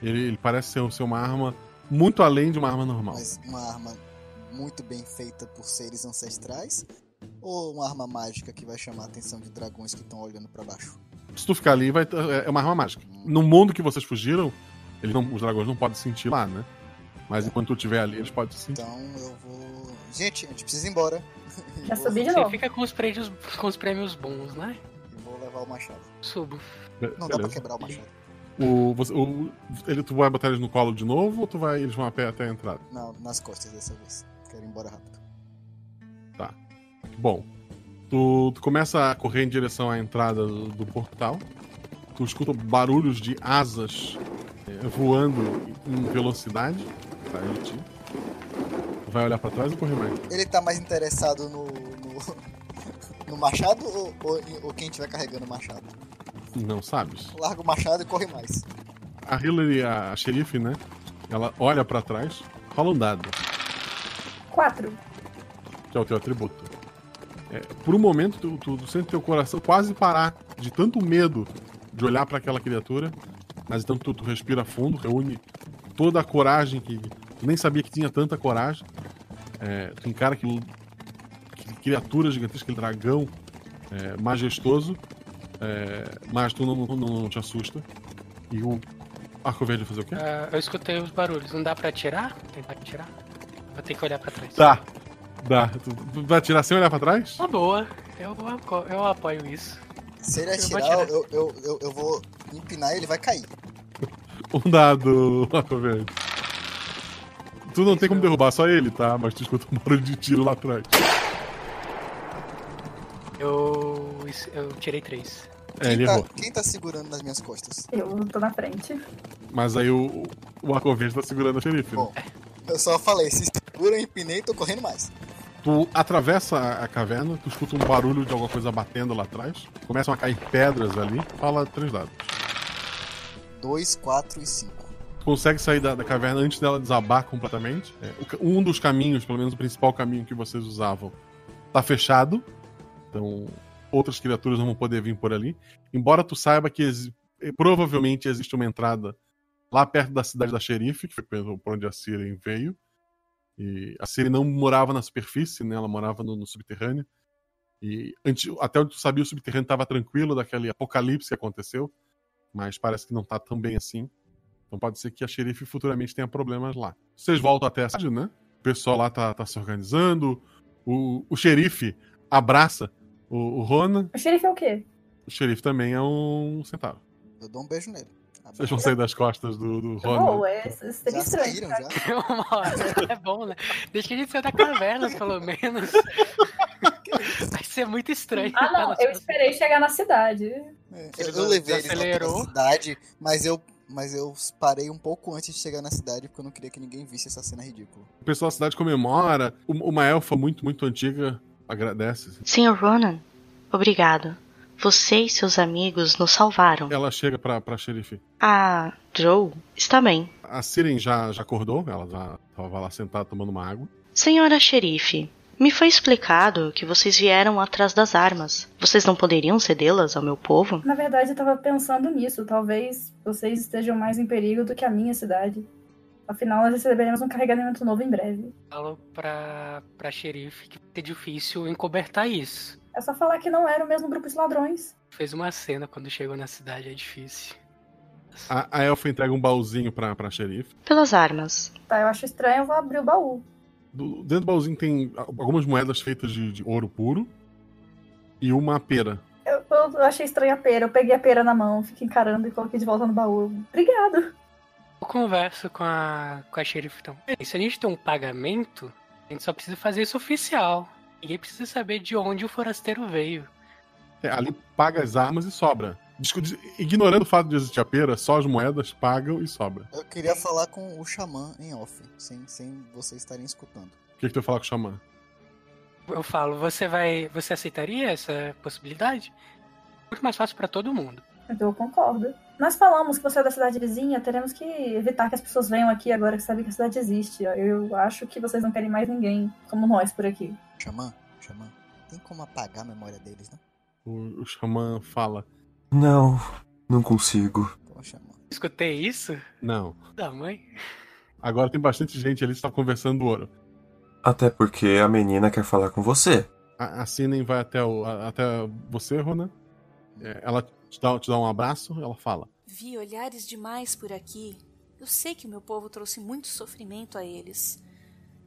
ele, ele parece ser, ser uma arma muito além de uma arma normal.
Mas uma arma muito bem feita por seres ancestrais? Ou uma arma mágica que vai chamar a atenção de dragões que estão olhando pra baixo?
Se tu ficar ali, vai, t- é- é uma arma mágica. No mundo que vocês fugiram, eles não- os dragões não podem sentir lá, né? Mas enquanto tu estiver ali, eles podem sentir.
Então eu vou. Gente, a gente precisa ir embora. <laughs> Eu vou-
Você fica com os prêmios, com os prêmios bons, né?
Eu vou levar o machado.
Subo.
Be-
Não dá pra
beleza.
quebrar o machado.
O, você- o- ele, tu vai botar eles no colo de novo ou tu vai, eles vão a pé até a entrada?
Não, nas costas dessa vez. Quero ir embora rápido.
Tá. Bom, tu, tu começa a correr em direção à entrada do, do portal. Tu escuta barulhos de asas eh, voando em velocidade. Tá, ele te... Vai olhar pra trás e correr mais.
Ele tá mais interessado no. no, <laughs> no machado ou, ou, ou quem estiver carregando o machado?
Não sabes.
Larga o machado e corre mais.
A Hillary, a xerife, né? Ela olha pra trás, rola um dado,
Quatro.
que é o teu atributo. É, por um momento, tu, tu, tu sente teu coração quase parar de tanto medo de olhar pra aquela criatura, mas então tu, tu respira fundo, reúne toda a coragem que tu nem sabia que tinha tanta coragem. É, tu encara aquilo, que criatura gigantesca, aquele dragão é, majestoso, é, mas tu não, não, não te assusta. E o arco verde vai fazer o quê?
Ah, eu escutei os barulhos. Não dá pra atirar? Tentar atirar? Vou ter que olhar pra trás.
Tá. Dá. Tu tu vai tirar sem olhar pra trás?
Uma boa. Eu, apo- eu apoio isso.
Se ele
Eu vou
atirar, eu, eu, eu, eu vou empinar e ele vai cair.
<laughs> Um dado, Marco Verde. Tu não tem como derrubar só ele, tá? Mas tu escuta um barulho de tiro lá atrás.
Eu, eu tirei três. <laughs>
É, ele
tá,
errou.
Quem tá segurando nas minhas costas?
Eu tô na frente.
Mas aí o, o Marco Verde tá segurando a xerife. Né?
Eu só falei, se segura, eu empinei e tô correndo mais.
Tu atravessa a- a caverna, tu escuta um barulho de alguma coisa batendo lá atrás. Começam a cair pedras ali. Fala três dados.
2, 4 e 5.
Tu consegue sair da, da caverna antes dela desabar completamente. É, o ca- um dos caminhos, pelo menos o principal caminho que vocês usavam, tá fechado. Então outras criaturas não vão poder vir por ali. Embora tu saiba que exi- eh, provavelmente existe uma entrada lá perto da cidade da xerife, que foi pelo- por onde a Siren veio. E a Siren não morava na superfície, né? Ela morava no, no subterrâneo. E antes, até onde tu sabia, o subterrâneo estava tranquilo daquele apocalipse que aconteceu. Mas parece que não tá tão bem assim. Então pode ser que a xerife futuramente tenha problemas lá. Vocês voltam até a cidade, né? O pessoal lá tá, tá se organizando. O, o xerife abraça o, o Ronan.
O xerife é o quê?
O xerife também é um centauro.
Eu dou um beijo nele.
Vocês vão sair das costas do, do Ronan.
Boa, é, isso seria
Já
estranho.
saíram,
cara.
É Uma hora, é bom, né? Desde que a gente saiu da caverna, pelo menos. <laughs> Vai ser muito estranho. <laughs>
Ah, não, eu esperei chegar na cidade.
É, Eu, eu levei ele
Acelerou.
na cidade, mas eu, mas eu parei um pouco antes de chegar na cidade porque eu não queria que ninguém visse essa cena ridícula.
O pessoal da cidade comemora. Um- Uma elfa muito, muito antiga agradece.
Sr. Ronan, obrigado. Você e seus amigos nos salvaram.
Ela chega pra, pra xerife.
A Joe está bem.
A Siren já, já acordou, ela já tava lá sentada tomando uma água.
Senhora xerife, me foi explicado que vocês vieram atrás das armas. Vocês não poderiam cedê-las ao meu povo?
Na verdade, eu tava pensando nisso. Talvez vocês estejam mais em perigo do que a minha cidade. Afinal, nós receberemos um carregamento novo em breve.
Falo pra, pra xerife que vai ser difícil encobertar isso.
É só falar que não era o mesmo grupo de ladrões.
Fez uma cena quando chegou na cidade, é difícil.
A, a elfa entrega um baúzinho pra, pra xerife.
Pelas armas.
Tá, eu acho estranho, eu vou abrir o baú.
Do- dentro do baúzinho tem a- algumas moedas feitas de, de ouro puro e uma pera.
Eu, eu achei estranha a pera. Eu peguei a pera na mão, fiquei encarando e coloquei de volta no baú. Obrigado.
Eu converso com a, com a xerife então. "Bem, Se a gente tem um pagamento, a gente só precisa fazer isso oficial. Ninguém precisa saber de onde o forasteiro veio.
É, ali paga as armas e sobra. Discu- dis- Ignorando o fato de existir a pera, só as moedas pagam e sobra.
Eu queria falar com o xamã em off, sem, sem vocês estarem escutando.
O que, que tu vai falar com o xamã?
Eu falo, você vai. Você aceitaria essa possibilidade? Muito mais fácil pra todo mundo.
Então eu concordo. Nós falamos que você é da cidade vizinha, teremos que evitar que as pessoas venham aqui agora que sabem que a cidade existe. Eu acho que vocês não querem mais ninguém como nós por aqui.
Xamã, xamã, tem como apagar a memória deles, né? não?
O, o xamã fala.
Não, não consigo.
Então,
Escutei isso?
Não.
Da mãe?
Agora tem bastante gente ali que está conversando do ouro.
Até porque a menina quer falar com você.
A, a Sinem vai até, o, a- até você, Rona. É, ela te dá, te dá um abraço, ela fala.
Vi olhares demais por aqui. Eu sei que o meu povo trouxe muito sofrimento a eles.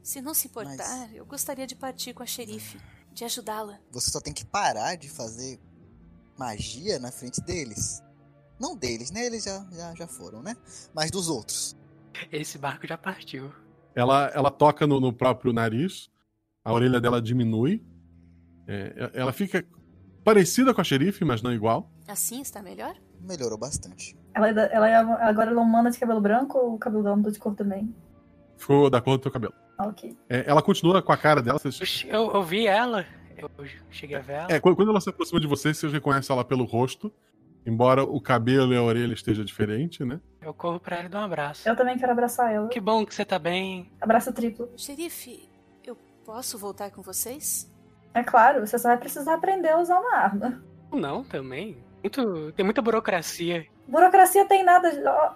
Se não se importar, eu gostaria de partir com a xerife, de ajudá-la.
Você só tem que parar de fazer magia na frente deles. Não deles, né? Eles já, já, já foram, né? Mas dos outros.
Esse barco já partiu.
Ela, ela toca no, no próprio nariz, a orelha dela diminui. É, e- ela fica parecida com a xerife, mas não igual.
Assim está melhor?
Melhorou bastante.
Ela, é da- ela é agora ela é humana de cabelo branco ou o cabelo dela mudou de cor também?
Ficou da cor do teu cabelo.
Ah, ok.
É, ela continua com a cara dela. vocês-
Eu, eu vi ela, eu cheguei a ver ela.
É, quando quando ela se aproxima de vocês, vocês reconhecem ela pelo rosto. Embora o cabelo e a orelha esteja diferente, né? <laughs>
Eu corro pra ela e dou um abraço.
Eu também quero abraçar ela.
Que bom que você tá bem.
Abraço triplo.
Xerife, eu posso voltar com vocês?
É claro, você só vai precisar aprender a usar uma arma.
Não, também. Muito- tem muita burocracia.
Burocracia tem nada. de- ó,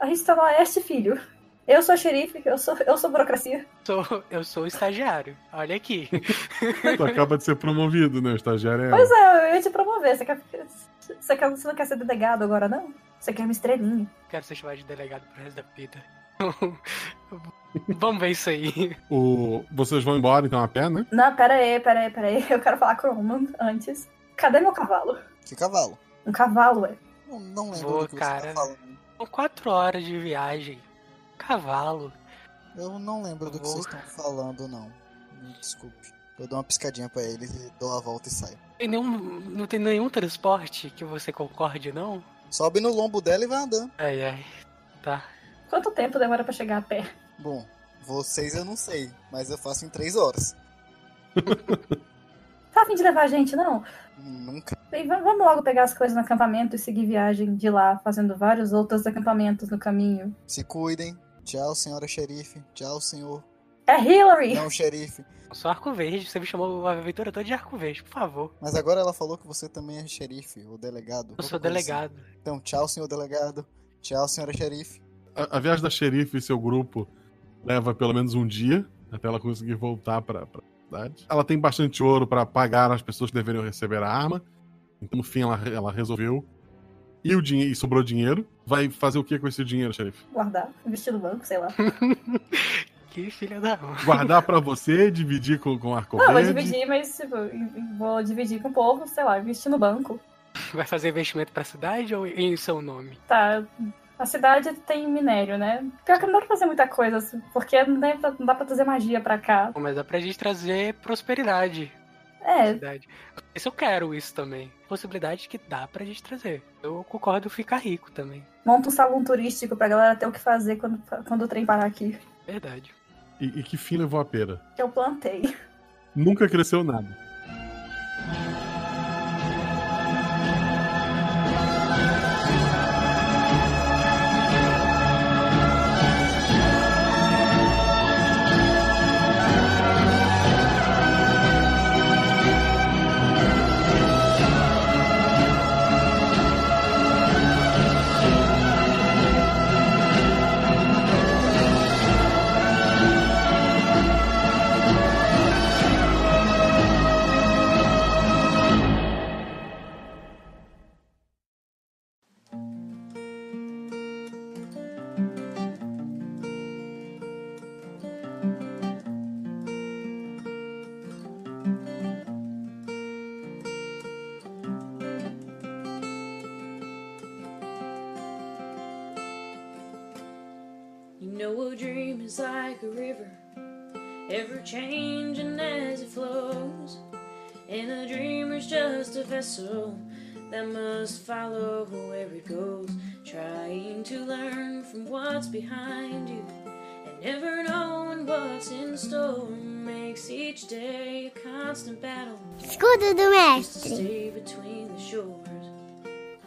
a gente tá no oeste, filho. Eu sou xerife, eu sou, eu sou burocracia.
Sou, eu sou estagiário. Olha aqui.
Tu acaba de ser promovido, né? O estagiário é ela.
Pois é, eu ia te promover. Você, quer, você, quer, você não quer ser delegado agora, não? Você quer uma estrelinha.
Quero ser chamado de delegado pro resto da vida. <laughs> Vamos ver isso aí.
O... Vocês vão embora, então, a pé, né?
Não, pera aí, pera aí, pera aí. Eu quero falar com o Roman antes. Cadê meu cavalo?
Que cavalo?
Um cavalo, é.
Não, não lembro
Vou,
do que você
cara.
tá falando.
São quatro horas de viagem. Cavalo.
Eu não lembro do que
Vou.
vocês estão falando, não. Me desculpe. Eu dou uma piscadinha pra eles e dou a volta e saio.
Tem nenhum- não tem nenhum transporte que você concorde, não?
Sobe no lombo dela e vai andando.
Ai, ai. Tá.
Quanto tempo demora pra chegar a pé?
Bom, vocês eu não sei, mas eu faço em três horas.
Tá a fim de levar a gente, não?
Nunca.
Bem, va- vamos logo pegar as coisas no acampamento e seguir viagem de lá, fazendo vários outros acampamentos no caminho.
Se cuidem. Tchau, senhora xerife. Tchau, senhor
É Hillary!
Não, xerife.
Eu sou arco verde, você me chamou a aventura toda de arco verde, por favor.
Mas agora ela falou que você também é xerife, ou delegado.
Eu sou
qualquer coisa
delegado.
assim. Então, tchau, senhor delegado. Tchau, senhora xerife.
A, a viagem da xerife e seu grupo leva pelo menos um dia até ela conseguir voltar para a cidade. Ela tem bastante ouro para pagar as pessoas que deveriam receber a arma. Então, no fim, ela, ela resolveu. E o dinheiro e sobrou dinheiro. Vai fazer o que com esse dinheiro, xerife?
Guardar, investir no banco, sei lá.
que filha da mãe. <laughs>
Guardar para você, dividir com, com arco
Não, vou
verde.
dividir, mas tipo, vou dividir com o povo, sei lá, investir no banco.
Vai fazer investimento pra cidade ou em seu nome?
Tá. A cidade tem minério, né? Pior que não dá pra fazer muita coisa, assim, porque não dá, pra- não dá pra trazer magia pra cá.
Bom, Mas dá pra gente trazer prosperidade. pra
É,
Cidade. Isso eu quero isso também. Possibilidade que dá pra gente trazer. Eu concordo em ficar rico também.
monta um salão turístico pra galera ter o que fazer quando, quando o trem parar aqui.
Verdade.
E, e que fim levou a pera?
Eu plantei.
Nunca cresceu nada.
You know a dream is like a river, ever changing as it flows. And a dreamer's just a vessel that must follow where it goes, trying to learn from what's behind you. And never knowing what's in store makes each day a constant battle.
Escudo do
Just to stay between the shores.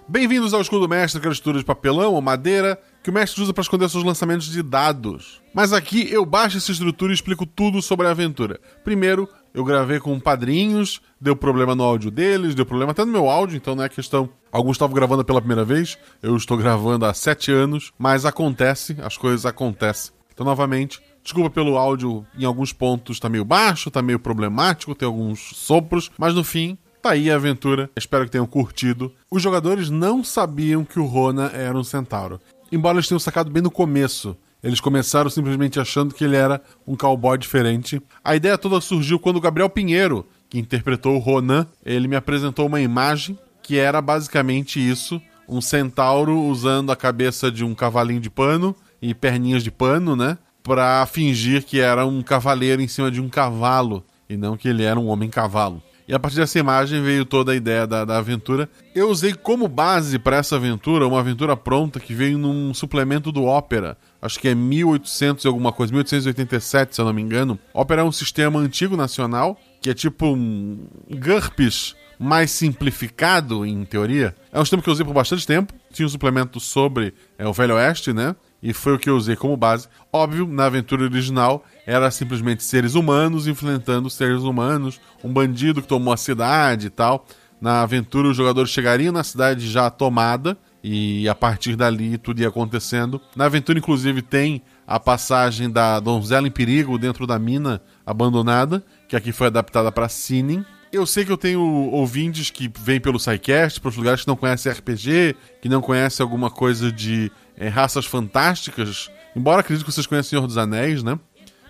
Bem-vindos ao Escudo Mestre, aquela estrutura de papelão ou madeira que o mestre usa para esconder seus lançamentos de dados. Mas aqui eu baixo essa estrutura e explico tudo sobre a aventura. Primeiro, eu gravei com padrinhos, deu problema no áudio deles, deu problema até no meu áudio, então não é questão. Alguns estavam gravando pela primeira vez, eu estou gravando há sete anos, mas acontece, as coisas acontecem. Então, novamente, desculpa pelo áudio, em alguns pontos tá meio baixo, tá meio problemático, tem alguns sopros, mas no fim, Tá aí a aventura, espero que tenham curtido. Os jogadores não sabiam que o Rona era um centauro. Embora eles tenham sacado bem no começo. Eles começaram simplesmente achando que ele era um cowboy diferente. A ideia toda surgiu quando o Gabriel Pinheiro, que interpretou o Ronan, ele me apresentou uma imagem que era basicamente isso: um centauro usando a cabeça de um cavalinho de pano e perninhas de pano, né? Pra fingir que era um cavaleiro em cima de um cavalo e não que ele era um homem cavalo. E a partir dessa imagem veio toda a ideia da, da aventura. Eu usei como base para essa aventura uma aventura pronta que veio num suplemento do Opera. Acho que é 1800 e alguma coisa, 1887, se eu não me engano. Opera é um sistema antigo nacional, que é tipo um GURPS mais simplificado, em teoria. É um sistema que eu usei por bastante tempo. Tinha um suplemento sobre é, o Velho Oeste, né? E foi o que eu usei como base. Óbvio, na aventura original era simplesmente seres humanos enfrentando seres humanos, um bandido que tomou a cidade e tal. Na aventura, os jogadores chegariam na cidade já tomada e a partir dali tudo ia acontecendo. Na aventura, inclusive, tem a passagem da donzela em perigo dentro da mina abandonada, que aqui foi adaptada para Sinin. Eu sei que eu tenho ouvintes que vêm pelo SciCast, para os lugares que não conhecem RPG, que não conhecem alguma coisa de eh, raças fantásticas. Embora acredito que vocês conheçam Senhor dos Anéis, né?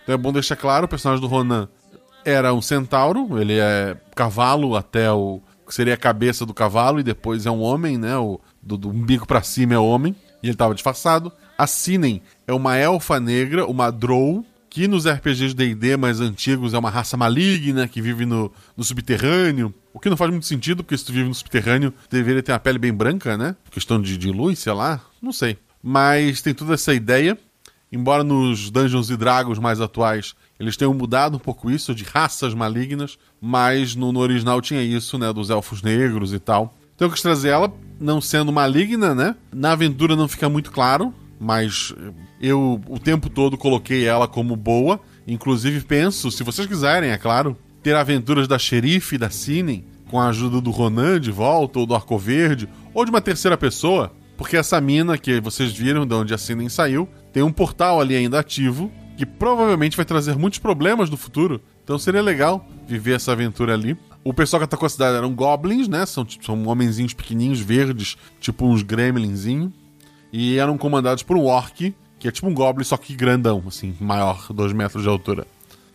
Então é bom deixar claro, o personagem do Ronan era um centauro, ele é cavalo até o que seria a cabeça do cavalo e depois é um homem, né? O do, do umbigo pra cima é homem e ele tava disfarçado. A Sinen é uma elfa negra, uma drow, que nos RPGs D&D mais antigos é uma raça maligna que vive no, no subterrâneo. O que não faz muito sentido, porque se tu vive no subterrâneo, deveria ter uma pele bem branca, né? Questão de, de luz, sei lá, não sei. Mas tem toda essa ideia. Embora nos Dungeons e Dragons mais atuais eles tenham mudado um pouco isso, de raças malignas, mas no, no original tinha isso, né? Dos elfos negros e tal. Então eu quis trazer ela, não sendo maligna, né? Na aventura não fica muito claro, mas eh, eu o tempo todo coloquei ela como boa. Inclusive, penso, se vocês quiserem, é claro, ter aventuras da xerife e da Cine com a ajuda do Ronan de volta, ou do Arco Verde, ou de uma terceira pessoa, porque essa mina que vocês viram de onde a Cine saiu, tem um portal ali ainda ativo, que provavelmente vai trazer muitos problemas no futuro. Então seria legal viver essa aventura ali. O pessoal que atacou a cidade eram goblins, né? São, tipo, são homenzinhos pequenininhos, verdes, tipo uns gremlinzinhos. E eram comandados por um orc, que é tipo um goblin, só que grandão, assim, maior, dois metros de altura.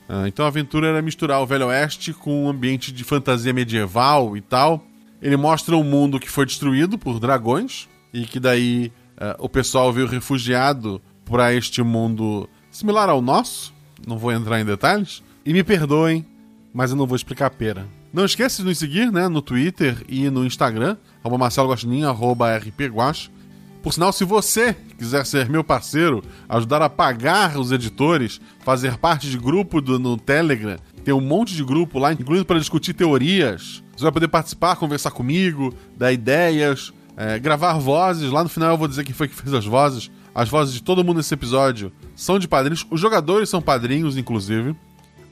Ah, então a aventura era misturar o Velho Oeste com um ambiente de fantasia medieval e tal. Ele mostra um mundo que foi destruído por dragões e que daí ah, o pessoal veio refugiado para este mundo similar ao nosso. Não vou entrar em detalhes. E me perdoem, mas eu não vou explicar a pera. Não esquece de nos seguir, né, no Twitter e no Instagram, arroba Marcelo Guaxinim, arroba rpguax. Por sinal, se você quiser ser meu parceiro, ajudar a pagar os editores, fazer parte de grupo do, no Telegram, tem um monte de grupo lá, incluindo para discutir teorias. Você vai poder participar, conversar comigo, dar ideias, é, gravar vozes. Lá no final eu vou dizer quem foi que fez as vozes. As vozes de todo mundo nesse episódio são de padrinhos. Os jogadores são padrinhos, inclusive.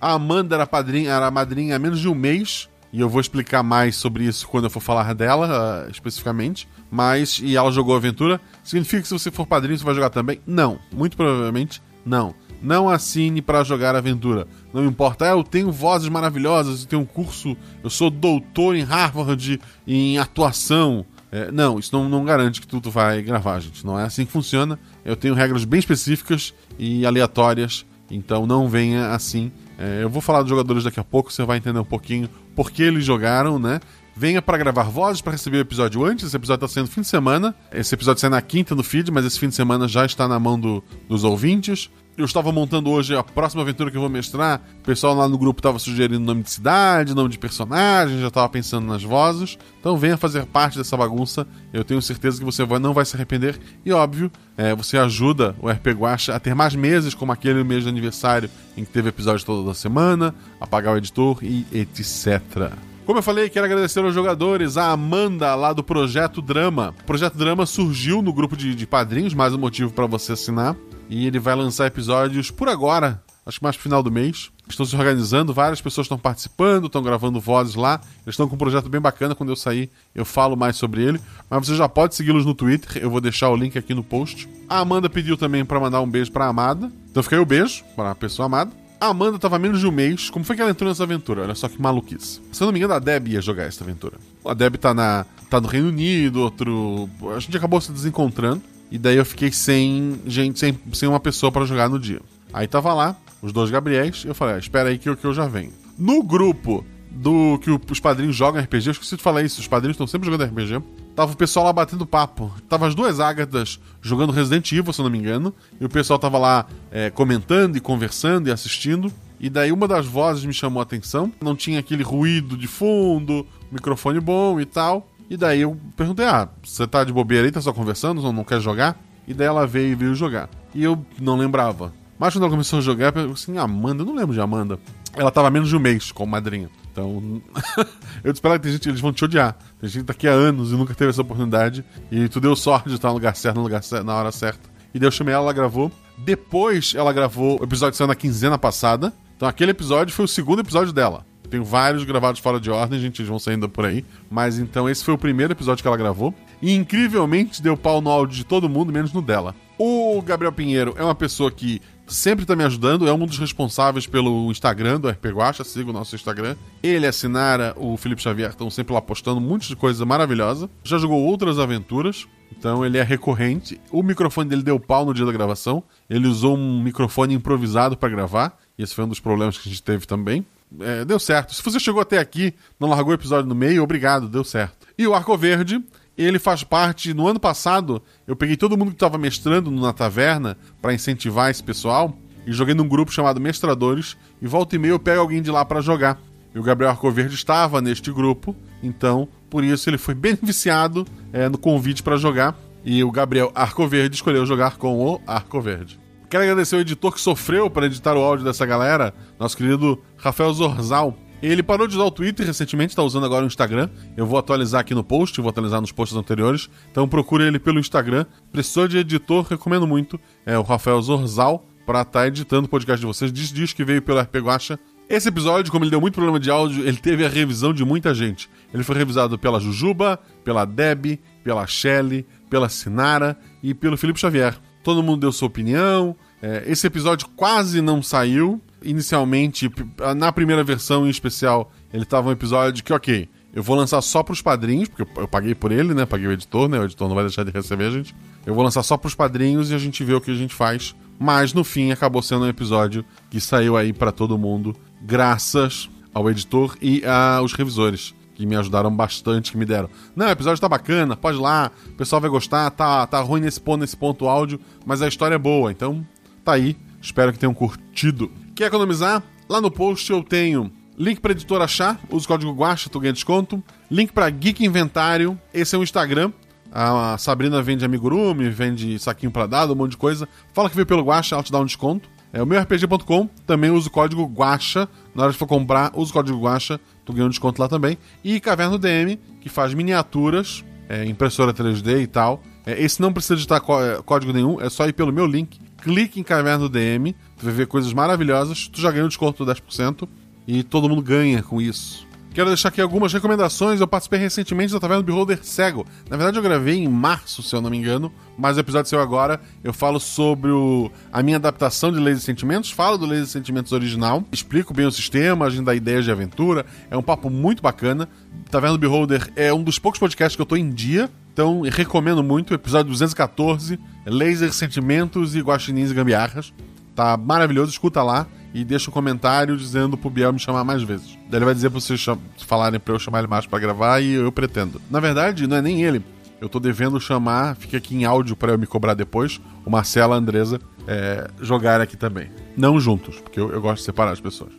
A Amanda era padrinha, era madrinha há menos de um mês. E eu vou explicar mais sobre isso quando eu for falar dela, uh, especificamente. Mas, e ela jogou aventura. Significa que se você for padrinho, você vai jogar também? Não. Muito provavelmente, não. Não assine para jogar aventura. Não importa. Ah, eu tenho vozes maravilhosas, eu tenho um curso, eu sou doutor em Harvard, em atuação. É, não, isso não, não garante que tudo vai gravar, gente. Não é assim que funciona. Eu tenho regras bem específicas e aleatórias. Então não venha assim. É, eu vou falar dos jogadores daqui a pouco, você vai entender um pouquinho por que eles jogaram, né? Venha para gravar vozes para receber o episódio antes. Esse episódio está sendo fim de semana. Esse episódio sai na quinta no feed, mas esse fim de semana já está na mão do, dos ouvintes. Eu estava montando hoje a próxima aventura que eu vou mestrar. O pessoal lá no grupo estava sugerindo nome de cidade, nome de personagem, já estava pensando nas vozes. Então venha fazer parte dessa bagunça. Eu tenho certeza que você vai, não vai se arrepender. E óbvio, é, você ajuda o RP Guacha a ter mais meses, como aquele mês de aniversário em que teve episódio toda semana, a pagar o editor e etc. Como eu falei, quero agradecer aos jogadores, a Amanda lá do Projeto Drama. O Projeto Drama surgiu no grupo de, de padrinhos, mais um motivo para você assinar. E ele vai lançar episódios por agora, acho que mais pro final do mês. Estão se organizando, várias pessoas estão participando, estão gravando vozes lá. Eles estão com um projeto bem bacana. Quando eu sair, eu falo mais sobre ele. Mas você já pode segui-los no Twitter, eu vou deixar o link aqui no post. A Amanda pediu também para mandar um beijo pra Amada. Então fica aí o beijo pra pessoa amada. A Amanda tava há menos de um mês. Como foi que ela entrou nessa aventura? Olha só que maluquice. Se eu não me engano, a Deb ia jogar essa aventura. A Deb tá, na, tá no Reino Unido, outro. A gente acabou se desencontrando. E daí eu fiquei sem gente, sem, sem uma pessoa pra jogar no dia. Aí tava lá, os dois Gabriéis, e eu falei, ah, espera aí que eu, que eu já venho. No grupo do que o- os padrinhos jogam RPG, eu esqueci de falar isso, os padrinhos estão sempre jogando RPG. Tava o pessoal lá batendo papo. Tava as duas Ágatas jogando Resident Evil, se eu não me engano. E o pessoal tava lá é, comentando e conversando e assistindo. E daí uma das vozes me chamou a atenção. Não tinha aquele ruído de fundo, microfone bom e tal. E daí eu perguntei: Ah, você tá de bobeira aí, tá só conversando, não- não quer jogar? E daí ela veio e veio jogar. E eu não lembrava. Mas quando ela começou a jogar, eu pensei assim, Amanda, eu não lembro de Amanda. Ela tava há menos de um mês com madrinha. Então, <laughs> eu espero que tem gente, eles vão te odiar. Tem gente que tá aqui há anos e nunca teve essa oportunidade. E tu deu sorte de estar no lugar certo, no lugar certo, na hora certa. E daí eu chamei ela, ela gravou. Depois ela gravou o episódio que saiu na quinzena passada. Então aquele episódio foi o segundo episódio dela. Tenho vários gravados fora de ordem, gente, eles vão saindo por aí. Mas então esse foi o primeiro episódio que ela gravou. E incrivelmente deu pau no áudio de todo mundo, menos no dela. O Gabriel Pinheiro é uma pessoa que sempre tá me ajudando, é um dos responsáveis pelo Instagram do RP Guacha, siga o nosso Instagram. Ele, a Sinara, o Felipe Xavier estão sempre lá postando um monte de coisa maravilhosa. Já jogou outras aventuras, então ele é recorrente. O microfone dele deu pau no dia da gravação, ele usou um microfone improvisado para gravar, e esse foi um dos problemas que a gente teve também. É, deu certo. Se você chegou até aqui, não largou o episódio no meio, obrigado, deu certo. E o Arco Verde, ele faz parte. No ano passado, eu peguei todo mundo que estava mestrando na taverna para incentivar esse pessoal e joguei num grupo chamado Mestradores. E volta e meia eu pego alguém de lá para jogar. E o Gabriel Arcoverde estava neste grupo, então por isso ele foi <laughs> beneficiado é, no convite para jogar. E o Gabriel Arcoverde escolheu jogar com o Arcoverde. Quero agradecer ao editor que sofreu para editar o áudio dessa galera, nosso querido Rafael Zorzal. Ele parou de usar o Twitter recentemente, está usando agora o Instagram. Eu vou atualizar aqui no post, vou atualizar nos posts anteriores. Então procure ele pelo Instagram. Precisou de editor, recomendo muito. É o Rafael Zorzal. Pra pra estar editando o podcast de vocês. Diz, diz que veio pelo RP Guacha. Esse episódio, como ele deu muito problema de áudio, ele teve a revisão de muita gente. Ele foi revisado pela Jujuba, pela Deb, pela Shelly, pela Sinara e pelo Felipe Xavier. Todo mundo deu sua opinião. É, esse episódio quase não saiu. Inicialmente, p- na primeira versão em especial, ele tava um episódio que, ok, eu vou lançar só pros padrinhos, porque eu- eu paguei por ele, né? Paguei o editor, né? O editor não vai deixar de receber a gente. Eu vou lançar só pros padrinhos e a gente vê o que a gente faz. Mas no fim acabou sendo um episódio que saiu aí pra todo mundo, graças ao editor e aos revisores, que me ajudaram bastante, que me deram. Não, o episódio tá bacana, pode ir lá, o pessoal vai gostar, tá, tá ruim nesse ponto, nesse ponto o áudio, mas a história é boa, então tá aí. Espero que tenham curtido. Quer economizar? Lá no post eu tenho link pra editor achar, usa o código GUACHA, tu ganha desconto. Link pra Geek Inventário, esse é o Instagram. A Sabrina vende amigurumi, vende saquinho pra dado, um monte de coisa. Fala que veio pelo Guacha, ela te dá um desconto. É o meu RPG.com, também usa o código Guacha. Na hora que for comprar, usa o código Guacha, tu ganha um desconto lá também. E Caverna do DM, que faz miniaturas, é, impressora 3D e tal. É, esse não precisa digitar có- é, código nenhum, é só ir pelo meu link. Clique em Caverna do DM, tu vai ver coisas maravilhosas. Tu já ganha um desconto de 10% e todo mundo ganha com isso. Quero deixar aqui algumas recomendações. Eu participei recentemente da Taverna do Beholder Cego. Na verdade, eu gravei em março, se eu não me engano, mas o episódio saiu agora. Eu falo sobre o- a minha adaptação de Leis e Sentimentos, falo do Leis e Sentimentos original, explico bem o sistema, a gente dá ideias de aventura. É um papo muito bacana. Taverna do Beholder é um dos poucos podcasts que eu tô em dia, então eu recomendo muito. Episódio 214, Laser Sentimentos e Guaxinins e Gambiarras. Tá maravilhoso, escuta lá e deixa um comentário dizendo pro Biel me chamar mais vezes. Daí ele vai dizer pra vocês cham- falarem pra eu chamar ele mais pra gravar e eu pretendo. Na verdade, não é nem ele. Eu tô devendo chamar, fica aqui em áudio pra eu me cobrar depois, o Marcelo e a Andresa é, jogar aqui também. Não juntos, porque eu- eu gosto de separar as pessoas.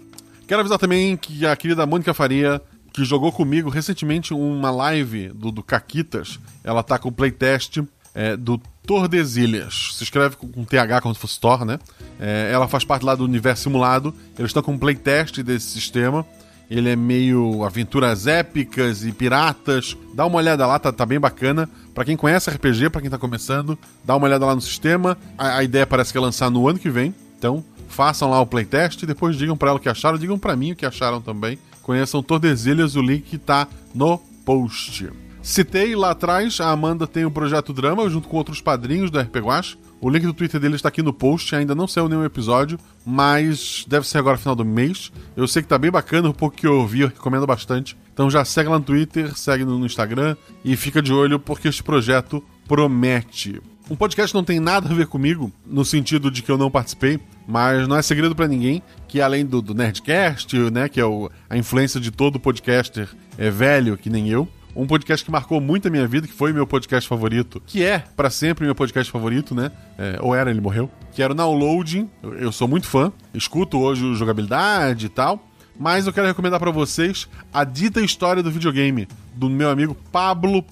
Quero avisar também que a querida Mônica Faria, que jogou comigo recentemente uma live do, do Caquitas, ela tá com o playtest é, do Tordesilhas. Se escreve com, com TH como se fosse Thor, né? É, ela faz parte lá do universo simulado. Eles estão com um playtest desse sistema. Ele é meio aventuras épicas e piratas. Dá uma olhada lá, tá, tá bem bacana. Pra quem conhece RPG, pra quem tá começando, dá uma olhada lá no sistema. A, a ideia parece que é lançar no ano que vem. Então, façam lá o playtest e depois digam pra ela o que acharam, digam pra mim o que acharam também. Conheçam Tordesilhas, o link tá no post. Citei lá atrás, a Amanda tem um projeto drama junto com outros padrinhos do RP Guax. O link do Twitter dele está aqui no post, ainda não saiu nenhum episódio, mas deve ser agora final do mês. Eu sei que tá bem bacana, o pouco que eu ouvi, eu recomendo bastante. Então já segue lá no Twitter, segue no Instagram e fica de olho porque este projeto promete. Um podcast não tem nada a ver comigo, no sentido de que eu não participei, mas não é segredo pra ninguém que além do, do Nerdcast, né, que é o- a influência de todo podcaster é velho, que nem eu, um podcast que marcou muito a minha vida, que foi meu podcast favorito, que é pra sempre meu podcast favorito, né? É, ou era, ele morreu. Que era o Downloading, eu, eu sou muito fã, escuto hoje o Jogabilidade e tal, mas eu quero recomendar pra vocês a dita história do videogame, do meu amigo Pablo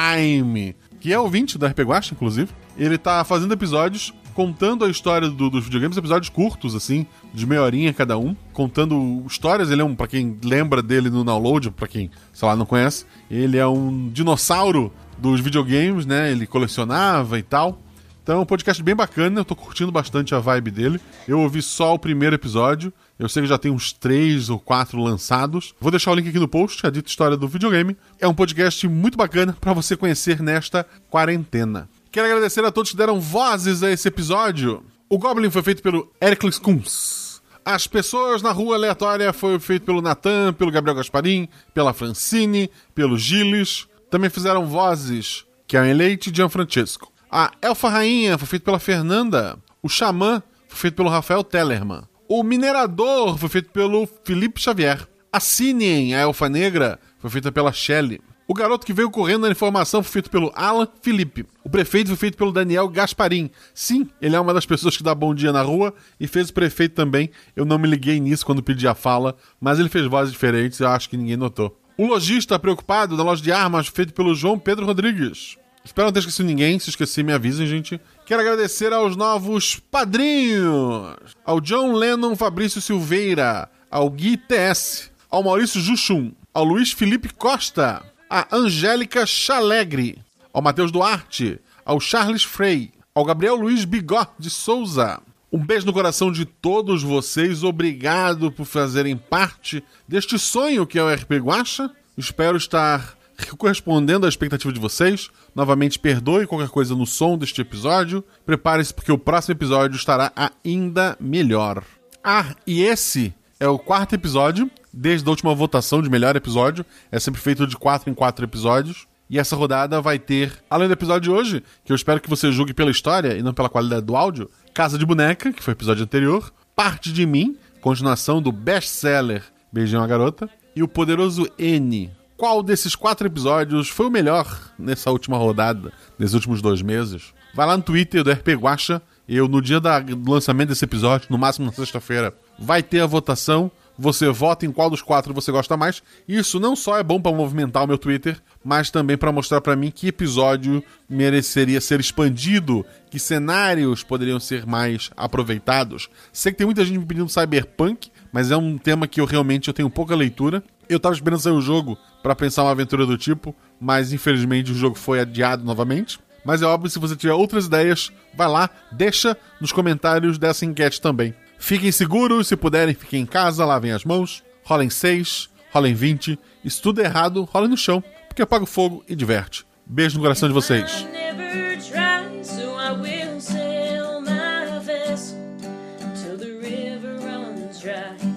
Prime que é ouvinte da RP Guacha, inclusive. Ele tá fazendo episódios contando a história do- dos videogames, episódios curtos, assim, de meia horinha cada um, contando histórias. Ele é um, pra quem lembra dele no download, pra quem, sei lá, não conhece, ele é um dinossauro dos videogames, né? Ele colecionava e tal. Então é um podcast bem bacana, eu tô curtindo bastante a vibe dele. Eu ouvi só o primeiro episódio, eu sei que já tem uns três ou quatro lançados. Vou deixar o link aqui no post, a dita história do videogame. É um podcast muito bacana pra você conhecer nesta quarentena. Quero agradecer a todos que deram vozes a esse episódio. O Goblin foi feito pelo Ericles Kunz. As pessoas na rua aleatória foi feito pelo Natan, pelo Gabriel Gasparim, pela Francine, pelo Gilles. Também fizeram vozes Karen Leite e Gianfrancesco. A Elfa Rainha foi feito pela Fernanda. O Xamã foi feito pelo Rafael Tellerman. O Minerador foi feito pelo Felipe Xavier. A Sinien, a Elfa Negra, foi feita pela Shelley. O garoto que veio correndo na informação foi feito pelo Alan Felipe. O prefeito foi feito pelo Daniel Gasparim. Sim, ele é uma das pessoas que dá bom dia na rua e fez o prefeito também. Eu não me liguei nisso quando pedi a fala, mas ele fez vozes diferentes, eu acho que ninguém notou. O lojista preocupado da loja de armas foi feito pelo João Pedro Rodrigues. Espero não ter esquecido ninguém. Se esqueci, me avisem, gente. Quero agradecer aos novos padrinhos: ao John Lennon Fabrício Silveira, ao Gui TS, ao Maurício Juchum, ao Luiz Felipe Costa, à Angélica Chalegre, ao Matheus Duarte, ao Charles Frey, ao Gabriel Luiz Bigó de Souza, Um beijo no coração de todos vocês. Obrigado por fazerem parte deste sonho que é o RP Guacha. Espero estar correspondendo à expectativa de vocês. Novamente, perdoe qualquer coisa no som deste episódio. Prepare-se porque o próximo episódio estará ainda melhor. Ah, e esse é o quarto episódio, desde a última votação de melhor episódio. É sempre feito de quatro em quatro episódios. E essa rodada vai ter, além do episódio de hoje, que eu espero que você julgue pela história e não pela qualidade do áudio, Casa de Boneca, que foi o episódio anterior, Parte de Mim, continuação do best-seller Beijinho a Garota, e o Poderoso N. Qual desses quatro episódios foi o melhor nessa última rodada, nesses últimos dois meses? Vai lá no Twitter do RP Guacha, eu no dia da- do lançamento desse episódio, no máximo na sexta-feira, vai ter a votação você vota em qual dos quatro você gosta mais. Isso não só é bom para movimentar o meu Twitter, mas também para mostrar para mim que episódio mereceria ser expandido, que cenários poderiam ser mais aproveitados. Sei que tem muita gente me pedindo cyberpunk, mas é um tema que eu realmente eu tenho pouca leitura. Eu tava esperando sair o jogo para pensar uma aventura do tipo, mas infelizmente o jogo foi adiado novamente. Mas é óbvio, se você tiver outras ideias, vai lá, deixa nos comentários dessa enquete também. Fiquem seguros, se puderem, fiquem em casa, lavem as mãos, rolem 6, rolem 20, e se tudo errado, rolem no chão, porque apaga o fogo e diverte. Beijo no coração de vocês.
never tried, so I will sail my vessel till the river runs dry.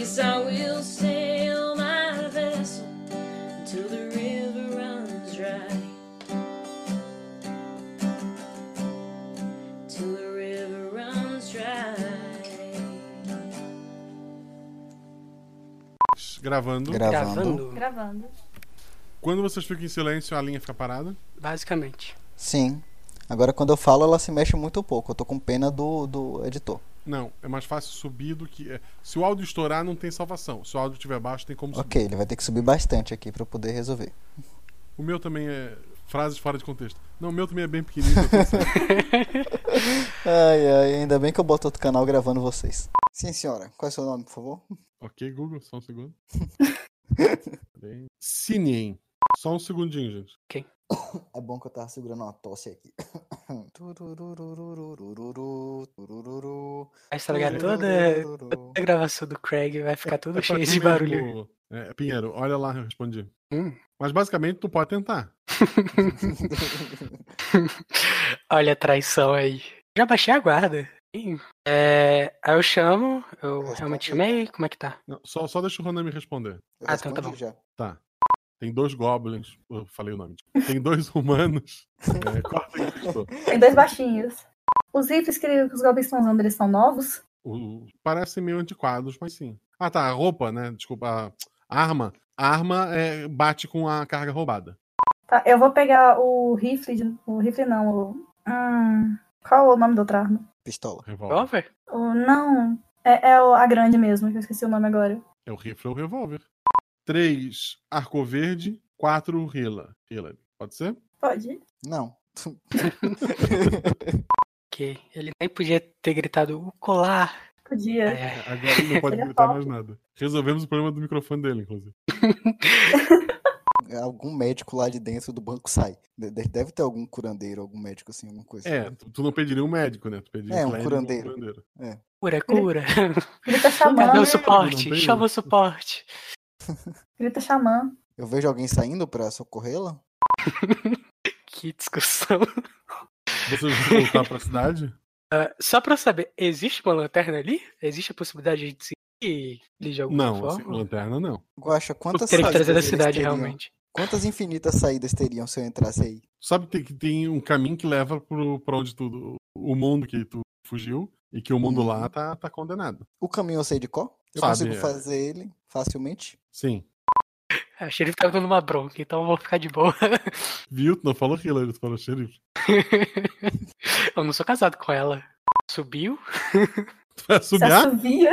Yes, I will sail my vessel till the river runs dry. Till the river runs dry.
Gravando.
Gravando.
Gravando.
Quando vocês ficam em silêncio, a linha fica parada.
Basicamente.
Sim. Agora quando eu falo, ela se mexe muito pouco. Eu tô com pena do, do editor.
Não, é mais fácil subir do que. é, Se o áudio estourar, não tem salvação. Se o áudio estiver baixo, tem como subir.
Ok, ele vai ter que subir bastante aqui pra eu poder resolver.
O meu também é. Frases fora de contexto. Não, o meu também é bem pequenininho. eu tô certo.
Ai, ai, ainda bem que eu boto outro canal gravando vocês. Sim, senhora. Qual é o seu nome, por favor?
ok, Google, só um segundo. Peraí. Sinien. Só um segundinho, gente.
Ok.
É bom que eu tava segurando uma tosse
<coughs>
aqui.
Vai
tá
estragar toda, toda a gravação do Craig, vai ficar tudo cheio de barulho.
É, Pinheiro, olha lá, eu respondi. Mas basicamente tu pode tentar.
Olha a traição aí. Já baixei a guarda. Ih, É, aí eu chamo, eu realmente chamei, como é que tá?
Não, só, só deixa o Ronan me responder.
Ah, então tá bom.
Tá. Tem dois goblins. Eu falei o nome. Tem dois <laughs> humanos. É, corta aí, Cristo.
Tem dois baixinhos. Os rifles que os goblins estão usando, eles são novos?
O- Parecem meio antiquados, mas sim. Ah, tá. A roupa, né? Desculpa. A arma. A arma é, bate com a carga roubada.
Tá, eu vou pegar o rifle. de- O rifle não, o. Hum, qual o nome da outra arma?
Pistola.
Revólver.
O, não. É, é o- a grande mesmo, que eu esqueci o nome agora.
É o rifle ou o revólver. Três, arco verde. Quatro, rila. Hillary. Pode ser?
Pode?
Não.
Ok. Ele nem podia ter gritado o colar.
Podia.
É.
Agora ele não pode gritar mais nada. Resolvemos o problema do microfone dele, inclusive.
Algum médico lá de dentro do banco sai. De- de- Deve ter algum curandeiro, algum médico assim, alguma coisa.
É, tu, tu não pediria um médico, né? Tu pediria
É, um
clérigo ou
curandeiro. É.
Cura, cura.
Grita xamã.
<laughs> Cadê o
Não
suporte?
tem?
Chama o suporte.
Grita xamã.
Eu vejo alguém saindo pra socorrê-la?
que discussão. <laughs>
Vocês vão voltar pra
<laughs>
cidade?
Ah, só pra eu saber, existe uma lanterna ali? Existe a possibilidade de a gente seguir ele de alguma
Não, assim,
forma?
lanterna não.
Guaxa, quantas
teria que trazer da
eles
cidade,
teriam?
realmente.
Quantas infinitas saídas teriam se eu entrasse aí?
Sabe que que tem um caminho que leva pro, pra onde tu. O mundo que tu fugiu e que o mundo
Uhum.
lá tá, tá condenado.
O caminho eu sei de qual? Eu
Sabe,
consigo
é.
fazer ele facilmente?
Sim.
Ah, o xerife tá dando uma bronca, então eu vou ficar de boa. <laughs>
Viu? Tu não falou Hillary, tu falou xerife.
eu não sou casado com ela. Subiu?
Tu vai assobiar?
Subia.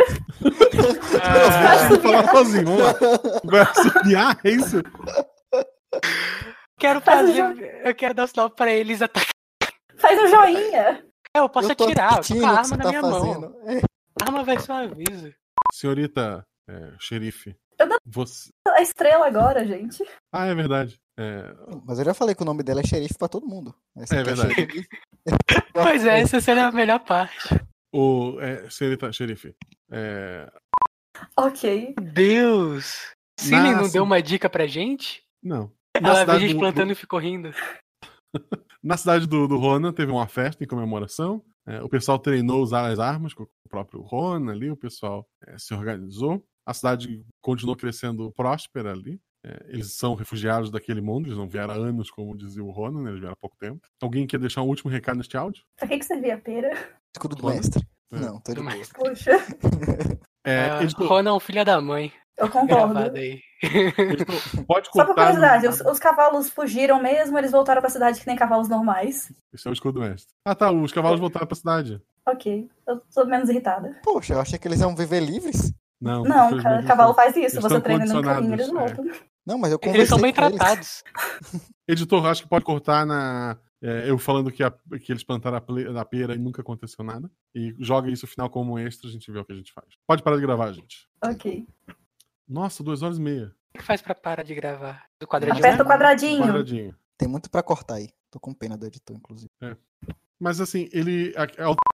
Ah, vou falar sozinho, vamos lá. Tu vai assobiar, é isso?
<laughs> Quero fazer. Eu quero dar um sinal pra eles atacar.
<laughs> Faz um joinha.
É, eu posso
Eu tô
atirar. Eu tô
assistindo
com a
o que
arma
você
na
tá
minha mão.
fazendo. É,
Arma vai ser um aviso.
Senhorita é, xerife.
Eu não-
Você...
A estrela agora, gente.
Ah, é verdade. É,
Mas eu já falei que o nome dela é xerife pra todo mundo. Esse
É
aqui
verdade.
<laughs>
xerife.
Pois é, essa seria a melhor parte.
o é, senhorita xerife. É,
Ok.
Deus! Cine não
Nossa.
deu uma dica pra gente?
Não. Na
Ela viu a
cidade
gente
do-
plantando e ficou rindo.
Na cidade do, do Ronan teve uma festa em comemoração. É, o pessoal treinou a usar as armas com o próprio Ronan ali, o pessoal é, se organizou. A cidade continuou crescendo próspera ali. É, eles são refugiados daquele mundo, eles não vieram há anos, como dizia o Ronan, né, eles vieram há pouco tempo. Alguém quer deixar um último recado neste áudio?
Pra que, que servia a pera?
Escudo do
Ronan?
mestre.
É.
Não, tô de boa.
Poxa,
É,
Ah,
eles-
Ronan é um filho da mãe.
eu concordo.
Gravado aí.
Pode
Só por
cortar no-
curiosidade, os, os cavalos fugiram mesmo, eles voltaram pra cidade que nem cavalos normais.
Esse é o escudo mestre. Ah tá, os cavalos voltaram pra cidade.
Ok, eu tô menos irritada.
Poxa, eu achei que eles iam viver livres.
Não,
Não,
infelizmente,
cara,
eles
cavalo
estão-
faz isso,
eles
você
estão
treina no caminho, eles
condicionados,
voltam.
Não, mas eu conversei
Eles são bem
é
com eles.
tratados.
Editor, acho que pode cortar na. é, eu falando que, a- que eles plantaram a, ple- a pera e nunca aconteceu nada. E joga isso no final como extra, a gente vê o que a gente faz. Pode parar de gravar, gente.
Ok.
Nossa, duas horas e meia.
O que faz pra parar de gravar? Do quadradinho?
Aperta o quadradinho.
Quadradinho.
Tem muito pra cortar aí. Tô com pena do editor, inclusive.
É. Mas assim, ele. a- a-